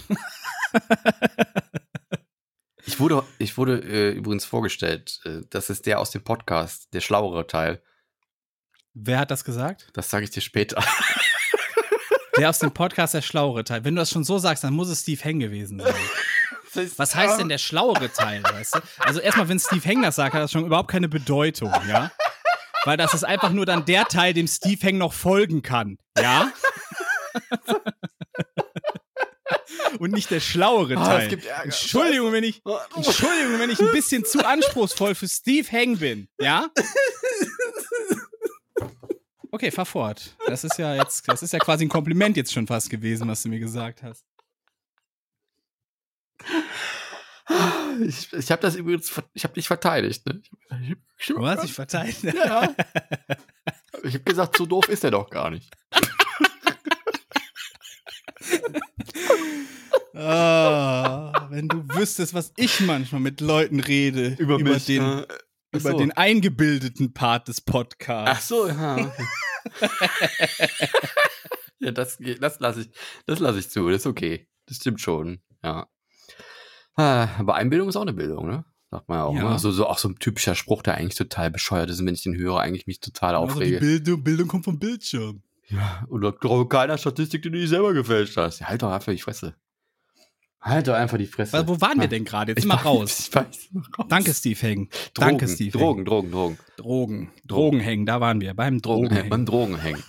[SPEAKER 3] ich wurde, ich wurde äh, übrigens vorgestellt, äh, das ist der aus dem Podcast, der schlauere Teil.
[SPEAKER 2] Wer hat das gesagt?
[SPEAKER 3] Das sage ich dir später.
[SPEAKER 2] Der aus dem Podcast der schlauere Teil. Wenn du das schon so sagst, dann muss es Steve Heng gewesen sein. Was heißt denn der schlauere Teil, weißt du? Also erstmal, wenn Steve Heng das sagt, hat das schon überhaupt keine Bedeutung, ja? Weil das ist einfach nur dann der Teil, dem Steve Heng noch folgen kann, ja? Und nicht der schlauere
[SPEAKER 3] Ah,
[SPEAKER 2] Teil.
[SPEAKER 3] es gibt Ärger.
[SPEAKER 2] Entschuldigung, wenn ich Entschuldigung, wenn ich ein bisschen zu anspruchsvoll für Steve Heng bin, ja? Okay, fahr fort. Das ist ja jetzt, das ist ja quasi ein Kompliment jetzt schon fast gewesen, was du mir gesagt hast.
[SPEAKER 3] Ich, ich habe das übrigens, ver- ich habe dich verteidigt. Ne? Ich
[SPEAKER 2] Du hast dich verteilt.
[SPEAKER 3] Ja, ja. Ich habe gesagt, so doof ist er doch gar nicht.
[SPEAKER 2] Ah, wenn du wüsstest, was ich manchmal mit Leuten rede den,
[SPEAKER 3] ne? äh,
[SPEAKER 2] über den eingebildeten Part des
[SPEAKER 3] Ach
[SPEAKER 2] Podcasts.
[SPEAKER 3] so, ja. okay. ja, das, geht- das lasse ich, das lass ich zu, das ist okay. Das stimmt schon, ja. Ah, Aber Einbildung ist auch eine Bildung, ne? Sagt man ja auch.
[SPEAKER 2] Ja.
[SPEAKER 3] Ne? So, so, auch so ein typischer Spruch, der eigentlich total bescheuert ist, und wenn ich den höre, eigentlich mich total
[SPEAKER 2] Also die
[SPEAKER 3] aufrege.
[SPEAKER 2] Bildung, Bildung kommt vom Bildschirm.
[SPEAKER 3] Ja, und laut glaube keiner Statistik, die du nicht selber gefälscht hast. Ja, halt doch einfach die Fresse. Halt doch einfach die Fresse.
[SPEAKER 2] Weil, wo waren wir
[SPEAKER 3] Ja.
[SPEAKER 2] denn gerade? Jetzt
[SPEAKER 3] Ah. Ich
[SPEAKER 2] mal
[SPEAKER 3] weiß-
[SPEAKER 2] raus.
[SPEAKER 3] Ich weiß, mach raus.
[SPEAKER 2] Danke, Steve Heng.
[SPEAKER 3] Drogen,
[SPEAKER 2] Danke, Steve.
[SPEAKER 3] Drogen, Drogen, Drogen.
[SPEAKER 2] Drogen. Drogen hängen, da waren wir. Beim Drogen.
[SPEAKER 3] Drogen,
[SPEAKER 2] Drogen
[SPEAKER 3] beim Drogen hängen.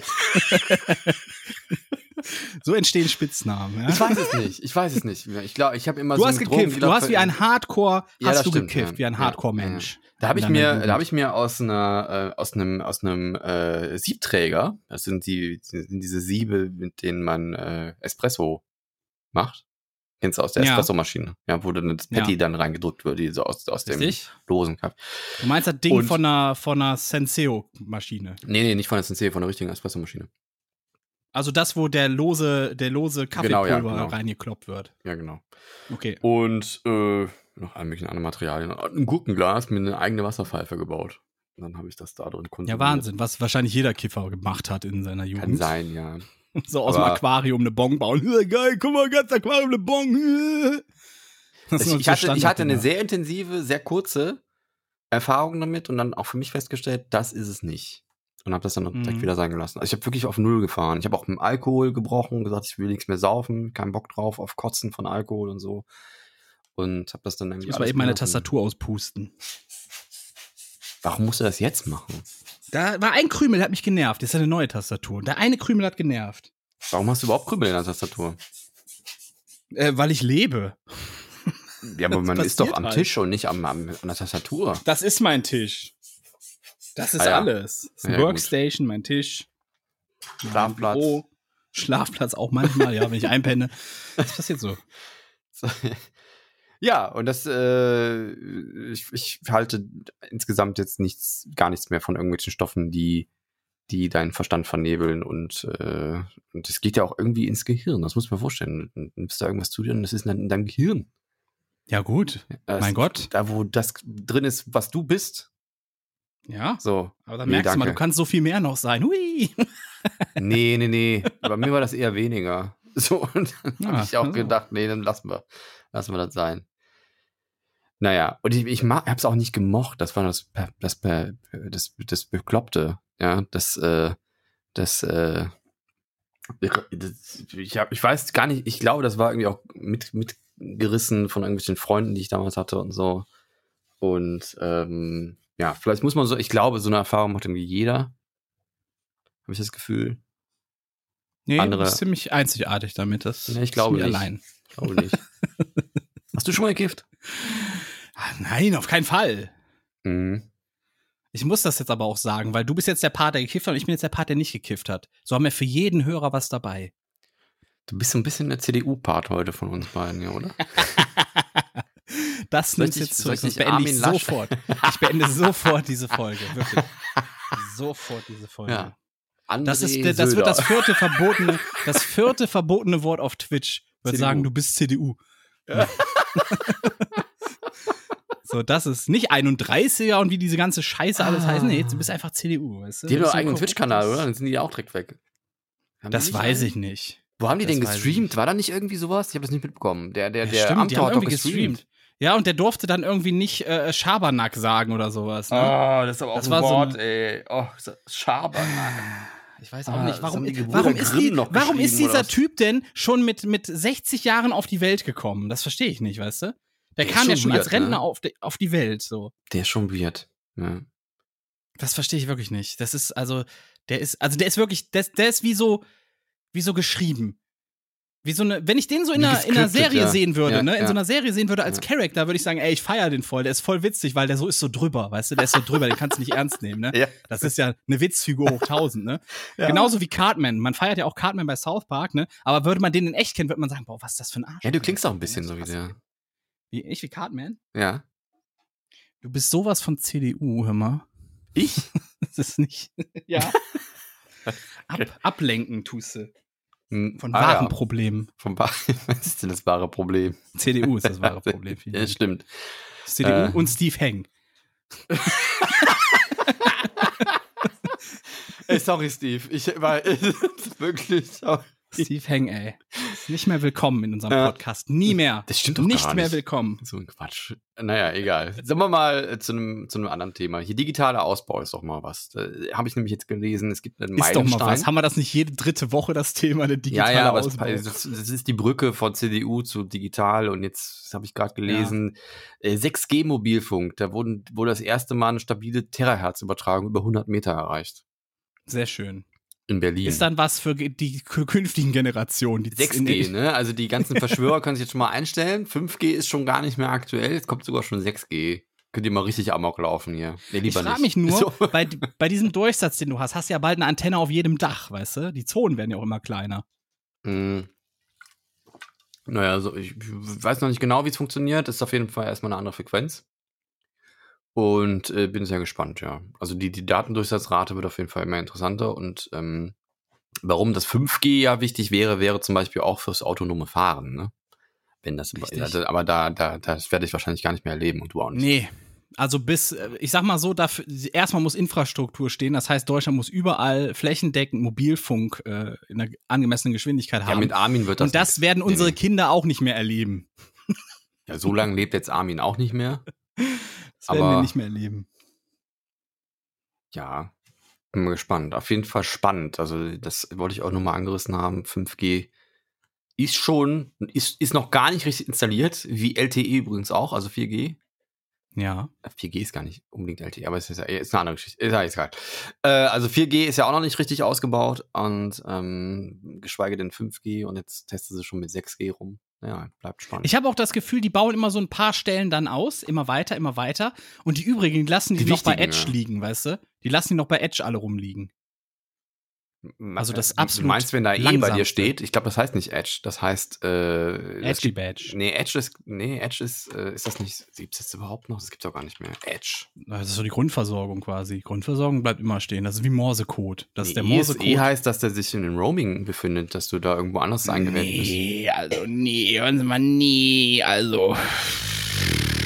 [SPEAKER 2] So entstehen Spitznamen. Ja?
[SPEAKER 3] Ich weiß es nicht. Ich weiß es nicht. mehr. Ich glaube, ich habe immer
[SPEAKER 2] Du
[SPEAKER 3] so
[SPEAKER 2] hast
[SPEAKER 3] mit Drogen
[SPEAKER 2] gekifft.
[SPEAKER 3] wieder
[SPEAKER 2] Du hast wie
[SPEAKER 3] ver-
[SPEAKER 2] ein Hardcore,
[SPEAKER 3] Ja, das
[SPEAKER 2] hast du
[SPEAKER 3] stimmt,
[SPEAKER 2] gekifft,
[SPEAKER 3] ja.
[SPEAKER 2] wie ein
[SPEAKER 3] Ja,
[SPEAKER 2] Hardcore-Mensch.
[SPEAKER 3] Da habe ich
[SPEAKER 2] in deiner
[SPEAKER 3] mir,
[SPEAKER 2] Jugend.
[SPEAKER 3] da habe ich mir aus einer, äh, aus einem, aus einem äh, Siebträger, das sind die, sind diese Siebe, mit denen man äh, Espresso macht. Kennst du aus der
[SPEAKER 2] Ja.
[SPEAKER 3] Espressomaschine? Ja, wo dann das
[SPEAKER 2] Ja.
[SPEAKER 3] Patty dann reingedrückt wird, die so aus, aus dem
[SPEAKER 2] Richtig?
[SPEAKER 3] Dosenkaffee.
[SPEAKER 2] Du meinst das Ding
[SPEAKER 3] Und-
[SPEAKER 2] von einer, von einer Senseo-Maschine.
[SPEAKER 3] Nee, nee, nicht von der Sensei, von der richtigen Espressomaschine.
[SPEAKER 2] Also das, wo der lose, der lose
[SPEAKER 3] Genau,
[SPEAKER 2] Kaffeepulver
[SPEAKER 3] ja, genau.
[SPEAKER 2] reingekloppt wird.
[SPEAKER 3] Ja, genau.
[SPEAKER 2] Okay.
[SPEAKER 3] Und äh, noch all möglichen anderen Materialien. Und Ein Gurkenglas mit einer eigenen Wasserpfeife gebaut. Und dann habe ich das da drin
[SPEAKER 2] Ja,
[SPEAKER 3] konsumiert.
[SPEAKER 2] Wahnsinn, Hm? was wahrscheinlich jeder Kiffer gemacht hat in seiner Jugend.
[SPEAKER 3] Kann sein, ja.
[SPEAKER 2] So aus dem
[SPEAKER 3] Aber-
[SPEAKER 2] Aquarium eine Bon bauen. Geil, guck mal, ganz Aquarium eine Bon. Das sind
[SPEAKER 3] Ich,
[SPEAKER 2] so
[SPEAKER 3] ich, hatte, ich hatte eine
[SPEAKER 2] Standarddinger.
[SPEAKER 3] sehr intensive, sehr kurze Erfahrung damit und dann auch für mich festgestellt, das ist es nicht. Und habe das dann direkt
[SPEAKER 2] Mhm.
[SPEAKER 3] wieder sein gelassen. Also ich habe wirklich auf Null gefahren. Ich habe auch mit dem Alkohol gebrochen, gesagt, ich will nichts mehr saufen, keinen Bock drauf, auf Kotzen von Alkohol und so. Und habe das dann
[SPEAKER 2] Ich
[SPEAKER 3] irgendwie.
[SPEAKER 2] muss mal
[SPEAKER 3] alles
[SPEAKER 2] eben meine
[SPEAKER 3] gelassen.
[SPEAKER 2] Tastatur auspusten.
[SPEAKER 3] Warum musst du das jetzt machen?
[SPEAKER 2] Da war ein Krümel, der hat mich genervt. Das ist ja eine neue Tastatur. Der eine Krümel hat genervt.
[SPEAKER 3] Warum hast du überhaupt Krümel in der Tastatur?
[SPEAKER 2] Äh, weil ich lebe.
[SPEAKER 3] Ja, aber
[SPEAKER 2] Das
[SPEAKER 3] man ist
[SPEAKER 2] passiert
[SPEAKER 3] doch am
[SPEAKER 2] halt.
[SPEAKER 3] Tisch und nicht am, am, an der Tastatur.
[SPEAKER 2] Das ist mein Tisch. Das ist
[SPEAKER 3] Ah ja.
[SPEAKER 2] alles. Das ist eine
[SPEAKER 3] Ja, gut.
[SPEAKER 2] Workstation, mein Tisch. mein
[SPEAKER 3] Schlafplatz.
[SPEAKER 2] Büro. Schlafplatz auch manchmal, ja, wenn ich einpenne. Das passiert so.
[SPEAKER 3] So. Ja, und das, äh, ich, ich halte insgesamt jetzt nichts, gar nichts mehr von irgendwelchen Stoffen, die, die deinen Verstand vernebeln und, äh, und das geht ja auch irgendwie ins Gehirn. Das muss man vorstellen. Du nimmst da irgendwas zu dir und das ist dann in deinem Gehirn.
[SPEAKER 2] Ja, gut.
[SPEAKER 3] Das-
[SPEAKER 2] mein Gott.
[SPEAKER 3] Da, wo das drin ist, was du bist.
[SPEAKER 2] Ja.
[SPEAKER 3] So.
[SPEAKER 2] Aber dann
[SPEAKER 3] Nee,
[SPEAKER 2] merkst du mal, du
[SPEAKER 3] danke.
[SPEAKER 2] kannst so viel mehr noch sein. Hui.
[SPEAKER 3] Nee, nee, nee. Bei mir war das eher weniger. So, und dann
[SPEAKER 2] Ah,
[SPEAKER 3] habe ich auch
[SPEAKER 2] also.
[SPEAKER 3] gedacht, nee, dann lassen wir, lassen wir das sein. Naja, und ich, ich mag, hab's auch nicht gemocht. Das war das, Pe- das, Pe- das, das Bekloppte. Ja, das, äh, das, äh, das ich, hab, ich weiß gar nicht, ich glaube, das war irgendwie auch mit, mitgerissen von irgendwelchen Freunden, die ich damals hatte und so. Und ähm, ja, vielleicht muss man so, ich glaube, so eine Erfahrung macht irgendwie jeder Habe ich das Gefühl?
[SPEAKER 2] Nee,
[SPEAKER 3] Andere-
[SPEAKER 2] du bist ziemlich einzigartig damit. Das
[SPEAKER 3] Nee, ich glaube
[SPEAKER 2] ist mir
[SPEAKER 3] nicht.
[SPEAKER 2] allein.
[SPEAKER 3] Ich glaube nicht. Hast du schon mal gekifft?
[SPEAKER 2] Ah, nein, auf keinen Fall.
[SPEAKER 3] Mhm.
[SPEAKER 2] Ich muss das jetzt aber auch sagen, weil du bist jetzt der Part, der gekifft hat und ich bin jetzt der Part, der nicht gekifft hat. So haben wir für jeden Hörer was dabei.
[SPEAKER 3] Du bist so ein bisschen der CDU-Part heute von uns beiden, ja, oder?
[SPEAKER 2] Das
[SPEAKER 3] Soll
[SPEAKER 2] nimmst
[SPEAKER 3] ich-
[SPEAKER 2] jetzt
[SPEAKER 3] soll
[SPEAKER 2] zurück. Das
[SPEAKER 3] ich nicht
[SPEAKER 2] beende ich
[SPEAKER 3] Armin Laschet-
[SPEAKER 2] sofort. Ich beende sofort diese Folge. Wirklich. Sofort diese Folge.
[SPEAKER 3] Ja. André
[SPEAKER 2] Das, ist, das wird das vierte verbotene, das vierte verbotene Wort auf Twitch. Wird
[SPEAKER 3] CDU.
[SPEAKER 2] sagen, du bist CDU.
[SPEAKER 3] Ja.
[SPEAKER 2] so, das ist nicht 31er und wie diese ganze Scheiße alles
[SPEAKER 3] Ah.
[SPEAKER 2] heißt. Nee, du bist einfach CDU. Weißt du?
[SPEAKER 3] Die haben doch
[SPEAKER 2] Bisschen
[SPEAKER 3] einen eigenen
[SPEAKER 2] korrupt
[SPEAKER 3] Twitch-Kanal,
[SPEAKER 2] ist-
[SPEAKER 3] oder? Dann sind die ja auch direkt weg. Haben die
[SPEAKER 2] Das
[SPEAKER 3] nicht
[SPEAKER 2] weiß
[SPEAKER 3] einen?
[SPEAKER 2] ich nicht.
[SPEAKER 3] Wo haben die
[SPEAKER 2] Das
[SPEAKER 3] denn
[SPEAKER 2] weiß ich
[SPEAKER 3] gestreamt?
[SPEAKER 2] nicht.
[SPEAKER 3] War da nicht irgendwie sowas? Ich habe das nicht mitbekommen. Der, der,
[SPEAKER 2] Ja,
[SPEAKER 3] der
[SPEAKER 2] stimmt, die
[SPEAKER 3] Amtor
[SPEAKER 2] haben
[SPEAKER 3] hat doch
[SPEAKER 2] irgendwie gestreamt. Ja, und der durfte dann irgendwie nicht äh, Schabernack sagen oder sowas. Ne?
[SPEAKER 3] Oh, das ist aber
[SPEAKER 2] Das war so ein-
[SPEAKER 3] ey. Oh, Schabernack.
[SPEAKER 2] Ich weiß
[SPEAKER 3] Ah,
[SPEAKER 2] auch
[SPEAKER 3] das
[SPEAKER 2] nicht, warum,
[SPEAKER 3] haben die Gebrüder
[SPEAKER 2] warum, ist,
[SPEAKER 3] Grimm
[SPEAKER 2] die,
[SPEAKER 3] noch
[SPEAKER 2] warum ist
[SPEAKER 3] geschrieben, oder
[SPEAKER 2] dieser
[SPEAKER 3] was?
[SPEAKER 2] Typ denn schon mit, mit 60 Jahren auf die Welt gekommen? Das verstehe ich nicht, weißt du? Der
[SPEAKER 3] Der
[SPEAKER 2] kam
[SPEAKER 3] ist
[SPEAKER 2] ja
[SPEAKER 3] schon
[SPEAKER 2] schon als
[SPEAKER 3] weird,
[SPEAKER 2] Rentner
[SPEAKER 3] ne?
[SPEAKER 2] auf, die, auf die Welt, so.
[SPEAKER 3] Der ist schon weird. Ja.
[SPEAKER 2] Das verstehe ich wirklich nicht. Das ist, also, der ist, also der ist wirklich, der, ist- der ist wie so, wie so geschrieben. Wie so eine, wenn ich den so in
[SPEAKER 3] Wie
[SPEAKER 2] einer, in einer
[SPEAKER 3] gescriptet,
[SPEAKER 2] Serie
[SPEAKER 3] ja.
[SPEAKER 2] sehen würde,
[SPEAKER 3] Ja,
[SPEAKER 2] ne? In
[SPEAKER 3] ja.
[SPEAKER 2] so einer Serie sehen würde als
[SPEAKER 3] Ja.
[SPEAKER 2] Charakter, würde ich sagen, ey, ich feiere den voll, der ist voll witzig, weil der so ist so drüber, weißt du? Der ist so drüber, den kannst du nicht ernst nehmen, ne?
[SPEAKER 3] Ja.
[SPEAKER 2] Das ist ja eine Witzfigur hoch 1000, ne?
[SPEAKER 3] Ja.
[SPEAKER 2] Genauso wie Cartman. Man feiert ja auch Cartman bei South Park, ne? Aber würde man den in echt kennen, würde man sagen, boah, was ist das für ein Arsch?
[SPEAKER 3] ja, du klingst auch ein bisschen so wie
[SPEAKER 2] Krass.
[SPEAKER 3] der.
[SPEAKER 2] Wie ich wie Cartman?
[SPEAKER 3] Ja.
[SPEAKER 2] Du bist sowas von CDU, hör mal.
[SPEAKER 3] Ich?
[SPEAKER 2] Das ist nicht. ja. Ab, ablenken tust du.
[SPEAKER 3] Hm,
[SPEAKER 2] Von
[SPEAKER 3] ah,
[SPEAKER 2] wahren Problemen.
[SPEAKER 3] Von wa Was ist denn das wahre Problem?
[SPEAKER 2] CDU ist das wahre Problem. vielen
[SPEAKER 3] Ja,
[SPEAKER 2] Dank.
[SPEAKER 3] stimmt.
[SPEAKER 2] CDU
[SPEAKER 3] Äh.
[SPEAKER 2] und Steve Heng.
[SPEAKER 3] Ey, sorry, Steve. Ich war wirklich.
[SPEAKER 2] Steve Heng, ey. Ist nicht mehr willkommen in unserem
[SPEAKER 3] Ja.
[SPEAKER 2] Podcast. Nie mehr.
[SPEAKER 3] Das stimmt doch
[SPEAKER 2] Nicht
[SPEAKER 3] gar
[SPEAKER 2] mehr
[SPEAKER 3] nicht.
[SPEAKER 2] willkommen.
[SPEAKER 3] So ein Quatsch. Naja, egal. Sagen wir mal äh, zu einem, zu einem anderen Thema. Hier digitaler Ausbau ist doch mal was. Da Habe ich nämlich jetzt gelesen, es gibt einen
[SPEAKER 2] Ist doch
[SPEAKER 3] Meilenstein.
[SPEAKER 2] mal was. Haben wir das nicht jede dritte Woche das Thema der
[SPEAKER 3] ja,
[SPEAKER 2] digitale
[SPEAKER 3] ja, aber es, also
[SPEAKER 2] Ausbau?
[SPEAKER 3] das, das ist die Brücke von CDU zu digital und jetzt habe ich gerade gelesen, äh, 6G-Mobilfunk, da wurden, wurde das erste Mal eine stabile Terahertz-Übertragung über 100 Meter erreicht
[SPEAKER 2] Sehr schön.
[SPEAKER 3] in Berlin.
[SPEAKER 2] Ist dann was für ge- die k- künftigen Generationen. Die
[SPEAKER 3] 6G, ne? Also die ganzen Verschwörer können sich jetzt schon mal einstellen. 5G ist schon gar nicht mehr aktuell. Jetzt kommt sogar schon 6G. Könnt ihr mal richtig Amok laufen hier. Nee,
[SPEAKER 2] Ich
[SPEAKER 3] lieber
[SPEAKER 2] frage mich
[SPEAKER 3] nicht.
[SPEAKER 2] nur,
[SPEAKER 3] So.
[SPEAKER 2] bei, bei diesem Durchsatz, den du hast, hast du ja bald eine Antenne auf jedem Dach, weißt du? Die Zonen werden ja auch immer kleiner.
[SPEAKER 3] Hm. Naja, so, ich weiß noch nicht genau, wie es funktioniert. Das ist auf jeden Fall erstmal eine andere Frequenz. Und äh, bin sehr gespannt, ja. Also die, die Datendurchsatzrate wird auf jeden Fall immer interessanter. Und ähm, warum das 5G ja wichtig wäre, wäre zum Beispiel auch fürs autonome Fahren, ne? Wenn das
[SPEAKER 2] Richtig.
[SPEAKER 3] Also, aber da, da, das werde ich wahrscheinlich gar nicht mehr erleben und du auch nicht.
[SPEAKER 2] Nee. Also bis, äh, ich sag mal so, dafür, erstmal muss Infrastruktur stehen. Das heißt, Deutschland muss überall flächendeckend Mobilfunk äh, in einer angemessenen Geschwindigkeit
[SPEAKER 3] Ja,
[SPEAKER 2] haben.
[SPEAKER 3] mit Armin wird das.
[SPEAKER 2] Und das
[SPEAKER 3] nix.
[SPEAKER 2] werden
[SPEAKER 3] Nee,
[SPEAKER 2] unsere
[SPEAKER 3] nee.
[SPEAKER 2] Kinder auch nicht mehr erleben.
[SPEAKER 3] Ja, so lange lebt jetzt Armin auch nicht mehr.
[SPEAKER 2] Das werden wir
[SPEAKER 3] Aber-
[SPEAKER 2] nicht mehr erleben.
[SPEAKER 3] Ja, bin mal gespannt. Auf jeden Fall spannend. Also, das wollte ich auch nochmal angerissen haben. 5G ist schon, ist, ist noch gar nicht richtig installiert, wie LTE übrigens auch, also 4G.
[SPEAKER 2] Ja.
[SPEAKER 3] 4G ist gar nicht unbedingt LTE, aber es ist, ja- eh, ist eine andere Geschichte. Ist ja egal. Äh, also 4G ist ja auch noch nicht richtig ausgebaut und ähm, geschweige denn 5G und jetzt testen sie schon mit 6G rum. Ja, bleibt spannend.
[SPEAKER 2] Ich habe auch das Gefühl, die bauen immer so ein paar Stellen dann aus, immer weiter, immer weiter. Und die übrigen die lassen die,
[SPEAKER 3] Die
[SPEAKER 2] noch bei
[SPEAKER 3] wichtigen,
[SPEAKER 2] Edge
[SPEAKER 3] ja.
[SPEAKER 2] liegen, weißt du? Die lassen die noch bei Edge alle rumliegen. also das
[SPEAKER 3] Du
[SPEAKER 2] absolut
[SPEAKER 3] meinst, wenn da E bei dir
[SPEAKER 2] langsamste.
[SPEAKER 3] steht, ich glaube, das heißt nicht Edge, das heißt äh, das
[SPEAKER 2] Edgy Badge.
[SPEAKER 3] Nee, Edge ist. Nee, Edge ist. Äh, ist das nicht. Gibt es das überhaupt noch? Das gibt's doch gar nicht mehr. Edge.
[SPEAKER 2] Das ist so die Grundversorgung quasi. Grundversorgung bleibt immer stehen. Das ist wie Morsecode. Das ist der
[SPEAKER 3] Nee, E
[SPEAKER 2] Morsecode.
[SPEAKER 3] heißt, dass der sich in dem Roaming befindet, dass du da irgendwo anders eingewählt bist.
[SPEAKER 2] also nee, hören Sie mal, nee, also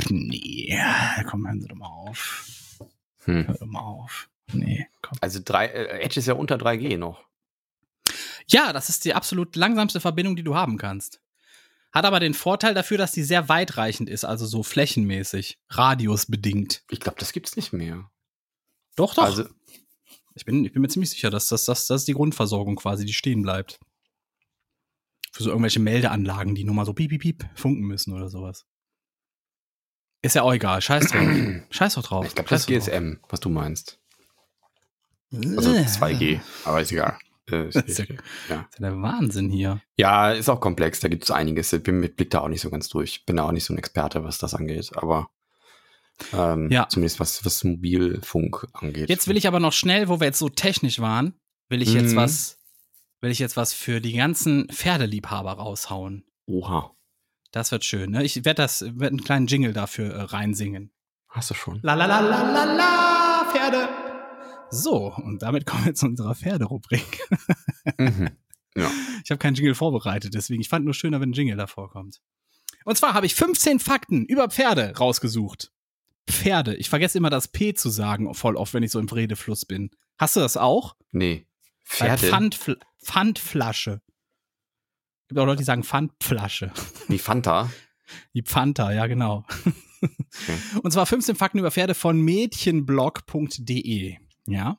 [SPEAKER 2] nee. Komm, hören Sie doch mal auf.
[SPEAKER 3] Hm.
[SPEAKER 2] Hör doch mal auf. Nee, komm.
[SPEAKER 3] Also drei, äh, Edge ist ja unter 3G noch.
[SPEAKER 2] Ja, das ist die absolut langsamste Verbindung, die du haben kannst. Hat aber den Vorteil dafür, dass die sehr weitreichend ist, also so flächenmäßig, radiusbedingt.
[SPEAKER 3] Ich glaube, das gibt's nicht mehr.
[SPEAKER 2] Doch, doch.
[SPEAKER 3] Also,
[SPEAKER 2] Ich bin, ich bin mir ziemlich sicher, dass das, das, das ist die Grundversorgung quasi, die stehen bleibt. Für so irgendwelche Meldeanlagen, die nur mal so piep, piep, piep funken müssen oder sowas. Ist ja auch egal. Scheiß drauf. Scheiß doch drauf.
[SPEAKER 3] ich glaube,
[SPEAKER 2] Scheiß
[SPEAKER 3] das ist
[SPEAKER 2] doch drauf.
[SPEAKER 3] GSM, was du meinst.
[SPEAKER 4] Also
[SPEAKER 2] Äh.
[SPEAKER 4] 2G, aber ist egal. Äh,
[SPEAKER 2] Das ist ja,
[SPEAKER 4] Ja.
[SPEAKER 2] das ist ja der Wahnsinn hier.
[SPEAKER 3] Ja, ist auch komplex, da gibt es einiges. Ich bin, mit- blick da auch nicht so ganz durch. Bin da auch nicht so ein Experte, was das angeht, aber ähm,
[SPEAKER 2] Ja.
[SPEAKER 3] zumindest was, was Mobilfunk angeht.
[SPEAKER 2] Jetzt will ich aber noch schnell, wo wir jetzt so technisch waren, will ich jetzt
[SPEAKER 3] Mhm.
[SPEAKER 2] was, will ich jetzt was für die ganzen Pferdeliebhaber raushauen.
[SPEAKER 3] Oha.
[SPEAKER 2] Das wird schön, ne? Ich werde das, werd einen kleinen Jingle dafür äh, reinsingen.
[SPEAKER 3] Hast du schon?
[SPEAKER 2] La la la la la la Pferde. So, und damit kommen wir zu unserer Pferderubrik.
[SPEAKER 3] mhm.
[SPEAKER 2] Ich habe keinen Jingle vorbereitet, deswegen. Ich fand nur schöner, wenn ein Jingle davor kommt. Und zwar habe ich 15 Fakten über Pferde rausgesucht. Pferde. Ich vergesse immer das P zu sagen, voll oft, wenn ich so im Redefluss bin. Hast du das auch?
[SPEAKER 3] Nee.
[SPEAKER 2] Bei
[SPEAKER 3] Pferde.
[SPEAKER 2] Pfandfl Pfandflasche. Gibt auch Leute, die sagen Pfandflasche.
[SPEAKER 3] Wie Fanta.
[SPEAKER 2] Die Pfanta, ja, genau.
[SPEAKER 3] Okay.
[SPEAKER 2] Und zwar 15 Fakten über Pferde von mädchenblog.de. Ja.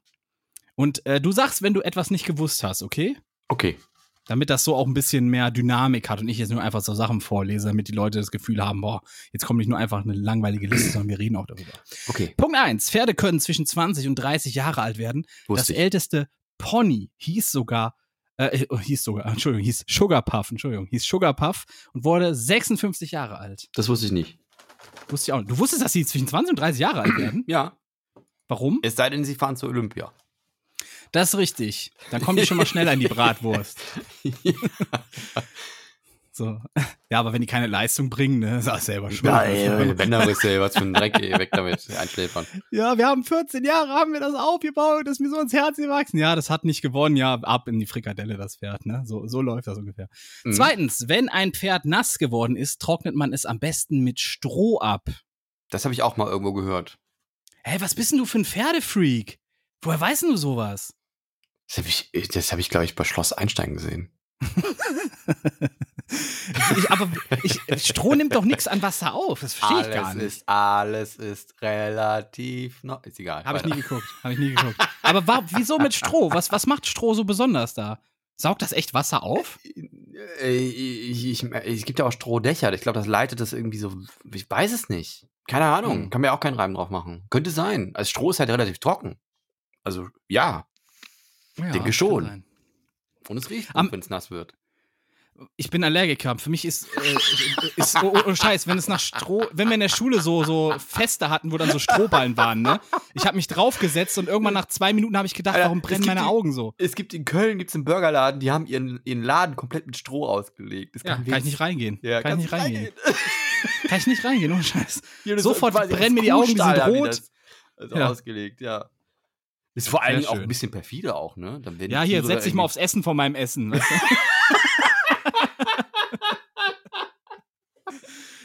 [SPEAKER 2] Und äh, du sagst, wenn du etwas nicht gewusst hast, okay?
[SPEAKER 3] Okay.
[SPEAKER 2] Damit das so auch ein bisschen mehr Dynamik hat und ich jetzt nur einfach so Sachen vorlese, damit die Leute das Gefühl haben, boah, jetzt kommt nicht nur einfach eine langweilige Liste, sondern wir reden auch darüber.
[SPEAKER 3] Okay.
[SPEAKER 2] Punkt 1. Pferde können zwischen 20 und 30 Jahre alt werden. Das
[SPEAKER 3] Wusste ich.
[SPEAKER 2] älteste Pony hieß sogar, äh, oh, hieß sogar, Entschuldigung, hieß Sugar Puff, Entschuldigung, hieß Sugar Puff und wurde 56 Jahre alt.
[SPEAKER 3] Das wusste ich nicht.
[SPEAKER 2] Wusste ich auch nicht. Du wusstest, dass sie zwischen 20 und 30 Jahre alt werden?
[SPEAKER 3] Ja.
[SPEAKER 2] Warum?
[SPEAKER 3] Es sei denn, sie fahren zur Olympia.
[SPEAKER 2] Das ist richtig. Dann kommen die schon mal schneller in die Bratwurst. So. Ja, aber wenn die keine Leistung bringen, ne, ist das selber schuld.
[SPEAKER 3] Bänderrisse, was für ein Dreck, ey, weg damit, einschläfern.
[SPEAKER 2] Ja, wir haben 14 Jahre, haben wir das aufgebaut, das ist mir so ins Herz gewachsen. Ja, das hat nicht gewonnen, ja, ab in die Frikadelle das Pferd, ne? So, so läuft das ungefähr.
[SPEAKER 3] Mhm.
[SPEAKER 2] Zweitens, wenn ein Pferd nass geworden ist, trocknet man es am besten mit Stroh ab.
[SPEAKER 3] Das habe ich auch mal irgendwo gehört.
[SPEAKER 2] Hä, was bist denn du für ein Pferdefreak? Woher weißt denn du sowas?
[SPEAKER 3] Das habe ich, das hab ich glaube ich, bei Schloss Einstein gesehen.
[SPEAKER 2] Ich, aber ich, Stroh nimmt doch nichts an Wasser auf. Das verstehe ich gar nicht.
[SPEAKER 3] Ah, Ist, alles ist relativ noch. Ist egal.
[SPEAKER 2] Habe ich
[SPEAKER 3] weiter.
[SPEAKER 2] nie geguckt. Habe ich nie geguckt. Aber wa- wieso mit Stroh? Was, was macht Stroh so besonders da? Saugt das echt Wasser auf?
[SPEAKER 3] Äh, Ich, ich, ich, es gibt ja auch Strohdächer. Ich glaube, das leitet das irgendwie so. Ich weiß es nicht. Keine Ahnung.
[SPEAKER 2] Hm.
[SPEAKER 3] Kann mir auch keinen Reim drauf machen. Könnte sein. Also Stroh ist halt relativ trocken. Also ja.
[SPEAKER 2] Ja,
[SPEAKER 3] Denke schon.
[SPEAKER 2] kann sein.
[SPEAKER 3] Und es riecht,
[SPEAKER 2] Am-
[SPEAKER 3] wenn es nass wird.
[SPEAKER 2] Ich bin Allergiker. Für mich ist, äh, ist oh, oh, oh, Scheiß, wenn es nach Stroh, wenn wir in der Schule so, so Feste hatten, wo dann so Strohballen waren, ne? Ich habe mich draufgesetzt und irgendwann nach zwei Minuten habe ich gedacht,
[SPEAKER 3] Alter,
[SPEAKER 2] warum
[SPEAKER 3] es
[SPEAKER 2] brennen
[SPEAKER 3] gibt
[SPEAKER 2] meine
[SPEAKER 3] die-
[SPEAKER 2] Augen so?
[SPEAKER 3] Es gibt in Köln gibt's einen Burgerladen, die haben ihren, ihren Laden komplett mit Stroh ausgelegt. Das
[SPEAKER 2] Ja, kann ich nicht reingehen.
[SPEAKER 3] Ja,
[SPEAKER 2] kann ich nicht
[SPEAKER 3] kannst
[SPEAKER 2] reingehen. Kann ich nicht reingehen, ohne Scheiß.
[SPEAKER 3] Hier, das
[SPEAKER 2] Sofort
[SPEAKER 3] war quasi
[SPEAKER 2] brennen mir
[SPEAKER 3] als
[SPEAKER 2] die Augen, die sind
[SPEAKER 3] Kuhstall haben
[SPEAKER 2] rot.
[SPEAKER 3] das Also
[SPEAKER 2] Ja.
[SPEAKER 3] ausgelegt, ja. Ist vor
[SPEAKER 2] Sehr
[SPEAKER 3] allen Dingen auch
[SPEAKER 2] schön.
[SPEAKER 3] ein bisschen perfide auch, ne? Dann werden
[SPEAKER 2] Ja,
[SPEAKER 3] die
[SPEAKER 2] hier,
[SPEAKER 3] Tiere
[SPEAKER 2] setz dich mal
[SPEAKER 3] irgendwie-
[SPEAKER 2] aufs Essen vor meinem Essen. Weißt du?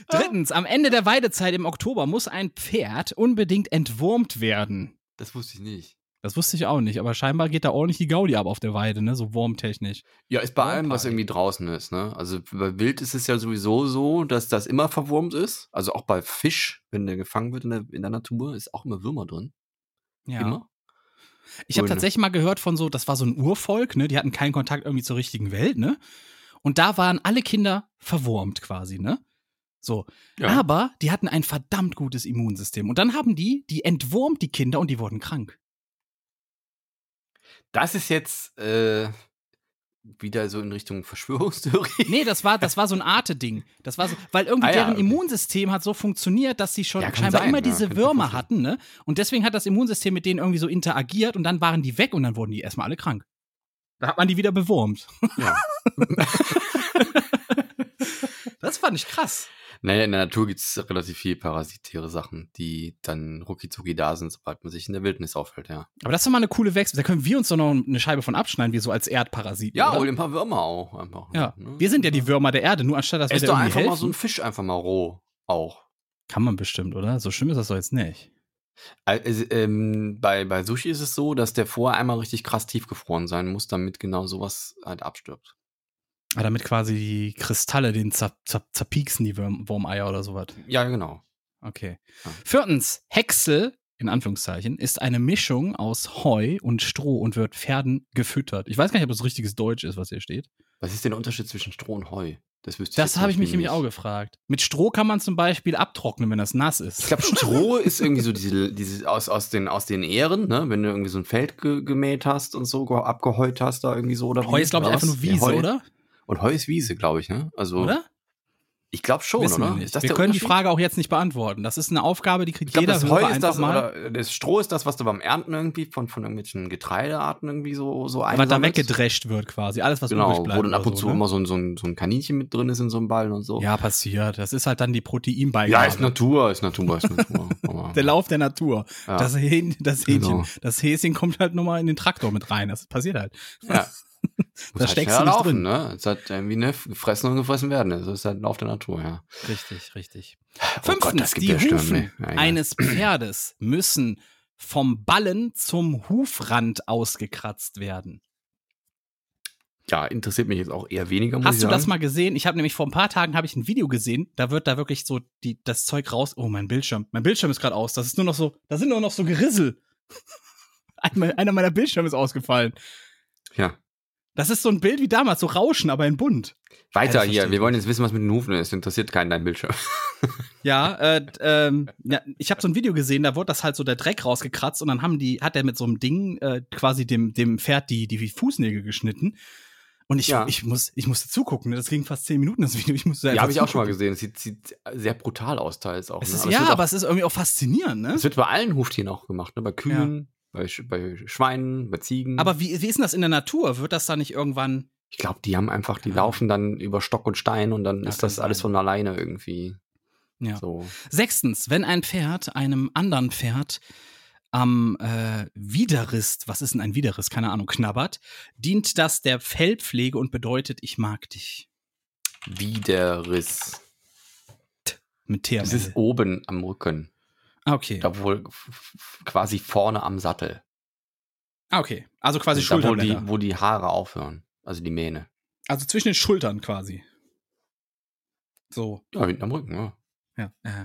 [SPEAKER 2] Drittens, am Ende der Weidezeit im Oktober muss ein Pferd unbedingt entwurmt werden.
[SPEAKER 3] Das wusste ich nicht.
[SPEAKER 2] Das wusste ich auch nicht, aber scheinbar geht da ordentlich die Gaudi ab auf der Weide, ne? So wurmtechnisch.
[SPEAKER 3] Ja, ist bei allem, was
[SPEAKER 2] Wurmparty.
[SPEAKER 3] irgendwie draußen ist, ne? Also bei Wild ist es ja sowieso so, dass das immer verwurmt ist. Also auch bei Fisch, wenn der gefangen wird in der, in der Natur, ist auch immer Würmer drin.
[SPEAKER 2] Ja.
[SPEAKER 3] Immer.
[SPEAKER 2] Genau. Ich habe
[SPEAKER 3] Cool, ne?
[SPEAKER 2] tatsächlich mal gehört von so, das war so ein Urvolk, ne? Die hatten keinen Kontakt irgendwie zur richtigen Welt, ne? Und da waren alle Kinder verwurmt quasi, ne? So.
[SPEAKER 3] Ja.
[SPEAKER 2] Aber die hatten ein verdammt gutes Immunsystem. Und dann haben die, die entwurmt die Kinder und die wurden krank.
[SPEAKER 3] Das ist jetzt äh, wieder so in Richtung Verschwörungstheorie.
[SPEAKER 2] Nee, das war, das war so ein Arte-Ding. Das war so, weil irgendwie
[SPEAKER 3] Ah ja,
[SPEAKER 2] deren
[SPEAKER 3] okay.
[SPEAKER 2] Immunsystem hat so funktioniert, dass sie schon
[SPEAKER 3] Ja, kann
[SPEAKER 2] scheinbar
[SPEAKER 3] sein,
[SPEAKER 2] immer
[SPEAKER 3] ja, kann
[SPEAKER 2] diese
[SPEAKER 3] ich mir
[SPEAKER 2] Würmer
[SPEAKER 3] vorstellen.
[SPEAKER 2] hatten, ne? Und deswegen hat das Immunsystem mit denen irgendwie so interagiert und dann waren die weg und dann wurden die erstmal alle krank. Da hat man die wieder bewurmt.
[SPEAKER 3] Ja.
[SPEAKER 2] Das fand ich krass.
[SPEAKER 3] Naja, in der Natur gibt es relativ viel parasitäre Sachen, die dann ruckizucki da sind, sobald man sich in der Wildnis aufhält, ja.
[SPEAKER 2] Aber das ist doch mal eine coole Wechsel. Da können wir uns doch noch eine Scheibe von abschneiden, wir so als Erdparasiten.
[SPEAKER 3] Ja,
[SPEAKER 2] oder?
[SPEAKER 3] hol dir ein paar Würmer auch einfach.
[SPEAKER 2] ja.
[SPEAKER 3] ne?
[SPEAKER 2] Wir sind ja die Würmer der Erde, nur anstatt dass wir
[SPEAKER 3] Ess
[SPEAKER 2] da
[SPEAKER 3] doch
[SPEAKER 2] irgendwie
[SPEAKER 3] einfach
[SPEAKER 2] helfen.
[SPEAKER 3] mal so einen Fisch einfach mal roh auch.
[SPEAKER 2] Kann man bestimmt, oder? So schlimm ist das doch jetzt nicht.
[SPEAKER 3] Also, ähm, bei, bei Sushi ist es so, dass der vorher einmal richtig krass tiefgefroren sein muss, damit genau sowas halt abstirbt.
[SPEAKER 2] Ah, damit quasi die Kristalle den zer zer zerpieksen, die Wurm Wurmeier oder sowas.
[SPEAKER 3] Ja, genau.
[SPEAKER 2] Okay.
[SPEAKER 3] Ja.
[SPEAKER 2] Viertens, Häcksel, in Anführungszeichen, ist eine Mischung aus Heu und Stroh und wird Pferden gefüttert. Ich weiß gar nicht, ob das richtiges Deutsch ist, was hier steht.
[SPEAKER 3] Was ist denn der Unterschied zwischen Stroh und Heu? Das wüsste ich
[SPEAKER 2] Das
[SPEAKER 3] jetzt
[SPEAKER 2] habe ich
[SPEAKER 3] zum
[SPEAKER 2] mich
[SPEAKER 3] Beispiel
[SPEAKER 2] nämlich auch
[SPEAKER 3] nicht.
[SPEAKER 2] gefragt. Mit Stroh kann man zum Beispiel abtrocknen, wenn das nass ist.
[SPEAKER 3] Ich glaube, Stroh ist irgendwie so diese, diese aus, aus, den, aus den Ähren, ne? wenn du irgendwie so ein Feld ge gemäht hast und so, ge abgeheut hast da irgendwie so. Oder
[SPEAKER 2] Heu ist, glaube ich,
[SPEAKER 3] was?
[SPEAKER 2] einfach nur
[SPEAKER 3] Ja,
[SPEAKER 2] Wiese,
[SPEAKER 3] Heu-
[SPEAKER 2] oder?
[SPEAKER 3] Und Heu ist Wiese, glaube ich, ne? Also,
[SPEAKER 2] Oder?
[SPEAKER 3] Ich glaube schon,
[SPEAKER 2] Wissen
[SPEAKER 3] oder?
[SPEAKER 2] wir nicht.
[SPEAKER 3] das
[SPEAKER 2] Wir
[SPEAKER 3] der
[SPEAKER 2] können die
[SPEAKER 3] Unterschied?
[SPEAKER 2] Frage auch jetzt nicht beantworten. Das ist eine Aufgabe, die kriegt
[SPEAKER 3] Ich glaube,
[SPEAKER 2] jeder
[SPEAKER 3] das
[SPEAKER 2] Hörer
[SPEAKER 3] Heu ist
[SPEAKER 2] einfach
[SPEAKER 3] das,
[SPEAKER 2] mal.
[SPEAKER 3] oder äh, das Stroh ist das, was du beim Ernten irgendwie von, von irgendwelchen Getreidearten irgendwie so, so
[SPEAKER 2] was da
[SPEAKER 3] einsammelst.
[SPEAKER 2] weggedrescht wird quasi. Alles, was übrig
[SPEAKER 3] Genau,
[SPEAKER 2] bleibt.
[SPEAKER 3] wo dann ab
[SPEAKER 2] oder
[SPEAKER 3] und zu
[SPEAKER 2] so, ne?
[SPEAKER 3] immer so ein, so, ein, so ein Kaninchen mit drin ist in so einem Ball und so.
[SPEAKER 2] Ja, passiert. Das ist halt dann die
[SPEAKER 3] Ja,
[SPEAKER 2] Proteinbeigabe.
[SPEAKER 3] ist Natur, ist Natur, ist Natur. Aber,
[SPEAKER 2] der Lauf der Natur.
[SPEAKER 3] ja.
[SPEAKER 2] Das, Hähn, das Hähnchen,
[SPEAKER 3] Genau.
[SPEAKER 2] das Häschen kommt halt nochmal in den Traktor mit rein. Das passiert halt.
[SPEAKER 3] Ja. Muss
[SPEAKER 2] da
[SPEAKER 3] halt
[SPEAKER 2] steckst
[SPEAKER 3] schneller
[SPEAKER 2] du nicht
[SPEAKER 3] laufen,
[SPEAKER 2] drin.
[SPEAKER 3] Ne? Es hat irgendwie ne, gefressen und gefressen werden. Das ist halt ein Lauf der Natur, ja.
[SPEAKER 2] Richtig, richtig.
[SPEAKER 3] Oh
[SPEAKER 2] Fünftens,
[SPEAKER 3] Gott, das gibt
[SPEAKER 2] die
[SPEAKER 3] ja Stimmen,
[SPEAKER 2] Hufen
[SPEAKER 3] ne? Ja, egal.
[SPEAKER 2] eines Pferdes müssen vom Ballen zum Hufrand ausgekratzt werden.
[SPEAKER 3] ja, interessiert mich jetzt auch eher weniger. muss ich
[SPEAKER 2] Hast du
[SPEAKER 3] sagen.
[SPEAKER 2] das mal gesehen? Ich habe nämlich vor ein paar Tagen habe ich ein Video gesehen, da wird da wirklich so die, das Zeug raus. Oh, mein Bildschirm. Mein Bildschirm ist gerade aus. Das ist nur noch so, da sind nur noch so Gerissel. Einmal, einer meiner Bildschirme ist ausgefallen.
[SPEAKER 3] Ja.
[SPEAKER 2] Das ist so ein Bild wie damals, so Rauschen, aber in bunt. Ja, das
[SPEAKER 3] Weiter
[SPEAKER 2] verstehe
[SPEAKER 3] hier, wir
[SPEAKER 2] ich.
[SPEAKER 3] wollen jetzt wissen, was mit den Hufen ist. Interessiert keinen dein Bildschirm.
[SPEAKER 2] Ja, äh, d- ähm, ja ich habe so ein Video gesehen, da wurde das halt so der Dreck rausgekratzt und dann haben die, hat er mit so einem Ding äh, quasi dem, dem Pferd die, die Fußnägel geschnitten. Und ich,
[SPEAKER 3] Ja.
[SPEAKER 2] ich, muss, ich musste zugucken, ne? das ging fast zehn Minuten, das Video. Ich musste
[SPEAKER 3] Ja,
[SPEAKER 2] einfach
[SPEAKER 3] habe ich auch schon mal
[SPEAKER 2] zugucken.
[SPEAKER 3] gesehen. Es sieht, sieht sehr brutal aus, teils auch.
[SPEAKER 2] Es
[SPEAKER 3] ne?
[SPEAKER 2] ist,
[SPEAKER 3] Aber
[SPEAKER 2] ja,
[SPEAKER 3] es wird
[SPEAKER 2] aber
[SPEAKER 3] auch,
[SPEAKER 2] es ist irgendwie auch faszinierend, ne?
[SPEAKER 3] es wird bei allen Huftieren auch gemacht, ne? Bei Kühen, bei, Sch bei Schweinen, bei Ziegen.
[SPEAKER 2] Aber wie, wie ist denn das in der Natur? Wird das da nicht irgendwann.
[SPEAKER 3] ich glaube, die haben einfach, die
[SPEAKER 2] Keine Ahnung.
[SPEAKER 3] laufen dann über Stock und Stein und dann
[SPEAKER 2] Ja,
[SPEAKER 3] ist
[SPEAKER 2] kann
[SPEAKER 3] das alles
[SPEAKER 2] sein.
[SPEAKER 3] von alleine irgendwie.
[SPEAKER 2] Ja.
[SPEAKER 3] So.
[SPEAKER 2] Sechstens, wenn ein Pferd einem anderen Pferd am äh, Widerriss, was ist denn ein Widerriss? Keine Ahnung, knabbert, dient das der Fellpflege und bedeutet, ich mag dich.
[SPEAKER 3] Widerriss.
[SPEAKER 2] Mit T am
[SPEAKER 3] Das
[SPEAKER 2] Ende.
[SPEAKER 3] ist oben am Rücken.
[SPEAKER 2] Ah, okay.
[SPEAKER 3] Da wohl f- f- quasi vorne am Sattel.
[SPEAKER 2] Ah, okay. Also quasi
[SPEAKER 3] da, wo, die,
[SPEAKER 2] Schulterblätter.
[SPEAKER 3] wo die Haare aufhören. Also die Mähne.
[SPEAKER 2] Also zwischen den Schultern quasi. So.
[SPEAKER 3] Ja, hinten am Rücken, ja.
[SPEAKER 2] Ja. ja.
[SPEAKER 3] Ja.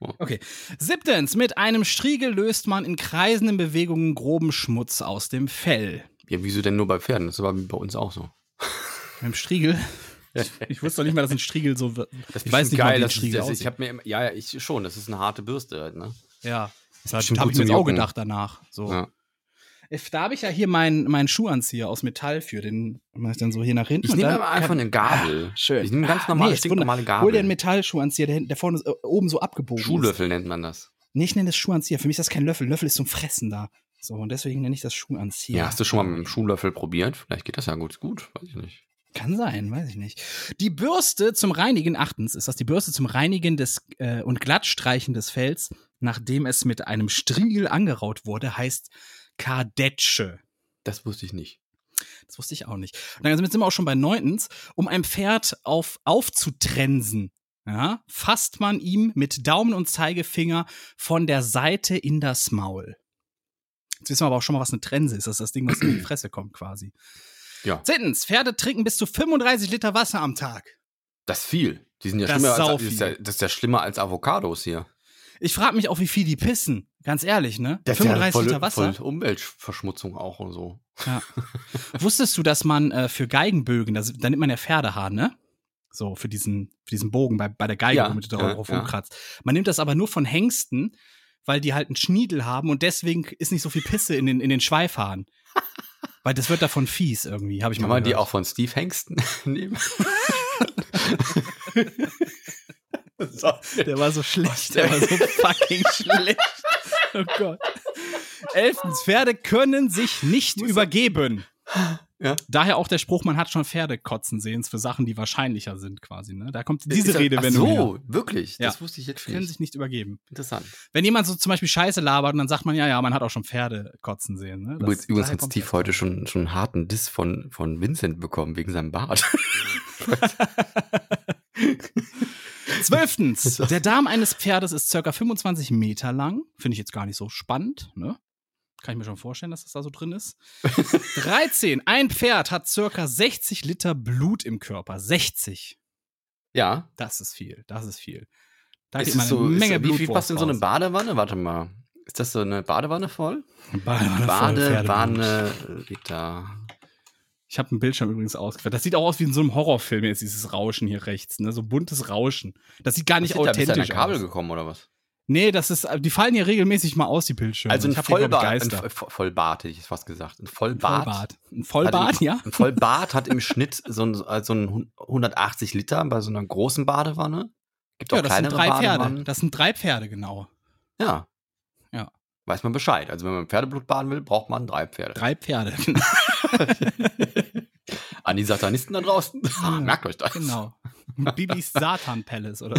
[SPEAKER 3] Ja.
[SPEAKER 2] Okay. Siebtens, mit einem Striegel löst man in kreisenden Bewegungen groben Schmutz aus dem Fell.
[SPEAKER 3] Ja, wieso denn nur bei Pferden? Das war bei uns auch so.
[SPEAKER 2] Mit dem Striegel? Ich, ich wusste doch nicht mal, dass ein Striegel so wird.
[SPEAKER 3] Das
[SPEAKER 2] Ich weiß nicht mal, wie ein
[SPEAKER 3] das ist-
[SPEAKER 2] Striegel
[SPEAKER 3] das, ich
[SPEAKER 2] aussieht.
[SPEAKER 3] hab mir, immer- ja, ja, ich schon. Das ist eine harte Bürste halt, ne?
[SPEAKER 2] Ja. Das
[SPEAKER 3] bestimmt
[SPEAKER 2] habe
[SPEAKER 3] gut
[SPEAKER 2] ich mir
[SPEAKER 3] zum
[SPEAKER 2] jetzt auch
[SPEAKER 3] Jucken.
[SPEAKER 2] gedacht danach. So.
[SPEAKER 3] Ja.
[SPEAKER 2] Ich- Da habe ich ja hier meinen meinen Schuhanzieher aus Metall für, den mache ich dann so hier nach hinten.
[SPEAKER 3] Ich
[SPEAKER 2] und
[SPEAKER 3] nehme
[SPEAKER 2] dann
[SPEAKER 3] aber einfach
[SPEAKER 2] kann- Ah,
[SPEAKER 3] eine Gabel.
[SPEAKER 2] schön.
[SPEAKER 3] Ich nehme ganz
[SPEAKER 2] Nee,
[SPEAKER 3] normale,
[SPEAKER 2] ist
[SPEAKER 3] stinknormale
[SPEAKER 2] wunder- Hol dir einen
[SPEAKER 3] Gabel.
[SPEAKER 2] Metallschuhanzieher, der, hinten- der vorne ist, äh, oben so abgebogen ist.
[SPEAKER 3] Schuhlöffel nennt man das.
[SPEAKER 2] Nee, ich nenne das Schuhanzieher. Für mich ist das kein Löffel. Löffel ist zum Fressen da. So, und deswegen nenne ich das Schuhanzieher.
[SPEAKER 3] Ja, hast du schon mal mit dem Schuhlöffel probiert? Vielleicht geht das ja gut, gut, weiß ich nicht.
[SPEAKER 2] Kann sein, weiß ich nicht. Die Bürste zum Reinigen, achtens, ist das die Bürste zum Reinigen des äh, und Glattstreichen des Fells, nachdem es mit einem Striegel angeraut wurde, heißt Kardetsche.
[SPEAKER 3] Das wusste ich nicht.
[SPEAKER 2] Das wusste ich auch nicht. Und dann sind wir auch schon bei neuntens. Um ein Pferd auf, aufzutrensen, ja, fasst man ihm mit Daumen und Zeigefinger von der Seite in das Maul. Jetzt wissen wir aber auch schon mal, was eine Trense ist. Das ist das Ding, was in die Fresse kommt quasi.
[SPEAKER 3] Ja.
[SPEAKER 2] Zehntens, Pferde trinken bis zu 35 Liter Wasser am Tag.
[SPEAKER 3] Das ist viel. Die sind ja
[SPEAKER 2] Das
[SPEAKER 3] schlimmer
[SPEAKER 2] ist sau
[SPEAKER 3] als, das, ist ja,
[SPEAKER 2] viel.
[SPEAKER 3] das ist ja schlimmer als Avocados hier.
[SPEAKER 2] Ich frage mich auch, wie viel die pissen. Ganz ehrlich, ne?
[SPEAKER 3] Das ist
[SPEAKER 2] 35
[SPEAKER 3] ja voll,
[SPEAKER 2] Liter Wasser.
[SPEAKER 3] Voll Umweltverschmutzung auch und so.
[SPEAKER 2] Ja. Wusstest du, dass man äh, für Geigenbögen, das, da nimmt man ja Pferdehahn, ne? So, für diesen, für diesen Bogen bei, bei der Geige,
[SPEAKER 3] Ja,
[SPEAKER 2] womit du
[SPEAKER 3] ja,
[SPEAKER 2] darauf
[SPEAKER 3] ja.
[SPEAKER 2] rumkratzt. Man nimmt das aber nur von Hengsten, weil die halt einen Schniedel haben und deswegen ist nicht so viel Pisse in den, in den Schweifhaaren. Weil das wird davon fies irgendwie, habe ich
[SPEAKER 3] Kann
[SPEAKER 2] mal
[SPEAKER 3] man die
[SPEAKER 2] gehört.
[SPEAKER 3] auch von Steve Hengsten nehmen? so.
[SPEAKER 2] Der war so schlecht, der war so fucking schlecht. Oh Gott. Elftens, Pferde können sich nicht übergeben.
[SPEAKER 3] Ja.
[SPEAKER 2] Daher auch der Spruch, man hat schon Pferde kotzen sehens für Sachen, die wahrscheinlicher sind quasi. Ne? Da kommt diese
[SPEAKER 3] Ist das-
[SPEAKER 2] Rede,
[SPEAKER 3] ach
[SPEAKER 2] wenn
[SPEAKER 3] so,
[SPEAKER 2] du
[SPEAKER 3] wirklich?
[SPEAKER 2] Ja.
[SPEAKER 3] Das wusste ich jetzt
[SPEAKER 2] können
[SPEAKER 3] nicht.
[SPEAKER 2] sich nicht übergeben.
[SPEAKER 3] Interessant.
[SPEAKER 2] Wenn jemand so zum Beispiel Scheiße labert und dann sagt man, ja, ja, man hat auch schon Pferde kotzen sehen. Ne? Das-
[SPEAKER 3] Übrigens, übrigens
[SPEAKER 2] daher
[SPEAKER 3] hat
[SPEAKER 2] kommt
[SPEAKER 3] Steve
[SPEAKER 2] das.
[SPEAKER 3] heute schon, schon einen harten Diss von, von Vincent bekommen wegen seinem Bart.
[SPEAKER 2] Zwölftens,
[SPEAKER 3] So.
[SPEAKER 2] der Darm eines Pferdes ist circa 25 Meter lang. Finde ich jetzt gar nicht so spannend, ne? Kann ich mir schon vorstellen, dass das da so drin ist. 13. Ein Pferd hat circa 60 Liter Blut im Körper. 60.
[SPEAKER 3] ja.
[SPEAKER 2] Das ist viel. Das ist viel. Da
[SPEAKER 3] Ist
[SPEAKER 2] geht
[SPEAKER 3] es
[SPEAKER 2] mal eine
[SPEAKER 3] so,
[SPEAKER 2] Menge
[SPEAKER 3] ist,
[SPEAKER 2] Blut
[SPEAKER 3] wie viel passt in so eine
[SPEAKER 2] raus.
[SPEAKER 3] Badewanne? Warte mal. Ist das so eine Badewanne äh, voll?
[SPEAKER 2] Badewanne voll Pferdeblut.
[SPEAKER 3] Badewanne Liter.
[SPEAKER 2] Ich habe einen Bildschirm übrigens ausgefallen. Das sieht auch aus wie in so einem Horrorfilm jetzt, dieses Rauschen hier rechts, ne? So buntes Rauschen. Das sieht gar nicht
[SPEAKER 3] Ist da
[SPEAKER 2] authentisch
[SPEAKER 3] ein Kabel
[SPEAKER 2] aus.
[SPEAKER 3] gekommen oder was?
[SPEAKER 2] Nee, das ist, die fallen hier regelmäßig mal aus, die Bildschirme.
[SPEAKER 3] Also ein
[SPEAKER 2] Ich hab hier, glaub ich,
[SPEAKER 3] Vollbart, ein
[SPEAKER 2] Geister.
[SPEAKER 3] Vo- Vo- Vollbart hätte ich jetzt fast gesagt. Ein
[SPEAKER 2] Vollbart.
[SPEAKER 3] Vollbart.
[SPEAKER 2] Ein
[SPEAKER 3] hat
[SPEAKER 2] Vollbart,
[SPEAKER 3] im,
[SPEAKER 2] ja.
[SPEAKER 3] Ein Vollbart hat im Schnitt so ein, also ein hun- 180 Liter bei so einer großen Badewanne. Gibt auch
[SPEAKER 2] Ja, das sind
[SPEAKER 3] kleinere
[SPEAKER 2] drei Pferde.
[SPEAKER 3] Badewannen.
[SPEAKER 2] Das sind drei Pferde, genau.
[SPEAKER 3] ja.
[SPEAKER 2] Ja.
[SPEAKER 3] Weiß man Bescheid. Also wenn man Pferdeblut baden will, braucht man drei Pferde.
[SPEAKER 2] Drei Pferde.
[SPEAKER 3] An die Satanisten da draußen. Merkt euch das.
[SPEAKER 2] genau. Bibis Satan Palace, oder?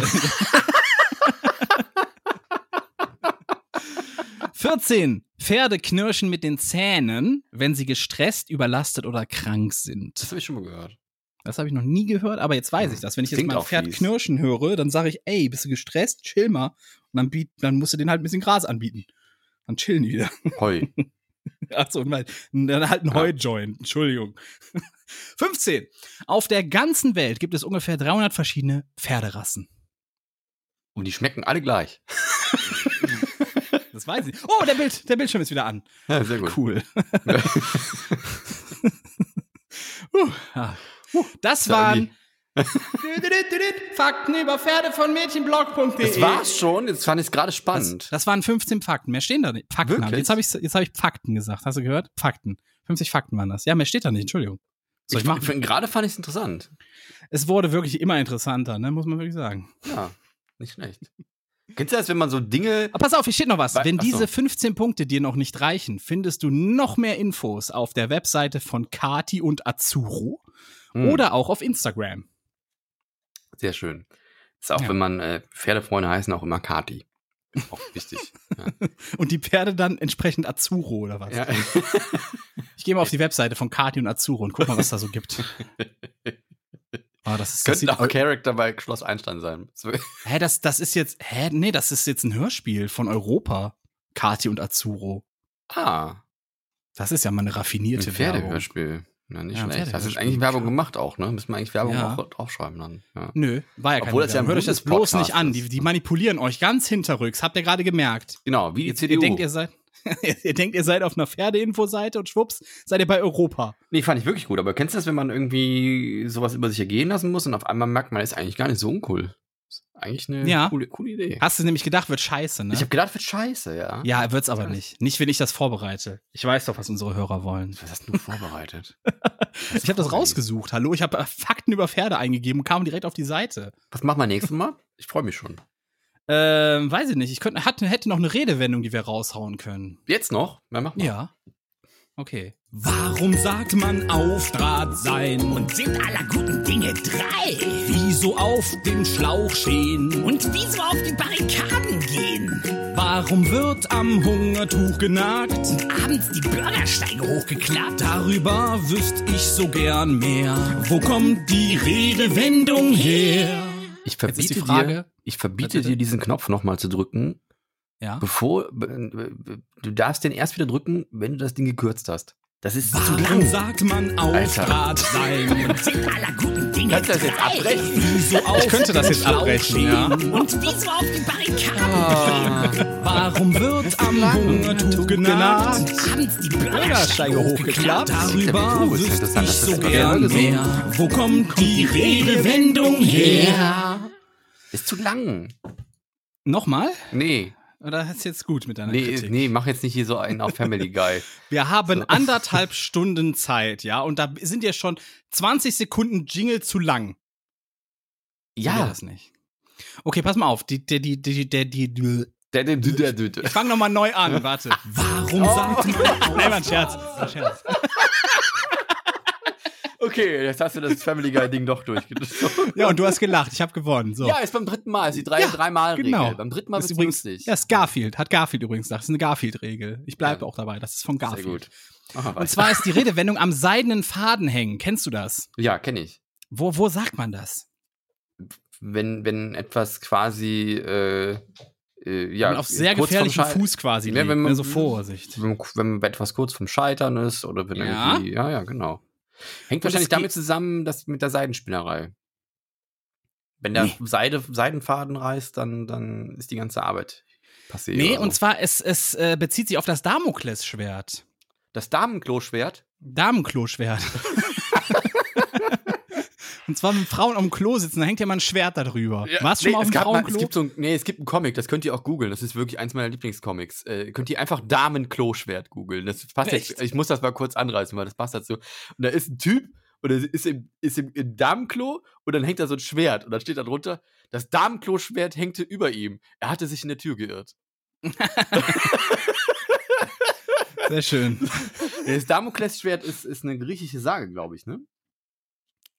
[SPEAKER 2] 14. Pferde knirschen mit den Zähnen, wenn sie gestresst, überlastet oder krank
[SPEAKER 3] Das
[SPEAKER 2] sind.
[SPEAKER 3] habe ich schon mal gehört.
[SPEAKER 2] Das habe ich noch nie gehört, aber jetzt weiß ich das. Wenn ich jetzt
[SPEAKER 3] Hm, Klingt
[SPEAKER 2] mal ein
[SPEAKER 3] auch
[SPEAKER 2] Pferd
[SPEAKER 3] fies.
[SPEAKER 2] knirschen höre, dann sage ich, ey, bist du gestresst? Chill mal. Und dann, biet, dann musst du denen halt ein bisschen Gras anbieten. Dann chillen die wieder.
[SPEAKER 3] Hoi.
[SPEAKER 2] Achso, und mein- dann halt ein
[SPEAKER 3] Ja.
[SPEAKER 2] Heu-Joint. Entschuldigung. 15. Auf der ganzen Welt gibt es ungefähr 300 verschiedene Pferderassen.
[SPEAKER 3] Und die schmecken alle gleich.
[SPEAKER 2] Das weiß ich. Oh, der, Bild, der Bildschirm ist wieder an.
[SPEAKER 3] Ja, sehr gut.
[SPEAKER 2] Cool. Huh, ah. Das
[SPEAKER 3] Ja,
[SPEAKER 2] waren Fakten über Pferde von Mädchenblog.de.
[SPEAKER 3] Das war's schon. Jetzt fand ich es gerade
[SPEAKER 2] Das,
[SPEAKER 3] spannend.
[SPEAKER 2] das waren 15 Fakten. Mehr stehen da nicht. Fakten.
[SPEAKER 3] Wirklich?
[SPEAKER 2] Jetzt habe ich, jetzt hab ich Fakten gesagt. Hast du gehört? Fakten. 50 Fakten waren das. Ja, mehr steht da nicht. Entschuldigung. Soll ich,
[SPEAKER 3] ich
[SPEAKER 2] machen?
[SPEAKER 3] f- gerade fand ich es interessant.
[SPEAKER 2] Es wurde wirklich immer interessanter, ne? muss man wirklich sagen.
[SPEAKER 3] Ja, nicht schlecht. Kennst du das, wenn man so Dinge.
[SPEAKER 2] Aber pass auf, hier steht noch was.
[SPEAKER 3] Wa-
[SPEAKER 2] Wenn
[SPEAKER 3] Ach so.
[SPEAKER 2] diese 15 Punkte dir noch nicht reichen, findest du noch mehr Infos auf der Webseite von Kati und Azuro
[SPEAKER 3] Hm,
[SPEAKER 2] oder auch auf Instagram.
[SPEAKER 3] Sehr schön. Ist auch,
[SPEAKER 2] Ja.
[SPEAKER 3] wenn man äh, Pferdefreunde heißen, auch immer Kati. Ist Auch wichtig.
[SPEAKER 2] Und die Pferde dann entsprechend Azuro oder was?
[SPEAKER 3] ja.
[SPEAKER 2] Ich gehe mal auf die Webseite von Kati und Azuro und guck mal, was da so gibt. Ah, das, ist, das,
[SPEAKER 3] Könnten
[SPEAKER 2] sieht,
[SPEAKER 3] auch Charakter bei Schloss Einstein sein. So-
[SPEAKER 2] hä, das, das ist jetzt, hä, nee, das ist jetzt ein Hörspiel von Europa. Kati und Azuro.
[SPEAKER 3] ah,
[SPEAKER 2] Das ist ja mal eine
[SPEAKER 3] ein
[SPEAKER 2] raffinierte Werbung.
[SPEAKER 3] Pferdehörspiel. Na, nicht
[SPEAKER 2] Ja, ein
[SPEAKER 3] schlecht. Hast du
[SPEAKER 2] Pferdehörspiel,
[SPEAKER 3] eigentlich Werbung
[SPEAKER 2] klar.
[SPEAKER 3] gemacht auch, ne? Müssen wir eigentlich Werbung
[SPEAKER 2] Ja.
[SPEAKER 3] auch draufschreiben dann. Ja.
[SPEAKER 2] Nö, war ja kein
[SPEAKER 3] Obwohl das ja ein
[SPEAKER 2] Hört euch das bloß
[SPEAKER 3] Bundespodcast
[SPEAKER 2] nicht an. Die,
[SPEAKER 3] ist.
[SPEAKER 2] die manipulieren euch ganz hinterrücks. Habt ihr gerade gemerkt.
[SPEAKER 3] Genau, wie die
[SPEAKER 2] Ihr,
[SPEAKER 3] CDU.
[SPEAKER 2] ihr, denkt, ihr, seid, ihr denkt, ihr seid auf einer Pferdeinfoseite und schwupps, seid ihr bei Europa.
[SPEAKER 3] nee, fand ich wirklich gut. Aber kennst du das, wenn man irgendwie sowas über sich ergehen lassen muss und auf einmal merkt man, ist eigentlich gar nicht so uncool. Ist eigentlich eine
[SPEAKER 2] Ja.
[SPEAKER 3] coole, coole Idee.
[SPEAKER 2] Hast du nämlich gedacht, wird scheiße, ne?
[SPEAKER 3] Ich habe gedacht, wird scheiße, ja.
[SPEAKER 2] ja, wird's aber nicht. Nicht, wenn ich das vorbereite. Ich weiß doch, was unsere Hörer wollen.
[SPEAKER 3] Was hast du vorbereitet?
[SPEAKER 2] Ich habe das rausgesucht. Hallo, ich habe Fakten über Pferde eingegeben und kam direkt auf die Seite.
[SPEAKER 3] Was machen wir nächstes Mal? Ich freue mich schon.
[SPEAKER 2] Ähm, weiß ich nicht. Ich könnte, hatte, hätte noch eine Redewendung, die wir raushauen können.
[SPEAKER 3] Jetzt noch? Na, mach mal.
[SPEAKER 2] Ja. Okay. Warum sagt man auf Draht sein und sind aller guten Dinge drei? Wieso auf dem Schlauch stehen und wieso auf die Barrikaden gehen? Warum wird am Hungertuch genagt und abends die Bürgersteige hochgeklappt? Darüber wüsste ich so gern mehr. Wo kommt die Redewendung her?
[SPEAKER 3] Ich
[SPEAKER 2] Jetzt
[SPEAKER 3] verbiete,
[SPEAKER 2] ist die Frage-
[SPEAKER 3] dir, ich verbiete
[SPEAKER 2] Bitte?
[SPEAKER 3] dir, diesen Knopf nochmal zu drücken,
[SPEAKER 2] Ja.
[SPEAKER 3] bevor be- be- du darfst den erst wieder drücken, wenn du das Ding gekürzt hast. Das ist zu
[SPEAKER 2] Warum
[SPEAKER 3] lang.
[SPEAKER 2] sagt man auf
[SPEAKER 3] Alter.
[SPEAKER 2] Draht sein und sind aller guten Dinge
[SPEAKER 3] Kannst du das jetzt
[SPEAKER 2] drei?
[SPEAKER 3] abbrechen?
[SPEAKER 2] Wieso auf
[SPEAKER 5] Ich könnte das
[SPEAKER 2] dem
[SPEAKER 5] jetzt
[SPEAKER 2] Schlauch
[SPEAKER 5] abbrechen,
[SPEAKER 2] stehen
[SPEAKER 5] ja.
[SPEAKER 2] Und wieso auf die
[SPEAKER 3] Ah.
[SPEAKER 2] Barrikaden gehen? Warum wird am Hungertuch genagt? Abends die Bürgersteige hochgeklappt. Darüber
[SPEAKER 3] Interview ist
[SPEAKER 2] wüsste
[SPEAKER 3] interessant,
[SPEAKER 2] ich
[SPEAKER 3] dass das
[SPEAKER 2] so
[SPEAKER 3] bei
[SPEAKER 2] gern
[SPEAKER 3] der Folge so-
[SPEAKER 2] mehr. Wo kommt die Redewendung her?
[SPEAKER 3] Ist zu lang.
[SPEAKER 2] Nochmal?
[SPEAKER 3] Nee,
[SPEAKER 2] Oder ist jetzt gut mit deiner
[SPEAKER 3] nee, nee, mach jetzt nicht hier so einen auf Family Guy.
[SPEAKER 2] Wir haben anderthalb Stunden Zeit, ja, und da sind ja schon 20 Sekunden Jingle zu lang. Sind wir
[SPEAKER 3] ja.
[SPEAKER 2] Das nicht. Okay, pass mal auf. Die, die, die, die, die, die, die.
[SPEAKER 3] Der, der, der, der, der.
[SPEAKER 2] Ich fange nochmal neu an, warte. Warum sagt man. Nein, war ein Scherz. war ein Scherz.
[SPEAKER 3] Okay, jetzt hast du das Family Guy Ding doch durchgezogen.
[SPEAKER 2] Ja, und du hast gelacht, ich habe gewonnen. So.
[SPEAKER 3] Ja, ist beim dritten Mal, ist die drei,
[SPEAKER 2] Ja,
[SPEAKER 3] dreimal Regel.
[SPEAKER 2] genau.
[SPEAKER 3] Beim dritten Mal
[SPEAKER 2] ist
[SPEAKER 3] wird's
[SPEAKER 2] übrigens.
[SPEAKER 3] lustig.
[SPEAKER 2] Ja, ist Garfield. Hat Garfield übrigens gesagt. Das ist eine Garfield-Regel. Ich bleibe
[SPEAKER 3] Ja.
[SPEAKER 2] auch dabei. Das ist von
[SPEAKER 3] Sehr
[SPEAKER 2] Garfield.
[SPEAKER 3] gut. Mach mal
[SPEAKER 2] Und
[SPEAKER 3] weiter.
[SPEAKER 2] zwar ist die Redewendung am seidenen Faden hängen. Kennst du das?
[SPEAKER 3] Ja, kenne ich.
[SPEAKER 2] Wo, wo sagt man das?
[SPEAKER 3] wenn, wenn etwas quasi äh, äh, ja,
[SPEAKER 2] Wenn man auf sehr
[SPEAKER 3] kurz vorm
[SPEAKER 2] gefährlichen
[SPEAKER 3] Schei-
[SPEAKER 2] Fuß quasi.
[SPEAKER 3] Ja,
[SPEAKER 2] liegt,
[SPEAKER 3] wenn man-
[SPEAKER 2] ne, so Vorsicht.
[SPEAKER 3] Wenn, man- wenn man bei etwas kurz vom Scheitern ist oder wenn
[SPEAKER 2] Ja.
[SPEAKER 3] irgendwie, ja, ja, genau. Hängt
[SPEAKER 2] Und es
[SPEAKER 3] wahrscheinlich
[SPEAKER 2] geht-
[SPEAKER 3] damit zusammen, dass mit der Seidenspinnerei. Wenn der Seide, Seidenfaden reißt, dann, dann ist die ganze Arbeit passiert.
[SPEAKER 2] Nee, und zwar, es, es äh, bezieht sich auf das Damoklesschwert.
[SPEAKER 3] das Damenkloschwert.
[SPEAKER 2] Damenkloschwert. Und zwar, wenn Frauen am Klo sitzen, da hängt ja mal ein Schwert darüber.
[SPEAKER 4] Ja,
[SPEAKER 2] Warst du schon mal auf
[SPEAKER 3] es,
[SPEAKER 2] dem
[SPEAKER 3] gab mal, es,
[SPEAKER 2] Frauenklo?
[SPEAKER 3] gibt so ein, nee, es gibt einen Comic, das könnt ihr auch googeln. Das ist wirklich eins meiner Lieblingscomics. Äh, könnt ihr einfach Damen-Klo-Schwert googeln. Das passt
[SPEAKER 2] Echt?
[SPEAKER 3] jetzt, ich muss das mal kurz anreißen, weil das passt dazu. Und da ist ein Typ und er ist im, ist im, im Damenklo und dann hängt da so ein Schwert und dann steht da drunter, das Damenklo-Schwert hängte über ihm. Er hatte sich in der Tür geirrt.
[SPEAKER 2] Sehr schön.
[SPEAKER 3] Das Damoklesschwert ist, ist eine griechische Sage, glaube ich, ne?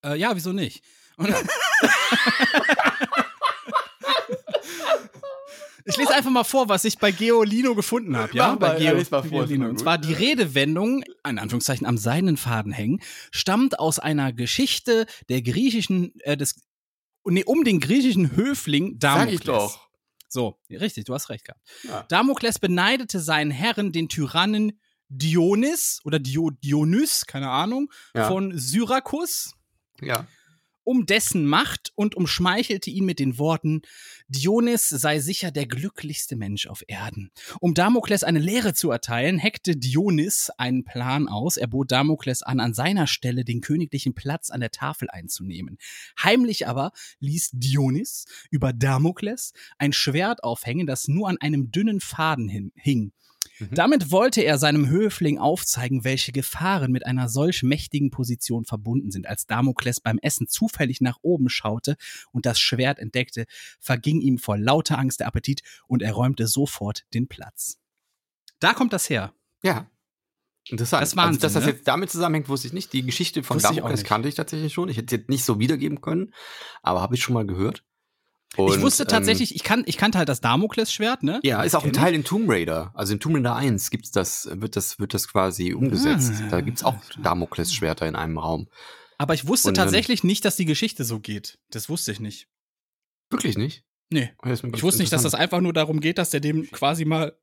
[SPEAKER 2] Äh, ja, wieso nicht? Und ich lese einfach mal vor, was ich bei Geolino gefunden habe. Ja,
[SPEAKER 3] Mach mal,
[SPEAKER 2] bei
[SPEAKER 3] ja, lese mal vor, ist
[SPEAKER 2] Geolino.
[SPEAKER 3] immer
[SPEAKER 2] Und
[SPEAKER 3] gut.
[SPEAKER 2] zwar die Redewendung, in Anführungszeichen am seidenen Faden hängen, stammt aus einer Geschichte der griechischen, äh, des, nee, um den griechischen Höfling Damokles.
[SPEAKER 3] Sag ich doch.
[SPEAKER 2] So, richtig, du hast recht gehabt.
[SPEAKER 3] Ja.
[SPEAKER 2] Damokles beneidete seinen Herren, den Tyrannen Dionys oder Dio, Dionys, keine Ahnung,
[SPEAKER 3] Ja.
[SPEAKER 2] von Syrakus
[SPEAKER 3] Ja.
[SPEAKER 2] um dessen Macht und umschmeichelte ihn mit den Worten, Dionys sei sicher der glücklichste Mensch auf Erden. Um Damokles eine Lehre zu erteilen, heckte Dionys einen Plan aus. Er bot Damokles an, an seiner Stelle den königlichen Platz an der Tafel einzunehmen. Heimlich aber ließ Dionys über Damokles ein Schwert aufhängen, das nur an einem dünnen Faden hin hing.
[SPEAKER 3] Mhm.
[SPEAKER 2] Damit wollte er seinem Höfling aufzeigen, welche Gefahren mit einer solch mächtigen Position verbunden sind. Als Damokles beim Essen zufällig nach oben schaute und das Schwert entdeckte, verging ihm vor lauter Angst der Appetit und er räumte sofort den Platz. Da kommt das her.
[SPEAKER 3] Ja. Interessant.
[SPEAKER 2] Das ist Wahnsinn,
[SPEAKER 3] also, dass das
[SPEAKER 2] ne?
[SPEAKER 3] jetzt damit zusammenhängt, wusste ich nicht. Die Geschichte von
[SPEAKER 2] Wusste ich auch
[SPEAKER 3] Damokles
[SPEAKER 2] nicht.
[SPEAKER 3] kannte ich tatsächlich schon. Ich hätte es jetzt nicht so wiedergeben können, aber habe ich schon mal gehört. Und,
[SPEAKER 2] ich wusste
[SPEAKER 3] ähm,
[SPEAKER 2] tatsächlich, ich, kan ich kannte halt das Damoklesschwert, ne?
[SPEAKER 3] ja, ist auch ein
[SPEAKER 2] kenn
[SPEAKER 3] Teil in Tomb Raider. Also in Tomb Raider 1 gibt's das, wird das, wird das quasi umgesetzt.
[SPEAKER 2] Ah.
[SPEAKER 3] da gibt's auch Damokles-Schwerter in einem Raum.
[SPEAKER 2] Aber ich wusste
[SPEAKER 3] Und dann-
[SPEAKER 2] tatsächlich nicht, dass die Geschichte so geht. Das wusste ich nicht.
[SPEAKER 3] Wirklich nicht?
[SPEAKER 2] Nee. Ich wusste nicht, dass das einfach nur darum geht, dass der dem quasi mal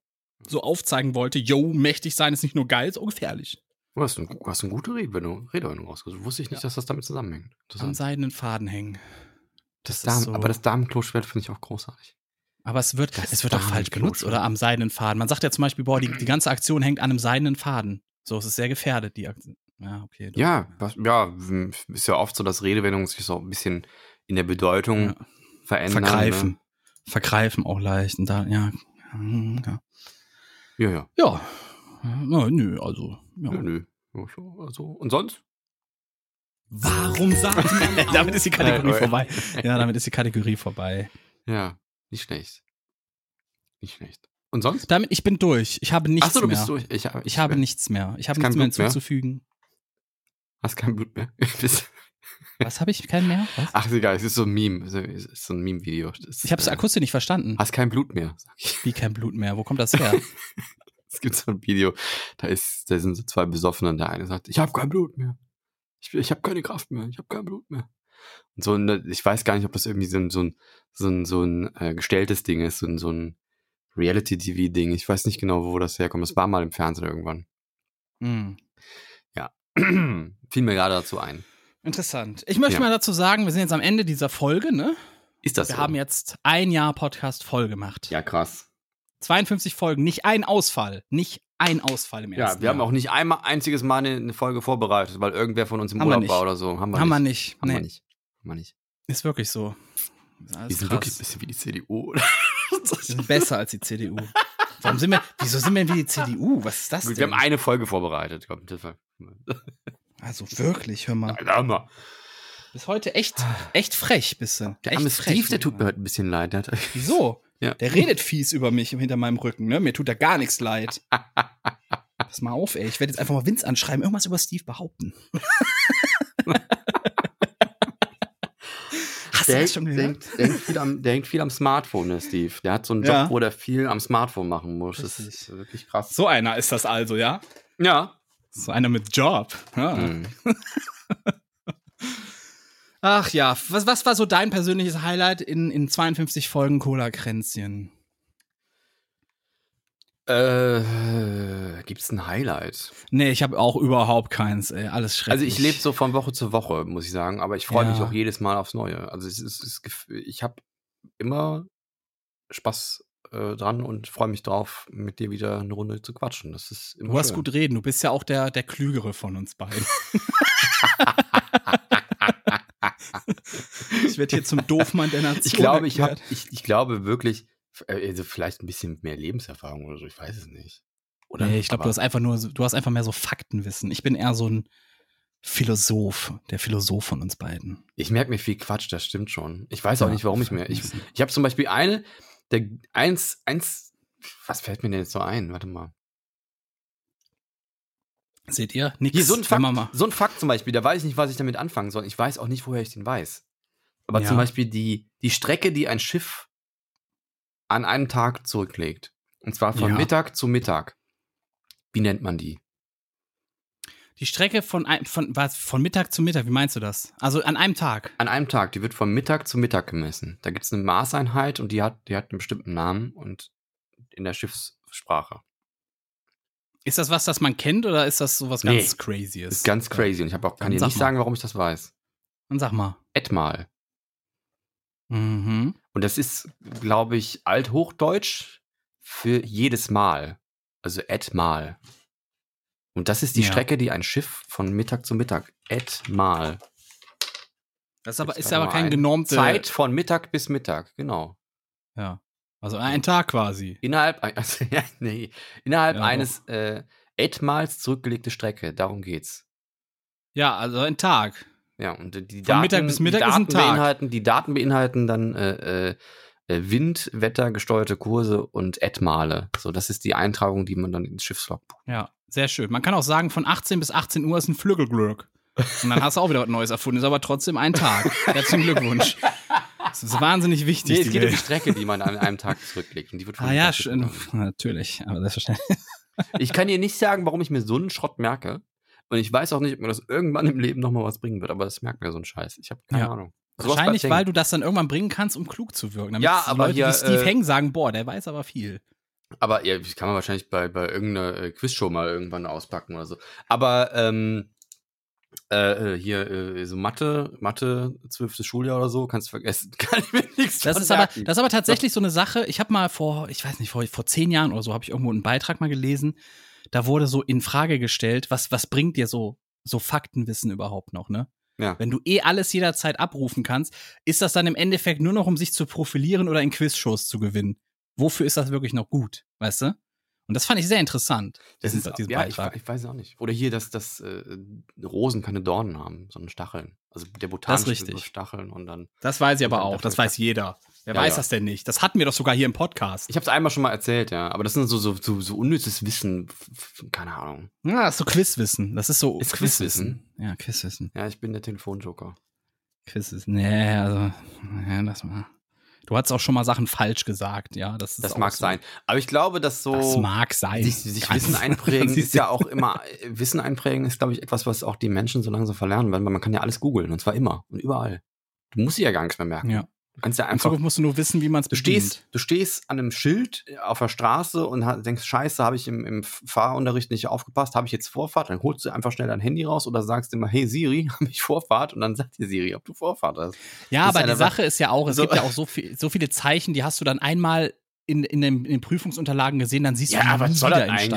[SPEAKER 2] so aufzeigen wollte, yo, mächtig sein ist nicht nur geil, ist auch gefährlich.
[SPEAKER 3] Du Oh, hast, ein, du hast eine gute Redewendung Redewendung rausgesucht. Wusste ich nicht,
[SPEAKER 2] Ja.
[SPEAKER 3] dass das damit zusammenhängt.
[SPEAKER 2] Am
[SPEAKER 3] Interessant.
[SPEAKER 2] seidenen Faden hängen.
[SPEAKER 3] Das
[SPEAKER 2] das
[SPEAKER 3] Damen,
[SPEAKER 2] ist so-
[SPEAKER 3] Aber das Damenklo-Schwert finde ich auch großartig.
[SPEAKER 2] Aber es wird,
[SPEAKER 3] Das
[SPEAKER 2] es wird doch
[SPEAKER 3] Faden
[SPEAKER 2] falsch benutzt,
[SPEAKER 3] kloppen.
[SPEAKER 2] oder? Am seidenen Faden. Man sagt ja zum Beispiel, boah, die, die ganze Aktion hängt an einem seidenen Faden. So, es ist sehr gefährdet, die Aktion. Ja, okay. doch.
[SPEAKER 3] Ja, was, ja, m- ist ja oft so, dass Redewendungen sich so ein bisschen in der Bedeutung
[SPEAKER 2] Ja.
[SPEAKER 3] verändern. ne?
[SPEAKER 2] Vergreifen. Vergreifen auch leicht. Und da, ja. Hm, Ja.
[SPEAKER 3] Ne? Ja, ja.
[SPEAKER 2] ja. Na, nö, also. Ja.
[SPEAKER 3] Nö, nö. Ja, so, Also, und sonst?
[SPEAKER 2] Warum sagt man. damit ist die Kategorie
[SPEAKER 3] Nein,
[SPEAKER 2] vorbei. äh. Ja, damit ist die Kategorie vorbei.
[SPEAKER 3] Ja, nicht schlecht. Nicht schlecht. Und sonst?
[SPEAKER 2] Damit, ich bin durch. Ich habe nichts
[SPEAKER 3] Achso, du
[SPEAKER 2] mehr.
[SPEAKER 3] bist durch. Ich,
[SPEAKER 2] Ich habe nichts mehr. Ich habe
[SPEAKER 3] Kein
[SPEAKER 2] nichts mehr
[SPEAKER 3] Blut mehr?
[SPEAKER 2] hinzuzufügen.
[SPEAKER 3] Hast kein Blut mehr. Bist-
[SPEAKER 2] Was habe ich? Kein mehr? Was?
[SPEAKER 3] Ach, ist egal, es ist so ein Meme. Es ist- es ist so ein Meme-Video. Das-
[SPEAKER 2] Ich habe es
[SPEAKER 3] äh,
[SPEAKER 2] akustisch nicht verstanden.
[SPEAKER 3] Hast kein Blut mehr. sag ich.
[SPEAKER 2] Wie kein Blut mehr? Wo kommt das her?
[SPEAKER 3] Es gibt so ein Video, da, ist, da sind so zwei Besoffene und der eine sagt, ich habe kein Blut mehr. Ich, ich habe keine Kraft mehr. Ich habe kein Blut mehr. Und so, ne, ich weiß gar nicht, ob das irgendwie so ein, so ein, so ein, so ein äh, gestelltes Ding ist, so ein, so ein Reality-TV-Ding. Ich weiß nicht genau, wo das herkommt. Das war mal im Fernsehen irgendwann. Mhm.
[SPEAKER 2] Hm.
[SPEAKER 3] Fiel mir gerade dazu ein.
[SPEAKER 2] Interessant. Ich möchte
[SPEAKER 3] Ja.
[SPEAKER 2] mal dazu sagen, wir sind jetzt am Ende dieser Folge, ne?
[SPEAKER 3] Ist das
[SPEAKER 2] Wir
[SPEAKER 3] so?
[SPEAKER 2] haben jetzt ein Jahr Podcast voll gemacht.
[SPEAKER 3] ja, krass.
[SPEAKER 2] 52 Folgen, nicht ein Ausfall. Nicht ein Ausfall im
[SPEAKER 3] Ja,
[SPEAKER 2] ersten
[SPEAKER 3] wir haben
[SPEAKER 2] Jahr.
[SPEAKER 3] auch nicht einmal einziges Mal eine, eine Folge vorbereitet, weil irgendwer von uns im
[SPEAKER 2] Haben wir
[SPEAKER 3] Urlaub
[SPEAKER 2] nicht.
[SPEAKER 3] war oder so. Haben wir
[SPEAKER 2] Haben wir
[SPEAKER 3] nicht.
[SPEAKER 2] nicht.
[SPEAKER 3] Haben wir
[SPEAKER 2] Nee,
[SPEAKER 3] nicht. Haben wir nicht.
[SPEAKER 2] Ist wirklich so. Ist alles
[SPEAKER 3] Wir sind
[SPEAKER 2] krass.
[SPEAKER 3] wirklich ein bisschen wie die CDU. oder?
[SPEAKER 2] Wir sind besser als die CDU. Warum sind wir, wieso sind wir wie die CDU? Was ist das
[SPEAKER 3] Gut,
[SPEAKER 2] denn?
[SPEAKER 3] wir haben eine Folge vorbereitet. Komm, das war,
[SPEAKER 2] also wirklich, hör mal.
[SPEAKER 3] Alter, hör mal.
[SPEAKER 2] Bis heute echt, echt frech bist du.
[SPEAKER 3] Der
[SPEAKER 2] echt
[SPEAKER 3] arme
[SPEAKER 2] frech,
[SPEAKER 3] Steve, der
[SPEAKER 2] muss
[SPEAKER 3] tut
[SPEAKER 2] ich
[SPEAKER 3] mir
[SPEAKER 2] sagen.
[SPEAKER 3] halt- heute ein bisschen leid. Der hat-
[SPEAKER 2] Wieso?
[SPEAKER 3] Ja.
[SPEAKER 2] Der redet fies über mich hinter meinem Rücken, ne? Mir tut da gar nichts leid. Pass mal auf, ey. Ich werde jetzt einfach mal Vince anschreiben, irgendwas über Steve behaupten. Hast du
[SPEAKER 3] Der,
[SPEAKER 2] das schon gehört?
[SPEAKER 3] denkt, denkt, viel am, der hängt viel am Smartphone, der Steve. Der hat so einen Job,
[SPEAKER 2] Ja.
[SPEAKER 3] wo der viel am Smartphone machen muss. Das ist
[SPEAKER 2] Richtig.
[SPEAKER 3] wirklich krass.
[SPEAKER 2] So einer ist das also, ja?
[SPEAKER 3] Ja.
[SPEAKER 2] So einer mit Job. Ja.
[SPEAKER 3] Mhm.
[SPEAKER 2] Ach ja, was, was war so dein persönliches Highlight in, in 52 Folgen Cola-Kränzchen?
[SPEAKER 3] Äh, gibt's ein Highlight?
[SPEAKER 2] Nee, ich habe auch überhaupt keins, ey. Alles schrecklich.
[SPEAKER 3] Also ich lebe so von Woche zu Woche, muss ich sagen, aber ich freue mich
[SPEAKER 2] Ja.
[SPEAKER 3] auch jedes Mal aufs Neue. Also es ist, es ist, ich habe immer Spaß äh, dran und freue mich drauf, mit dir wieder eine Runde zu quatschen. Das ist immer
[SPEAKER 2] Du hast
[SPEAKER 3] schön.
[SPEAKER 2] gut reden, du bist ja auch der, der Klügere von uns beiden. Ich werde hier zum Doofmann der Nation.
[SPEAKER 3] Ich glaube, ich, hab, ich, ich glaube wirklich, äh, also vielleicht ein bisschen mehr Lebenserfahrung oder so, ich weiß es nicht.
[SPEAKER 2] Oder? Nee, ich glaube,
[SPEAKER 3] Aber-
[SPEAKER 2] du hast einfach nur, so- du hast einfach mehr so Faktenwissen. Ich bin eher so ein Philosoph, der Philosoph von uns beiden.
[SPEAKER 3] Ich merke mir viel Quatsch, das stimmt schon. Ich weiß auch
[SPEAKER 2] Ja,
[SPEAKER 3] nicht, warum ich mir. Ich,
[SPEAKER 2] Faktenwissen.
[SPEAKER 3] ich habe zum Beispiel eine, der eins, eins, was fällt mir denn jetzt so ein? Warte mal.
[SPEAKER 2] Seht ihr? Nix.
[SPEAKER 3] Hier, so ein,
[SPEAKER 2] Wenn man
[SPEAKER 3] Fakt, so ein Fakt zum Beispiel, da weiß ich nicht, was ich damit anfangen soll. Ich weiß auch nicht, woher ich den weiß. Aber
[SPEAKER 2] Ja.
[SPEAKER 3] zum Beispiel die, die Strecke, die ein Schiff an einem Tag zurücklegt. Und zwar von
[SPEAKER 2] Ja.
[SPEAKER 3] Mittag zu Mittag. Wie nennt man die?
[SPEAKER 2] Die Strecke von, ein- von, was, von Mittag zu Mittag, wie meinst du das? Also an einem Tag.
[SPEAKER 3] An einem Tag, die wird von Mittag zu Mittag gemessen. Da gibt es eine Maßeinheit und die hat, die hat einen bestimmten Namen und in der Schiffssprache.
[SPEAKER 2] Ist das was, das man kennt oder ist das sowas
[SPEAKER 3] Nee.
[SPEAKER 2] ganz Crazyes?
[SPEAKER 3] Ist ganz crazy und ich hab auch, kann
[SPEAKER 2] Dann
[SPEAKER 3] dir
[SPEAKER 2] sag
[SPEAKER 3] nicht
[SPEAKER 2] mal.
[SPEAKER 3] sagen, warum ich das weiß.
[SPEAKER 2] Dann sag mal.
[SPEAKER 3] Etmal.
[SPEAKER 2] Mhm.
[SPEAKER 3] Und das ist, glaube ich, Althochdeutsch für jedes Mal. Also etmal. Und das ist die
[SPEAKER 2] Ja.
[SPEAKER 3] Strecke, die ein Schiff von Mittag zu Mittag etmal.
[SPEAKER 2] Das ist aber,
[SPEAKER 3] Gibt's
[SPEAKER 2] ist
[SPEAKER 3] da
[SPEAKER 2] aber
[SPEAKER 3] noch
[SPEAKER 2] kein
[SPEAKER 3] eine
[SPEAKER 2] genormte
[SPEAKER 3] Zeit von Mittag bis Mittag, genau.
[SPEAKER 2] Ja. Also ein Tag quasi.
[SPEAKER 3] Innerhalb, ein- also, ja, nee, innerhalb
[SPEAKER 2] Ja, doch.
[SPEAKER 3] eines äh, etmals zurückgelegte Strecke, darum geht's.
[SPEAKER 2] Ja, also ein Tag.
[SPEAKER 3] Ja, und die
[SPEAKER 2] Von
[SPEAKER 3] Daten,
[SPEAKER 2] Mittag bis Mittag
[SPEAKER 3] die
[SPEAKER 2] ist ein
[SPEAKER 3] Daten
[SPEAKER 2] Tag.
[SPEAKER 3] beinhalten, die Daten beinhalten dann äh, äh, äh, Wind, Wetter, gesteuerte Kurse und Etmale. So, das ist die Eintragung, die man dann ins Schiffslog bucht.
[SPEAKER 2] Ja, sehr schön. Man kann auch sagen, von 18 bis 18 Uhr ist ein Flügelglück. Und dann hast du auch wieder was Neues erfunden. Ist aber trotzdem ein Tag. Herzlichen Glückwunsch. Das ist wahnsinnig wichtig.
[SPEAKER 3] Nee, es
[SPEAKER 2] die
[SPEAKER 3] geht um die
[SPEAKER 2] Welt.
[SPEAKER 3] Strecke, die man an einem Tag zurücklegt. Und die wird von
[SPEAKER 2] ah ja,
[SPEAKER 3] Mittag bis
[SPEAKER 2] schön.
[SPEAKER 3] Mittag.
[SPEAKER 2] natürlich. Aber selbstverständlich.
[SPEAKER 3] Ich kann dir nicht sagen, warum ich mir so einen Schrott merke. Und ich weiß auch nicht, ob mir das irgendwann im Leben nochmal was bringen wird, aber das merkt mir so ein Scheiß. Ich habe keine
[SPEAKER 2] Ja.
[SPEAKER 3] Ahnung. Sowas
[SPEAKER 2] Wahrscheinlich,
[SPEAKER 3] bei
[SPEAKER 2] weil
[SPEAKER 3] Zing.
[SPEAKER 2] du das dann irgendwann bringen kannst, um klug zu wirken. Damit
[SPEAKER 3] Ja,
[SPEAKER 2] die
[SPEAKER 3] aber
[SPEAKER 2] Leute
[SPEAKER 3] hier,
[SPEAKER 2] wie Steve
[SPEAKER 3] äh,
[SPEAKER 2] Heng sagen, boah, der weiß aber viel.
[SPEAKER 3] Aber ja, das kann man wahrscheinlich bei, bei irgendeiner äh, Quizshow mal irgendwann auspacken oder so. Aber ähm, äh, äh, hier, äh, so Mathe, Mathe, zwölftes Schuljahr oder so, kannst du vergessen. Kann ich mir nichts
[SPEAKER 2] Das
[SPEAKER 3] von
[SPEAKER 2] ist, aber,
[SPEAKER 3] merken.
[SPEAKER 2] das ist aber tatsächlich so eine Sache. Ich habe mal vor, ich weiß nicht, vor, vor zehn Jahren oder so, habe ich irgendwo einen Beitrag mal gelesen. Da wurde so in Frage gestellt, was, was bringt dir so, so Faktenwissen überhaupt noch, ne?
[SPEAKER 3] Ja.
[SPEAKER 2] Wenn du eh alles jederzeit abrufen kannst, ist das dann im Endeffekt nur noch, um sich zu profilieren oder in Quizshows zu gewinnen? Wofür ist das wirklich noch gut, weißt du? Und das fand ich sehr interessant.
[SPEAKER 3] das
[SPEAKER 2] diesen-
[SPEAKER 3] ist, ja, ich, ich weiß es auch nicht. Oder hier, dass, dass äh, Rosen keine Dornen haben, sondern Stacheln. Also der botanische
[SPEAKER 2] richtig.
[SPEAKER 3] Begriff Stacheln und dann.
[SPEAKER 2] das weiß ich aber
[SPEAKER 3] Dafür-
[SPEAKER 2] auch, das weiß jeder. Wer
[SPEAKER 3] Ja,
[SPEAKER 2] weiß
[SPEAKER 3] ja.
[SPEAKER 2] das denn nicht? Das hatten wir doch sogar hier im Podcast.
[SPEAKER 3] Ich habe es einmal schon mal erzählt, ja. Aber das sind so, so, so, so unnützes Wissen. F- f- Keine Ahnung.
[SPEAKER 2] Ja, das Ah, ist so Quizwissen. Das ist so
[SPEAKER 3] Ist Quizwissen?
[SPEAKER 2] Ja, Quizwissen.
[SPEAKER 3] Ja, ich bin der Telefonjoker.
[SPEAKER 2] Quiz ist. Nee, also. Ja, lass mal. Du hast auch schon mal Sachen falsch gesagt, ja. Das, ist
[SPEAKER 3] Das
[SPEAKER 2] auch
[SPEAKER 3] mag
[SPEAKER 2] so.
[SPEAKER 3] sein. Aber ich glaube, dass so.
[SPEAKER 2] Das mag sein.
[SPEAKER 3] Sich, sich
[SPEAKER 2] Ganz-
[SPEAKER 3] Wissen einprägen
[SPEAKER 2] Sie-
[SPEAKER 3] ist ja auch immer, Wissen einprägen ist, glaube ich, etwas, was auch die Menschen so langsam verlernen, weil man kann ja alles googeln und zwar immer und überall. Du musst dich ja gar nichts mehr merken.
[SPEAKER 2] Ja.
[SPEAKER 3] Du kannst ja
[SPEAKER 2] In
[SPEAKER 3] einfach,
[SPEAKER 2] Zukunft musst du nur wissen, wie man es
[SPEAKER 3] du stehst, du stehst an einem Schild äh, auf der Straße und ha- denkst, scheiße, habe ich im, im Fahrunterricht nicht aufgepasst, habe ich jetzt Vorfahrt, dann holst du einfach schnell dein Handy raus oder sagst immer, hey Siri, habe ich Vorfahrt und dann sagt dir Siri, ob du Vorfahrt hast.
[SPEAKER 2] Ja,
[SPEAKER 3] ist
[SPEAKER 2] aber
[SPEAKER 3] ja
[SPEAKER 2] die
[SPEAKER 3] einfach-
[SPEAKER 2] Sache ist ja auch, es
[SPEAKER 3] so-
[SPEAKER 2] gibt ja auch so, viel, so viele Zeichen, die hast du dann einmal in, in, den, in den Prüfungsunterlagen gesehen, dann siehst du die nie wieder im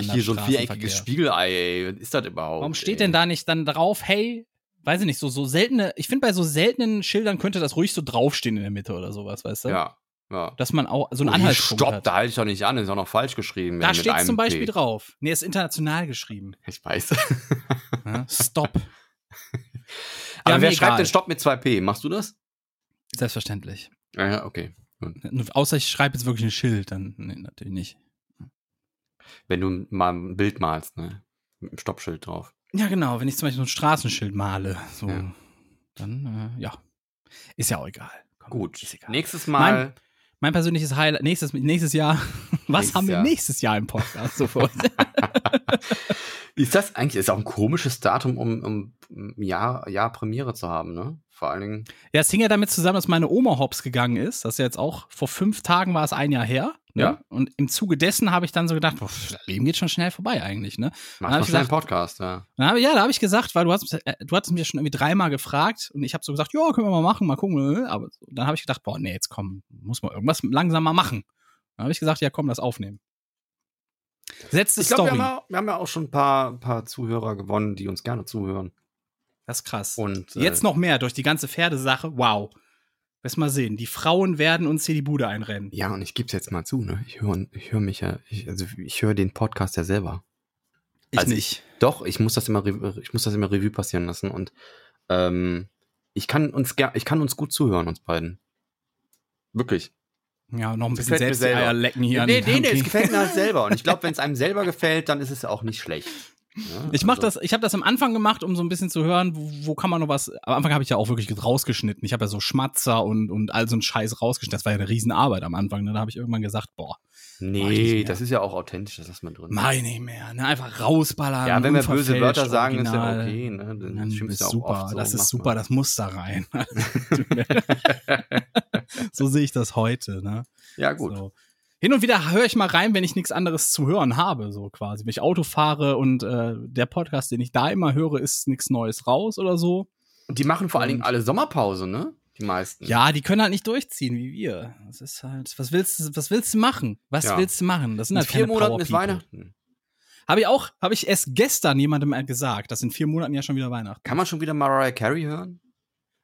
[SPEAKER 2] Standardstraßenverkehr.
[SPEAKER 3] Spiegelei, Oh, ey? Was ist das überhaupt?
[SPEAKER 2] Warum steht denn da nicht dann drauf, hey, weiß ich nicht, so, so seltene, ich finde bei so seltenen Schildern könnte das ruhig so draufstehen in der Mitte oder sowas, weißt du?
[SPEAKER 3] Ja, ja.
[SPEAKER 2] Dass man auch so einen
[SPEAKER 3] Oh, hier,
[SPEAKER 2] Anhaltspunkt
[SPEAKER 3] Stopp,
[SPEAKER 2] hat.
[SPEAKER 3] da halte ich doch nicht an, ist auch noch falsch geschrieben.
[SPEAKER 2] Da
[SPEAKER 3] mit
[SPEAKER 2] steht
[SPEAKER 3] einem
[SPEAKER 2] zum Beispiel
[SPEAKER 3] P.
[SPEAKER 2] drauf. Nee, ist international geschrieben.
[SPEAKER 3] Ich weiß.
[SPEAKER 2] Ja, Stopp.
[SPEAKER 3] Aber
[SPEAKER 2] Ja, mir
[SPEAKER 3] wer
[SPEAKER 2] egal.
[SPEAKER 3] schreibt denn Stopp mit 2P? Machst du das?
[SPEAKER 2] Selbstverständlich.
[SPEAKER 3] Ja, ja, okay.
[SPEAKER 2] Außer ich schreibe jetzt wirklich ein Schild, dann nee, natürlich nicht.
[SPEAKER 3] Wenn du mal ein Bild malst, ne? Mit einem Stoppschild drauf.
[SPEAKER 2] Ja, genau. Wenn ich zum Beispiel so ein Straßenschild male, so,
[SPEAKER 3] Ja.
[SPEAKER 2] dann, äh, ja. Ist ja auch egal. Komm,
[SPEAKER 3] Gut.
[SPEAKER 2] Ist egal.
[SPEAKER 3] Nächstes Mal.
[SPEAKER 2] Mein persönliches Highlight, nächstes, nächstes Jahr. Was
[SPEAKER 3] Nächstes
[SPEAKER 2] haben wir
[SPEAKER 3] Jahr.
[SPEAKER 2] nächstes Jahr im Podcast so vor?
[SPEAKER 3] Ist das eigentlich ist auch ein komisches Datum, um, um ein Jahr, Jahr Premiere zu haben, ne? Vor allen Dingen.
[SPEAKER 2] Ja, es hing ja damit zusammen, dass meine Oma hops gegangen ist. Das ist ja jetzt auch, vor fünf Tagen war es ein Jahr her. Ne?
[SPEAKER 3] Ja.
[SPEAKER 2] Und im Zuge dessen habe ich dann so gedacht, boah, pff, das Leben geht schon schnell vorbei eigentlich, ne? Dann
[SPEAKER 3] Machst
[SPEAKER 2] hab
[SPEAKER 3] du
[SPEAKER 2] ich
[SPEAKER 3] schnell einen Podcast, ja.
[SPEAKER 2] Und Dann habe, ja, da habe ich gesagt, weil du hast, äh, du hattest mir schon irgendwie dreimal gefragt und ich habe so gesagt, ja, können wir mal machen, mal gucken. äh, Aber dann habe ich gedacht, boah, nee, jetzt komm, muss man irgendwas langsam mal machen. Dann habe ich gesagt, ja, komm, das aufnehmen. Setzte
[SPEAKER 3] Ich glaube, wir,
[SPEAKER 2] Story.
[SPEAKER 3] haben ja- wir haben ja auch schon ein paar, paar Zuhörer gewonnen, die uns gerne zuhören.
[SPEAKER 2] Das ist krass.
[SPEAKER 3] Und äh,
[SPEAKER 2] Jetzt noch mehr durch die ganze Pferdesache. Wow. Lass mal sehen. Die Frauen werden uns hier die Bude einrennen.
[SPEAKER 3] äh, Ja, und ich gebe es jetzt mal zu, ne? Ich höre ich hör mich ja, ich, also ich höre den Podcast ja selber.
[SPEAKER 2] Ich
[SPEAKER 3] Also
[SPEAKER 2] nicht.
[SPEAKER 3] Doch, ich muss das immer, rev- ich muss das immer Revue passieren lassen und ähm, ich kann uns ger ich kann uns gut zuhören, uns beiden. Wirklich.
[SPEAKER 2] Ja, noch ein
[SPEAKER 3] Das
[SPEAKER 2] bisschen
[SPEAKER 3] gefällt mir
[SPEAKER 2] selbst die Eier
[SPEAKER 3] selber.
[SPEAKER 2] lecken hier an
[SPEAKER 3] es
[SPEAKER 2] Hamki.
[SPEAKER 3] gefällt mir halt selber. Und ich glaube, wenn es einem selber gefällt, dann ist es auch nicht schlecht. Ja,
[SPEAKER 2] Ich mach
[SPEAKER 3] also-
[SPEAKER 2] das, ich habe das am Anfang gemacht, um so ein bisschen zu hören, wo, wo kann man noch was. Am Anfang habe ich ja auch wirklich rausgeschnitten. Ich habe ja so Schmatzer und, und all so ein Scheiß rausgeschnitten. Das war ja eine Riesenarbeit am Anfang. Ne? Da habe ich irgendwann gesagt, boah, Mach ich nicht
[SPEAKER 3] Nee,
[SPEAKER 2] mehr.
[SPEAKER 3] das ist ja auch authentisch, das lassen wir drin.
[SPEAKER 2] mach ich nicht mehr. Ne? Einfach rausballern.
[SPEAKER 3] ja, wenn wir böse
[SPEAKER 2] unverfälscht,
[SPEAKER 3] Wörter sagen,
[SPEAKER 2] original.
[SPEAKER 3] ist ja okay. Ne?
[SPEAKER 2] Dann
[SPEAKER 3] Dann
[SPEAKER 2] ist
[SPEAKER 3] schimpfst du auch
[SPEAKER 2] super,
[SPEAKER 3] oft so,
[SPEAKER 2] das ist
[SPEAKER 3] mach
[SPEAKER 2] super,
[SPEAKER 3] mal.
[SPEAKER 2] das muss da rein. so sehe ich das heute. Ne?
[SPEAKER 3] Ja, gut.
[SPEAKER 2] So. Hin und wieder höre ich mal rein, wenn ich nichts anderes zu hören habe, so quasi. Wenn ich Auto fahre und äh, der Podcast, den ich da immer höre, ist nichts Neues raus oder so.
[SPEAKER 3] Und die machen vor allen Dingen
[SPEAKER 2] Und-
[SPEAKER 3] alle Sommerpause, ne? Die meisten.
[SPEAKER 2] Ja, die können halt nicht durchziehen wie wir. Das ist halt, was willst du, was willst du machen? Was
[SPEAKER 3] Ja.
[SPEAKER 2] willst du machen? Das sind
[SPEAKER 3] In
[SPEAKER 2] halt
[SPEAKER 3] vier
[SPEAKER 2] keine
[SPEAKER 3] Monaten
[SPEAKER 2] Power
[SPEAKER 3] ist
[SPEAKER 2] People.
[SPEAKER 3] Weihnachten.
[SPEAKER 2] Habe ich auch, habe ich erst gestern jemandem gesagt, dass in vier Monaten ja schon wieder Weihnachten.
[SPEAKER 3] Kann man schon wieder Mariah Carey hören?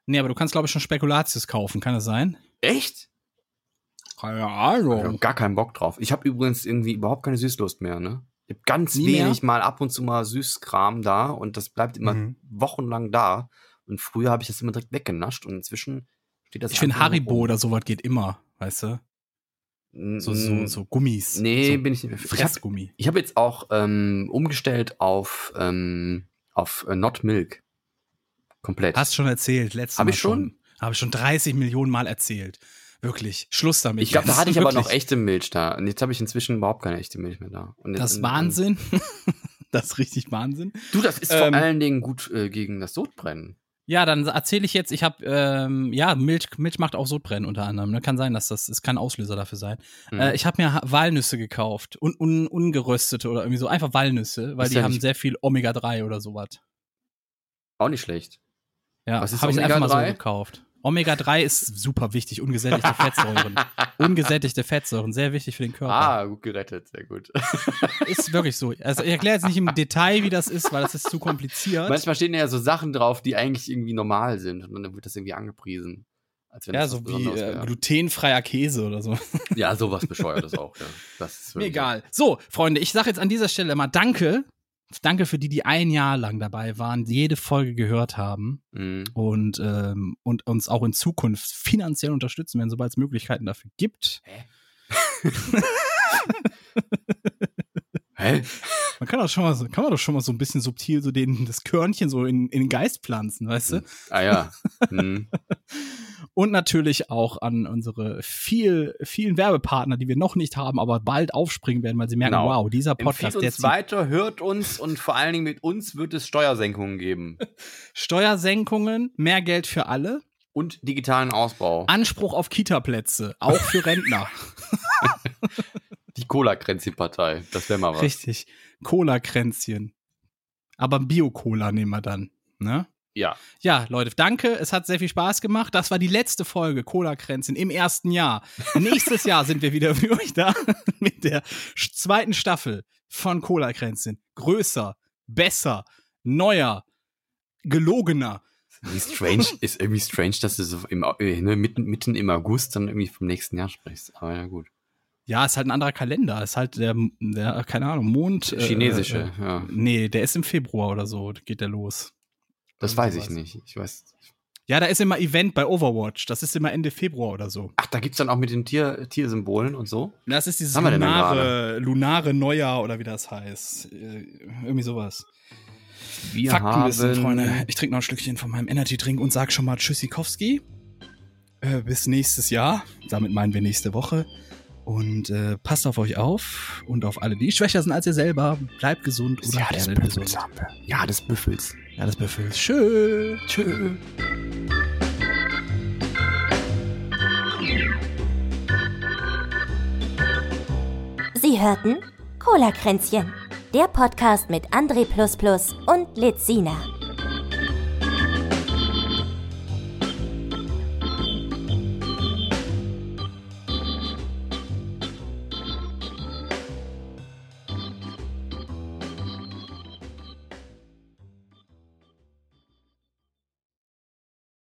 [SPEAKER 2] Nee, aber du kannst, glaube ich, schon Spekulatius kaufen, kann das sein? Also,
[SPEAKER 3] Echt?
[SPEAKER 2] Keine
[SPEAKER 3] Ich
[SPEAKER 2] Ahnung.
[SPEAKER 3] hab gar keinen Bock drauf. Ich habe übrigens irgendwie überhaupt keine Süßlust mehr, ne? Ich hab ganz
[SPEAKER 2] Nie
[SPEAKER 3] wenig mal ab und zu mal Süßkram da und das bleibt immer
[SPEAKER 2] Mhm.
[SPEAKER 3] wochenlang da. Und früher habe ich das immer direkt weggenascht und inzwischen steht das.
[SPEAKER 2] Ich finde
[SPEAKER 3] einfach nur
[SPEAKER 2] Haribo
[SPEAKER 3] rum.
[SPEAKER 2] oder sowas geht immer, weißt du? So, so, so Gummis.
[SPEAKER 3] Mm, Mhm. Nee,
[SPEAKER 2] so
[SPEAKER 3] bin ich nicht mehr. Ich habe
[SPEAKER 2] Fressgummi.
[SPEAKER 3] ich hab jetzt auch ähm, umgestellt auf, ähm, auf äh, Not Milk. Komplett.
[SPEAKER 2] Hast schon erzählt, letztes
[SPEAKER 3] Hab
[SPEAKER 2] Mal.
[SPEAKER 3] ich schon?
[SPEAKER 2] Habe ich schon 30 Millionen Mal erzählt. Wirklich. Schluss damit.
[SPEAKER 3] ich glaube, da
[SPEAKER 2] jetzt.
[SPEAKER 3] hatte ich aber
[SPEAKER 2] Wirklich.
[SPEAKER 3] noch echte Milch da. Und jetzt habe ich inzwischen überhaupt keine echte Milch mehr da. Und
[SPEAKER 2] Das
[SPEAKER 3] jetzt-
[SPEAKER 2] ist Wahnsinn. das ist richtig Wahnsinn.
[SPEAKER 3] Du, das ist vor
[SPEAKER 2] Ähm,
[SPEAKER 3] allen Dingen gut äh, gegen das Sodbrennen.
[SPEAKER 2] Ja, dann erzähle ich jetzt, ich habe, ähm, ja, Milch, Milch macht auch Sodbrennen unter anderem. Ne? Kann sein, dass das, es kann Auslöser dafür sein.
[SPEAKER 3] Mhm.
[SPEAKER 2] Äh, ich habe mir Ha- Walnüsse gekauft. Un, un, ungeröstete oder irgendwie so. Einfach Walnüsse, weil
[SPEAKER 3] Ist
[SPEAKER 2] die
[SPEAKER 3] ja
[SPEAKER 2] haben
[SPEAKER 3] nicht-
[SPEAKER 2] sehr viel Omega-3 oder sowas.
[SPEAKER 3] Auch nicht schlecht.
[SPEAKER 2] Ja,
[SPEAKER 3] Was ist
[SPEAKER 2] habe ich einfach mal so
[SPEAKER 3] Omega-3?
[SPEAKER 2] gekauft. Omega-3 ist super wichtig, ungesättigte Fettsäuren. ungesättigte Fettsäuren, sehr wichtig für den Körper.
[SPEAKER 3] Ah, gut gerettet, sehr gut.
[SPEAKER 2] Ist wirklich so. Also ich erkläre jetzt nicht im Detail, wie das ist, weil das ist zu kompliziert.
[SPEAKER 3] Manchmal stehen ja so Sachen drauf, die eigentlich irgendwie normal sind und dann wird das irgendwie angepriesen. Als wenn
[SPEAKER 2] ja,
[SPEAKER 3] das
[SPEAKER 2] so
[SPEAKER 3] was
[SPEAKER 2] wie
[SPEAKER 3] Besonderes
[SPEAKER 2] äh,
[SPEAKER 3] wäre.
[SPEAKER 2] glutenfreier Käse oder so.
[SPEAKER 3] Ja, sowas bescheuertes auch. Ja. Das ist
[SPEAKER 2] Mir
[SPEAKER 3] wirklich-
[SPEAKER 2] egal. So, Freunde, ich sage jetzt an dieser Stelle mal Danke. Danke für die, die ein Jahr lang dabei waren, jede Folge gehört haben
[SPEAKER 3] Mhm.
[SPEAKER 2] und, ähm, und uns auch in Zukunft finanziell unterstützen werden, sobald es Möglichkeiten dafür gibt.
[SPEAKER 3] Hä?
[SPEAKER 2] Man kann, auch schon mal, so- kann man doch schon mal so ein bisschen subtil so den, das Körnchen so in, in den Geist pflanzen, weißt du?
[SPEAKER 3] Ah ja. Mhm.
[SPEAKER 2] Und natürlich auch an unsere viel, vielen Werbepartner, die wir noch nicht haben, aber bald aufspringen werden, weil sie merken,
[SPEAKER 3] Genau.
[SPEAKER 2] wow, dieser
[SPEAKER 3] Empfiehlt
[SPEAKER 2] Podcast, der
[SPEAKER 3] uns
[SPEAKER 2] zieht
[SPEAKER 3] weiter, hört uns und vor allen Dingen mit uns wird es Steuersenkungen geben.
[SPEAKER 2] Steuersenkungen, mehr Geld für alle,
[SPEAKER 3] Und digitalen Ausbau.
[SPEAKER 2] Anspruch auf Kitaplätze, auch für Rentner.
[SPEAKER 3] Die Cola-Grenzi-Partei, das wäre mal was.
[SPEAKER 2] Richtig. Cola-Kränzchen. Aber Bio-Cola nehmen wir dann, ne?
[SPEAKER 3] Ja.
[SPEAKER 2] Ja, Leute, danke. Es hat sehr viel Spaß gemacht. Das war die letzte Folge Cola-Kränzchen im ersten Jahr. Nächstes Jahr sind wir wieder für euch da mit der sch- zweiten Staffel von Cola-Kränzchen. Größer, besser, neuer, gelogener.
[SPEAKER 3] Wie strange, ist irgendwie strange, dass du so im, Au- äh, ne, mitten, mitten im August dann irgendwie vom nächsten Jahr sprichst. Aber ja, gut.
[SPEAKER 2] Ja, ist halt ein anderer Kalender. Ist halt der, der keine Ahnung, Mond. äh,
[SPEAKER 3] Chinesische, ja.
[SPEAKER 2] Äh, nee, der ist im Februar oder so, geht der los.
[SPEAKER 3] Das
[SPEAKER 2] irgendwie
[SPEAKER 3] weiß ich
[SPEAKER 2] sowas.
[SPEAKER 3] nicht. Ich weiß.
[SPEAKER 2] Ja, da ist immer Event bei Overwatch. Das ist immer Ende Februar oder so.
[SPEAKER 3] Ach, da gibt's dann auch mit den Tier, Tiersymbolen und so.
[SPEAKER 2] Das ist dieses
[SPEAKER 3] Haben wir denn dann
[SPEAKER 2] lunare, lunare Neujahr oder wie das heißt. Äh, Irgendwie sowas.
[SPEAKER 3] Wir
[SPEAKER 2] Fakten wissen, Freunde. Ich trinke noch ein Schlückchen von meinem Energy-Drink und sag schon mal Tschüssikowski. Äh, bis nächstes Jahr. Damit meinen wir nächste Woche. Und äh, passt auf euch auf und auf alle, die schwächer sind als ihr selber. Bleibt gesund
[SPEAKER 3] Das
[SPEAKER 2] oder
[SPEAKER 3] Jahr des
[SPEAKER 2] werdet
[SPEAKER 3] Büffels haben wir. Ja, des Büffels.
[SPEAKER 2] Ja, das Büffels. Tschö.
[SPEAKER 3] Tschö.
[SPEAKER 1] Sie hörten Cola Kränzchen, der Podcast mit André und Lizina.